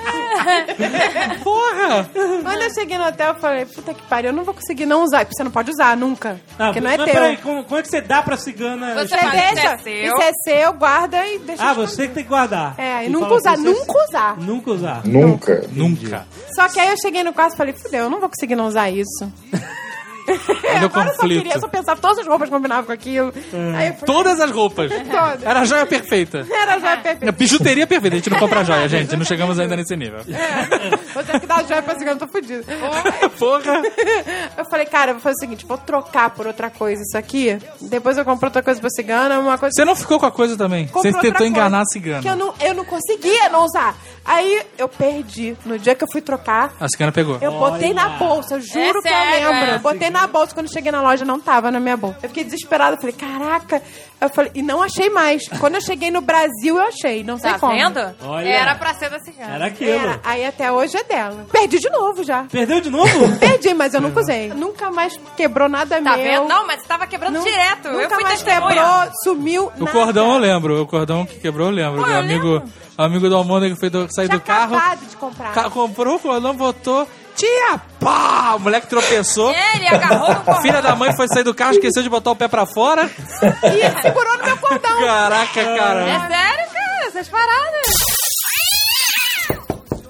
[SPEAKER 7] Porra!
[SPEAKER 6] quando eu cheguei no hotel, eu falei, puta que pariu, eu não vou conseguir não usar. Porque você não pode usar nunca.
[SPEAKER 7] Ah,
[SPEAKER 6] porque não é
[SPEAKER 3] Ah, mas
[SPEAKER 6] teu.
[SPEAKER 3] peraí, como, como é que você dá pra cigana? Tipo,
[SPEAKER 4] Você
[SPEAKER 6] Você
[SPEAKER 4] fala, isso
[SPEAKER 6] deixa,
[SPEAKER 4] é seu.
[SPEAKER 6] isso é seu, guarda e deixa.
[SPEAKER 3] Ah,
[SPEAKER 6] esconder.
[SPEAKER 3] você que tem que guardar.
[SPEAKER 6] É, e
[SPEAKER 3] E
[SPEAKER 6] nunca
[SPEAKER 3] fala
[SPEAKER 6] usar,
[SPEAKER 3] assim, você-
[SPEAKER 6] nunca usar.
[SPEAKER 3] Nunca usar.
[SPEAKER 10] Nunca.
[SPEAKER 7] Nunca.
[SPEAKER 6] Só que aí eu cheguei no quarto e falei, fudeu, eu não vou conseguir não usar isso.
[SPEAKER 7] Olha É o
[SPEAKER 6] Agora eu só
[SPEAKER 7] conflito. É.
[SPEAKER 6] queria, eu só pensava, todas as roupas combinavam com aquilo. Aí eu falei,
[SPEAKER 7] Todas as roupas.
[SPEAKER 6] Todas.
[SPEAKER 7] Era a joia perfeita.
[SPEAKER 6] era já
[SPEAKER 7] A
[SPEAKER 6] perfeito.
[SPEAKER 7] bijuteria perfeita. A gente não compra joia, gente. Não chegamos ainda nesse nível.
[SPEAKER 6] É. Vou ter que dar joia pra cigana, eu tô fudida.
[SPEAKER 7] Porra!
[SPEAKER 6] Eu falei, cara, eu vou fazer o seguinte, vou trocar por outra coisa isso aqui. Depois eu compro outra coisa pra cigana, uma coisa...
[SPEAKER 7] Você não ficou com a coisa também?
[SPEAKER 6] Compro
[SPEAKER 7] Você
[SPEAKER 6] outra
[SPEAKER 7] tentou
[SPEAKER 6] coisa,
[SPEAKER 7] enganar a
[SPEAKER 6] Que eu
[SPEAKER 7] cigana.
[SPEAKER 6] não, eu não conseguia não usar. Aí eu perdi. No dia que eu fui trocar,
[SPEAKER 7] A cigana pegou.
[SPEAKER 6] Eu botei na bolsa, eu juro
[SPEAKER 4] É
[SPEAKER 6] que
[SPEAKER 4] sério,
[SPEAKER 6] eu lembro.
[SPEAKER 4] é.
[SPEAKER 6] Eu Botei na bolsa, quando cheguei na loja não tava na minha bolsa. Eu fiquei desesperada, eu falei, caraca. Eu falei, e não achei mais. Quando eu cheguei no Brasil, eu achei, não sei
[SPEAKER 4] Tá
[SPEAKER 6] como.
[SPEAKER 4] vendo?
[SPEAKER 3] Olha.
[SPEAKER 4] Era pra ser da cigana.
[SPEAKER 3] Era aquilo.
[SPEAKER 6] Era, aí até hoje é dela. Perdi de novo já.
[SPEAKER 3] Perdeu de novo?
[SPEAKER 6] Perdi, mas eu nunca usei. Nunca mais quebrou nada
[SPEAKER 4] Tá
[SPEAKER 6] meu.
[SPEAKER 4] vendo? Não, mas você tava quebrando
[SPEAKER 6] Nun-
[SPEAKER 4] direto.
[SPEAKER 6] Nunca
[SPEAKER 4] eu fui
[SPEAKER 6] mais
[SPEAKER 4] testemunha.
[SPEAKER 6] quebrou, sumiu.
[SPEAKER 7] O
[SPEAKER 6] nada.
[SPEAKER 7] cordão eu lembro, o cordão que quebrou eu lembro.
[SPEAKER 4] Pô,
[SPEAKER 7] do
[SPEAKER 4] eu
[SPEAKER 7] amigo,
[SPEAKER 4] lembro.
[SPEAKER 7] amigo do Almôndega que foi do- sair
[SPEAKER 6] Tinha
[SPEAKER 7] do carro.
[SPEAKER 6] acabado de comprar.
[SPEAKER 7] ca- comprou o cordão, botou. Tia! Pá! O moleque tropeçou.
[SPEAKER 4] Ele agarrou no
[SPEAKER 7] A filha
[SPEAKER 4] corrão.
[SPEAKER 7] da mãe foi sair do carro, esqueceu de botar o pé pra fora.
[SPEAKER 6] E segurou no meu cordão.
[SPEAKER 7] Caraca,
[SPEAKER 4] É
[SPEAKER 7] cara.
[SPEAKER 4] sério, cara? Essas paradas.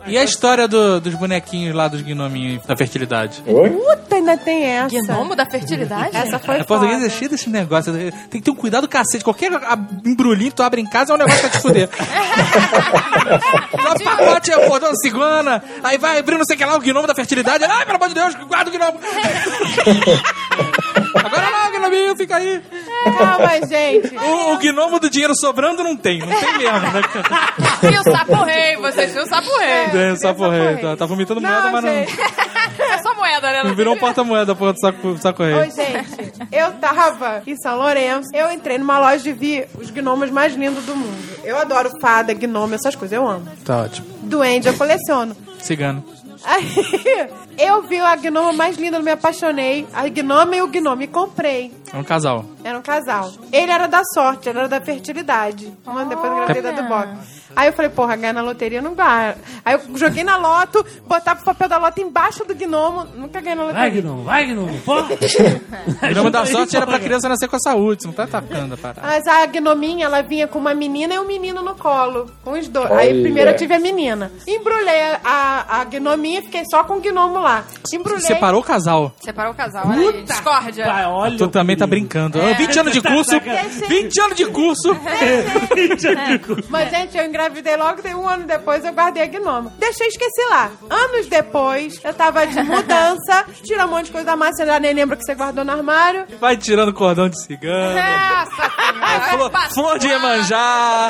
[SPEAKER 7] E a história do- dos bonequinhos lá dos gnominhos da fertilidade?
[SPEAKER 10] Oi?
[SPEAKER 6] Puta, ainda tem essa.
[SPEAKER 4] Gnomo da fertilidade?
[SPEAKER 6] Essa foi
[SPEAKER 7] a portuguesa é
[SPEAKER 6] foda.
[SPEAKER 7] cheia desse negócio. Tem que ter um cuidado cacete. Qualquer a- embrulhinho que tu abre em casa é um negócio pra te fuder. Lá pacote é o cordão da cigana, aí vai abrir não sei o que lá, o gnomo da fertilidade. Ai, pelo amor de Deus, guarda o gnomo. Agora não, gnominho, fica aí.
[SPEAKER 6] É, Calma, gente.
[SPEAKER 7] O, o gnomo do dinheiro sobrando não tem, não tem mesmo. Né?
[SPEAKER 6] Ah,
[SPEAKER 7] É, cara?
[SPEAKER 4] E o sapo rei, Ah, vocês viram o sapo rei.
[SPEAKER 7] Tem, sapo rei. Tá, tá vomitando moeda, mas não.
[SPEAKER 6] gente.
[SPEAKER 4] É só moeda, né?
[SPEAKER 7] Não virou um porta-moeda, porra, do saco, saco rei.
[SPEAKER 6] Oi, gente. Eu tava em São Lourenço. Eu entrei numa loja e vi os gnomos mais lindos do mundo. Eu adoro fada, gnomo, essas coisas. Eu amo.
[SPEAKER 7] Tá ótimo.
[SPEAKER 6] Duende, eu coleciono.
[SPEAKER 7] Cigano.
[SPEAKER 6] Aí, eu vi a gnoma mais linda, eu me apaixonei. A gnoma e o gnome, e comprei.
[SPEAKER 7] É um casal.
[SPEAKER 6] Era um casal. Ele era da sorte, ela era da fertilidade. Um ano depois eu engravidei da do box. Aí eu falei, porra, ganhar na loteria não ganha. Aí eu joguei na loto, botava o papel da loto embaixo do gnomo. Nunca ganhei na
[SPEAKER 3] Vai,
[SPEAKER 6] loteria.
[SPEAKER 3] Gnomo, vai, Gnomo, porra!
[SPEAKER 7] O nome da sorte era pra criança nascer com a saúde, você não tá atacando a parada.
[SPEAKER 6] Mas a gnominha, ela vinha com uma menina e um menino no colo. Com os dois. Aí
[SPEAKER 10] Olha.
[SPEAKER 6] primeiro eu tive a menina. Embrulhei a, a gnominha e fiquei só com o gnomo lá. Embrulhei.
[SPEAKER 7] Separou o casal.
[SPEAKER 4] Separou o casal, olha aí. Discórdia.
[SPEAKER 3] Vai, olha.
[SPEAKER 7] Tu também tá brincando. 20 anos de curso.
[SPEAKER 3] Tá
[SPEAKER 7] 20 anos de curso.
[SPEAKER 3] brincando.
[SPEAKER 6] Mas, gente, eu engravidei logo, tem um ano depois eu guardei a gnoma. Deixei esqueci lá. Anos depois, eu tava de mudança, tira um monte de coisa da massa, eu nem lembro o que você guardou no armário.
[SPEAKER 7] Vai tirando o cordão de
[SPEAKER 6] É,
[SPEAKER 7] cigano. Ah,
[SPEAKER 4] Nossa,
[SPEAKER 7] Flor,
[SPEAKER 4] cara.
[SPEAKER 7] flor de Iemanjá.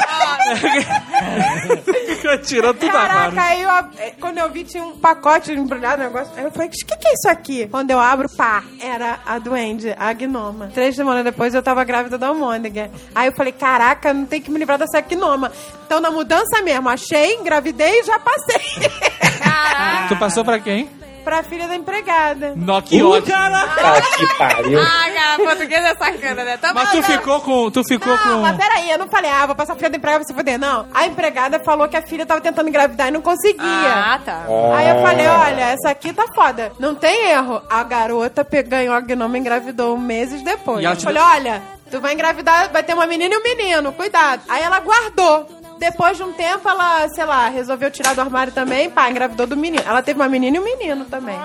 [SPEAKER 3] Saiu atirando tudo
[SPEAKER 6] Caraca,
[SPEAKER 3] agora.
[SPEAKER 6] aí eu- quando eu vi tinha um pacote embrulhado, um negócio. Aí eu falei, o que, que é isso aqui? Quando eu abro, pá, era a duende, a gnoma. Três semanas depois eu tava grávida da almôndega. Aí eu falei, caraca, não tem que me livrar dessa gnoma. Então na mudança mesmo, achei, engravidei e já passei.
[SPEAKER 7] Tu passou pra quem?
[SPEAKER 6] pra filha da empregada.
[SPEAKER 7] Nó, que
[SPEAKER 3] Ih,
[SPEAKER 7] ótimo.
[SPEAKER 3] caraca.
[SPEAKER 10] Ah, que pariu.
[SPEAKER 4] Ah, cara, português é sacana, né? Tá
[SPEAKER 7] Mas tu
[SPEAKER 4] bom, tá-
[SPEAKER 7] ficou com. Tu ficou
[SPEAKER 6] Não, mas
[SPEAKER 7] com.
[SPEAKER 6] peraí, eu não falei, ah, vou passar a filha da empregada pra se fuder. Não, a empregada falou que a filha tava tentando engravidar e não conseguia.
[SPEAKER 4] Ah, tá.
[SPEAKER 6] Aí eu falei, olha, essa aqui tá foda. Não tem erro. A garota pe- ganhou a gnoma e engravidou meses depois.
[SPEAKER 7] E ela
[SPEAKER 6] Eu
[SPEAKER 7] te
[SPEAKER 6] falei, olha, tu vai engravidar, vai ter uma menina e um menino, cuidado. Aí ela guardou. Depois de um tempo, ela, sei lá, resolveu tirar do armário também, pá, engravidou do menino. Ela teve uma menina e um menino também.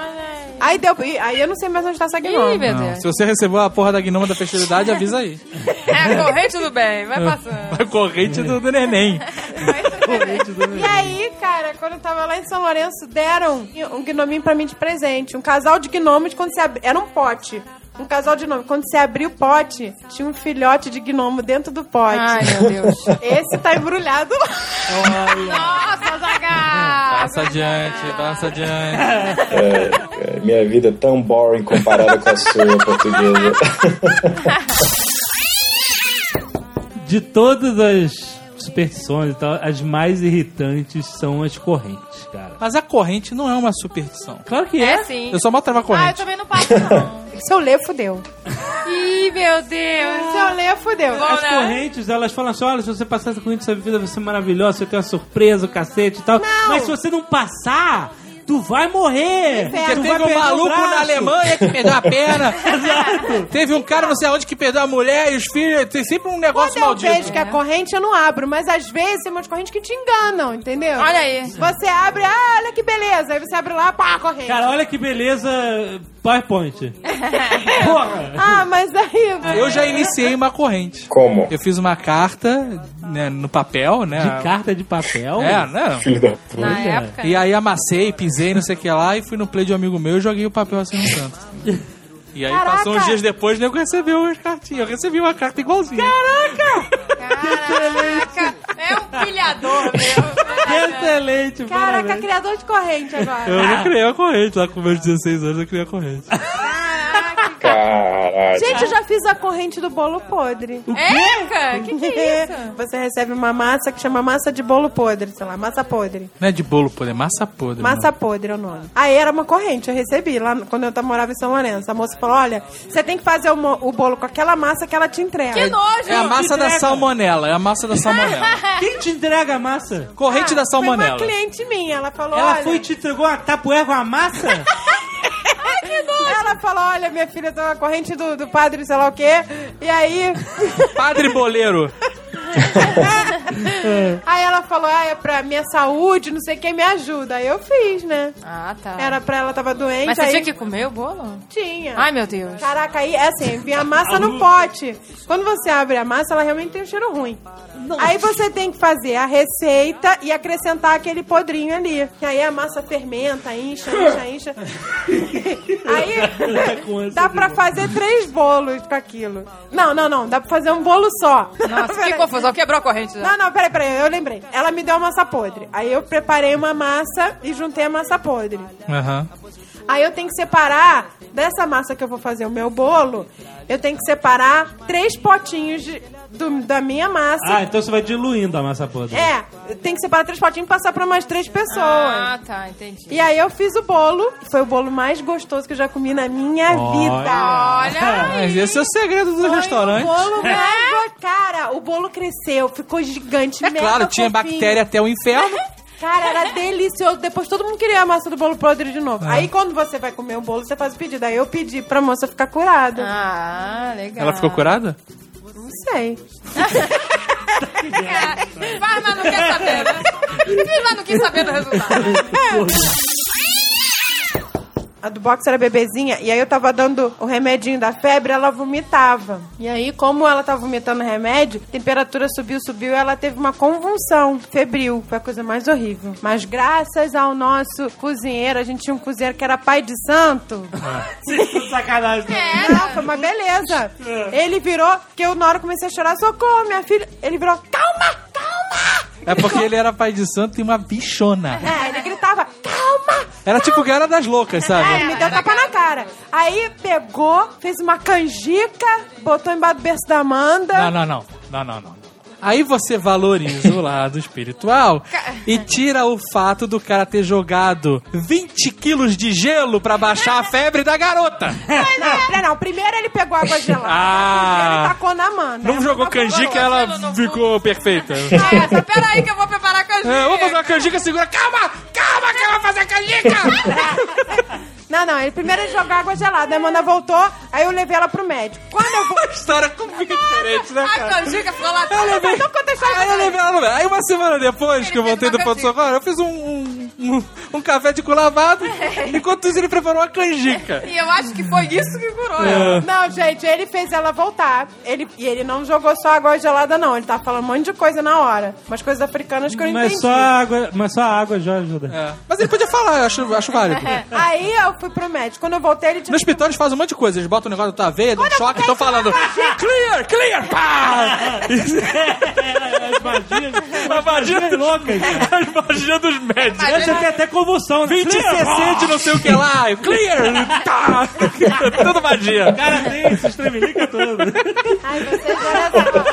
[SPEAKER 6] Aí deu. e- Aí eu não sei mais onde tá essa
[SPEAKER 4] Ih,
[SPEAKER 6] gnoma.
[SPEAKER 4] meu
[SPEAKER 7] Não,
[SPEAKER 4] Deus.
[SPEAKER 7] se você recebeu a porra da gnoma da fertilidade, avisa aí.
[SPEAKER 4] É, corrente do bem,
[SPEAKER 7] É.
[SPEAKER 4] vai passando.
[SPEAKER 7] A corrente do, do neném.
[SPEAKER 6] E aí, cara, quando eu tava lá em São Lourenço, deram um gnominho pra mim de presente. Um casal de gnomos, quando você abri... Era um pote. Um casal de gnomos. Quando você abriu o pote, tinha um filhote de gnomo dentro do pote.
[SPEAKER 4] Ai, meu Deus.
[SPEAKER 6] Esse tá embrulhado lá.
[SPEAKER 4] Nossa, Zagal!
[SPEAKER 7] Passa adiante, passa adiante.
[SPEAKER 10] É, minha vida é tão boring comparada com a sua portuguesa.
[SPEAKER 3] De todas as superstições e tal, as mais irritantes são as correntes, cara.
[SPEAKER 7] Mas a corrente não é uma superstição.
[SPEAKER 3] Claro que é.
[SPEAKER 4] É sim.
[SPEAKER 7] Eu só maltrava
[SPEAKER 4] Ah,
[SPEAKER 7] a
[SPEAKER 4] eu
[SPEAKER 7] corrente.
[SPEAKER 4] também não passo, não.
[SPEAKER 6] Se eu ler, fudeu.
[SPEAKER 4] Ih, meu Deus.
[SPEAKER 6] Se eu ler, fudeu.
[SPEAKER 4] Ah. Bom,
[SPEAKER 7] É
[SPEAKER 3] As
[SPEAKER 4] né?
[SPEAKER 3] correntes, elas falam assim: olha, se você passar essa corrente, sua vida vai ser maravilhosa, você tem uma surpresa, o cacete e tal. Mas se você não passar, tu vai morrer. Tu vai
[SPEAKER 6] Inferno.
[SPEAKER 7] Porque teve um
[SPEAKER 3] perder o
[SPEAKER 7] maluco na
[SPEAKER 3] braço.
[SPEAKER 7] Alemanha que perdeu a perna. Teve um cara não sei aonde que perdeu a mulher e os filhos. Tem sempre um negócio
[SPEAKER 6] Quando eu
[SPEAKER 7] maldito.
[SPEAKER 6] vejo que é corrente, eu não abro. Mas às vezes tem um umas correntes que te enganam, entendeu?
[SPEAKER 4] Olha aí.
[SPEAKER 6] Você abre, ah, olha que beleza. Aí você abre lá, pá, corrente.
[SPEAKER 3] Cara, olha que beleza PowerPoint. Porra!
[SPEAKER 6] Ah, mas aí...
[SPEAKER 7] Eu já iniciei uma corrente.
[SPEAKER 10] Como?
[SPEAKER 7] Eu fiz uma carta né, no papel, né?
[SPEAKER 3] De carta de papel?
[SPEAKER 7] É, né?
[SPEAKER 10] Filho da puta.
[SPEAKER 4] Na época.
[SPEAKER 7] E aí amassei, pisei, não sei o que lá, e fui no play de um amigo meu e joguei o papel assim no canto. E aí
[SPEAKER 6] Caraca!
[SPEAKER 7] passou uns dias depois, né, nego recebeu as cartinhas. Eu recebi uma carta igualzinha.
[SPEAKER 4] Caraca, é um pilhador mesmo.
[SPEAKER 3] Excelente,
[SPEAKER 6] Caraca,
[SPEAKER 3] parabéns.
[SPEAKER 6] criador de corrente agora.
[SPEAKER 7] Eu já criei a corrente lá com meus 16 anos, eu criei a corrente.
[SPEAKER 10] Caralho.
[SPEAKER 6] Gente, eu já fiz a corrente do bolo podre.
[SPEAKER 4] Eca, que que é isso?
[SPEAKER 6] Você recebe uma massa que chama massa de bolo podre, sei lá, massa podre.
[SPEAKER 7] Não é de bolo podre, é massa podre.
[SPEAKER 6] Massa
[SPEAKER 7] mano.
[SPEAKER 6] podre é o nome. Aí era uma corrente, eu recebi lá quando eu tava- morava em São Lourenço. A moça falou: olha, você tem que fazer o, mo- o bolo com aquela massa que ela te entrega.
[SPEAKER 4] Que nojo.
[SPEAKER 7] É a massa da
[SPEAKER 3] entrega.
[SPEAKER 7] salmonela, é a massa da salmonela.
[SPEAKER 3] Quem te entrega a massa?
[SPEAKER 7] Corrente da
[SPEAKER 6] Foi uma
[SPEAKER 7] salmonela.
[SPEAKER 6] cliente minha, ela falou:
[SPEAKER 3] Ela
[SPEAKER 6] olha.
[SPEAKER 3] foi e te entregou uma tapoeira com a massa?
[SPEAKER 6] Ela falou: olha, minha filha, tem uma corrente do, do padre, sei lá o quê. E aí.
[SPEAKER 7] Padre boleiro.
[SPEAKER 6] aí ela falou: ah, é pra minha saúde, não sei quem me ajuda. Aí eu fiz, né?
[SPEAKER 4] Ah, tá.
[SPEAKER 6] Era pra ela, tava doente.
[SPEAKER 4] Mas você
[SPEAKER 6] aí...
[SPEAKER 4] tinha que Ah, comer o bolo?
[SPEAKER 6] Tinha.
[SPEAKER 4] Ai, meu Deus.
[SPEAKER 6] Caraca, aí é assim, vinha a massa no pote. Quando você abre a massa, ela realmente tem um cheiro ruim. Aí você tem que fazer a receita e acrescentar aquele podrinho ali. Que aí a massa fermenta, incha, incha, incha.
[SPEAKER 3] Tá Com
[SPEAKER 6] aí
[SPEAKER 3] essa
[SPEAKER 6] dá pra fazer três bolos com aquilo. Não, não, não, dá pra fazer um bolo só.
[SPEAKER 4] Nossa, que
[SPEAKER 6] Peraí.
[SPEAKER 4] confusão. Quebrou a corrente.
[SPEAKER 6] Não, não, peraí, peraí, eu lembrei. Ela me deu a massa podre. Aí eu preparei uma massa e juntei a massa podre.
[SPEAKER 7] Aham.
[SPEAKER 6] Aí eu tenho que separar dessa massa que eu vou fazer o meu bolo, eu tenho que separar três potinhos de- do- da minha massa.
[SPEAKER 3] Ah, então você vai diluindo a massa podre.
[SPEAKER 6] É, tem que separar três potinhos e passar pra mais três pessoas.
[SPEAKER 4] Ah, tá, entendi.
[SPEAKER 6] E aí eu fiz o bolo, foi o bolo mais gostoso que eu já comi na minha vida.
[SPEAKER 4] Olha
[SPEAKER 7] Mas esse é o segredo dos
[SPEAKER 6] O
[SPEAKER 7] restaurantes.
[SPEAKER 6] um bolo mais go- Cara, o bolo cresceu, ficou gigante
[SPEAKER 7] É
[SPEAKER 6] mega
[SPEAKER 7] claro, tinha
[SPEAKER 6] fofinho.
[SPEAKER 7] bactéria até o inferno.
[SPEAKER 6] Cara, era delicioso. Depois todo mundo queria a massa do bolo podre de
[SPEAKER 7] É.
[SPEAKER 6] novo. Aí quando você vai comer o bolo, você faz o pedido. Aí eu pedi pra moça ficar curada.
[SPEAKER 4] Ah, legal.
[SPEAKER 7] Ela ficou curada?
[SPEAKER 6] Não sei.
[SPEAKER 4] É, Vai, mas não quer saber, né? Vai, mas não quis saber do resultado.
[SPEAKER 6] A do box era bebezinha, e aí eu tava dando o remedinho da febre, ela vomitava. E aí, como ela tava vomitando o remédio, a temperatura subiu, subiu, ela teve uma convulsão febril. Foi a coisa mais horrível. Mas graças ao nosso cozinheiro, a gente tinha um cozinheiro que era pai de santo.
[SPEAKER 3] É. Sacanagem.
[SPEAKER 6] Não, foi uma beleza. Ele virou, que eu na hora comecei a chorar, socorro, minha filha. Ele virou, calma, calma!
[SPEAKER 7] É porque ele era pai de santo e uma bichona.
[SPEAKER 6] É, ele gritava, calma!
[SPEAKER 7] Era tipo Guerra das Loucas,
[SPEAKER 6] Aí
[SPEAKER 7] sabe?
[SPEAKER 6] É, me deu tapa na cara. Aí pegou, fez uma canjica, botou embaixo do berço da Amanda.
[SPEAKER 7] Não, não, não. Não, não, não. Aí você valoriza o lado espiritual e tira o fato do cara ter jogado 20 quilos de gelo pra baixar a febre da garota.
[SPEAKER 6] Não, não, não, não. Primeiro ele tá pegou água gelada.
[SPEAKER 7] Ah.
[SPEAKER 6] primeiro ele tacou na Amanda.
[SPEAKER 7] Não jogou
[SPEAKER 6] Tacou na
[SPEAKER 7] canjica,
[SPEAKER 6] Amanda.
[SPEAKER 7] ela ficou perfeita.
[SPEAKER 4] Ah, essa, peraí que eu vou preparar a canjica.
[SPEAKER 7] É, vou fazer uma canjica segura. Calma! Calma que ela vai fazer a canjica!
[SPEAKER 6] Não, não. Ele primeiro ele jogou água gelada. A Amanda voltou, aí eu levei ela pro médico. Quando eu vou...
[SPEAKER 7] A história é como fica diferente, né,
[SPEAKER 4] A
[SPEAKER 7] cara?
[SPEAKER 4] canjica ficou lá
[SPEAKER 7] Eu levei-
[SPEAKER 6] Então conta a história
[SPEAKER 7] Aí eu
[SPEAKER 6] pra
[SPEAKER 7] levei ela no médico. Aí uma semana depois que eu
[SPEAKER 4] fez
[SPEAKER 7] voltei
[SPEAKER 4] uma
[SPEAKER 7] do ponto de socorro, eu fiz um, um, um- um café de cu lavado.
[SPEAKER 6] É.
[SPEAKER 7] Enquanto isso, ele preparou uma canjica.
[SPEAKER 4] E eu acho que foi isso que curou
[SPEAKER 7] É.
[SPEAKER 4] ela.
[SPEAKER 6] Não, gente, ele fez ela voltar. Ele, e ele não jogou só água gelada, não. Ele tava falando um monte de coisa na hora. Umas coisas africanas que eu não
[SPEAKER 3] Mas
[SPEAKER 6] entendi.
[SPEAKER 3] só, a água, mas só a água já ajuda.
[SPEAKER 7] É. Mas ele podia falar, eu acho, acho válido.
[SPEAKER 6] É. Aí eu fui pro médico. Quando eu voltei, ele
[SPEAKER 7] No
[SPEAKER 6] tinha.
[SPEAKER 7] hospital eles fazem um monte de coisa. Eles botam o negócio da tua veia, dão um choque, estão falando clear, clear, pá!
[SPEAKER 3] As magias,
[SPEAKER 7] A magia
[SPEAKER 3] as loucas.
[SPEAKER 7] As magias dos médicos.
[SPEAKER 3] Essa tem até convulsão, né?
[SPEAKER 7] 20 cc de não sei o que lá, clear, pá! Tudo magia.
[SPEAKER 3] Cara, tem esses tremelica todo.
[SPEAKER 6] Ai, vocês olham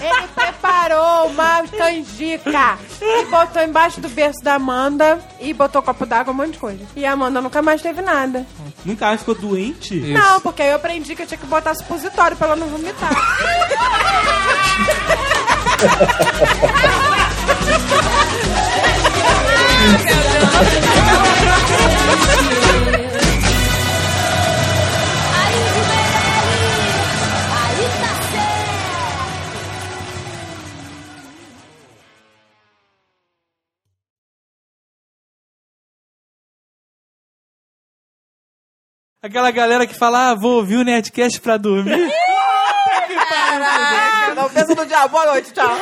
[SPEAKER 6] Ele preparou uma canjica e botou embaixo do berço da Amanda e botou copo d'água, um monte de coisa. E a Amanda nunca mais teve nada.
[SPEAKER 3] Nunca mais ficou doente?
[SPEAKER 6] Não, porque aí eu aprendi que eu tinha que botar supositório pra ela não vomitar.
[SPEAKER 7] Aquela galera que fala, ah, vou ouvir o Nerdcast pra dormir.
[SPEAKER 11] Não, pensa no diabo. Boa noite, tchau.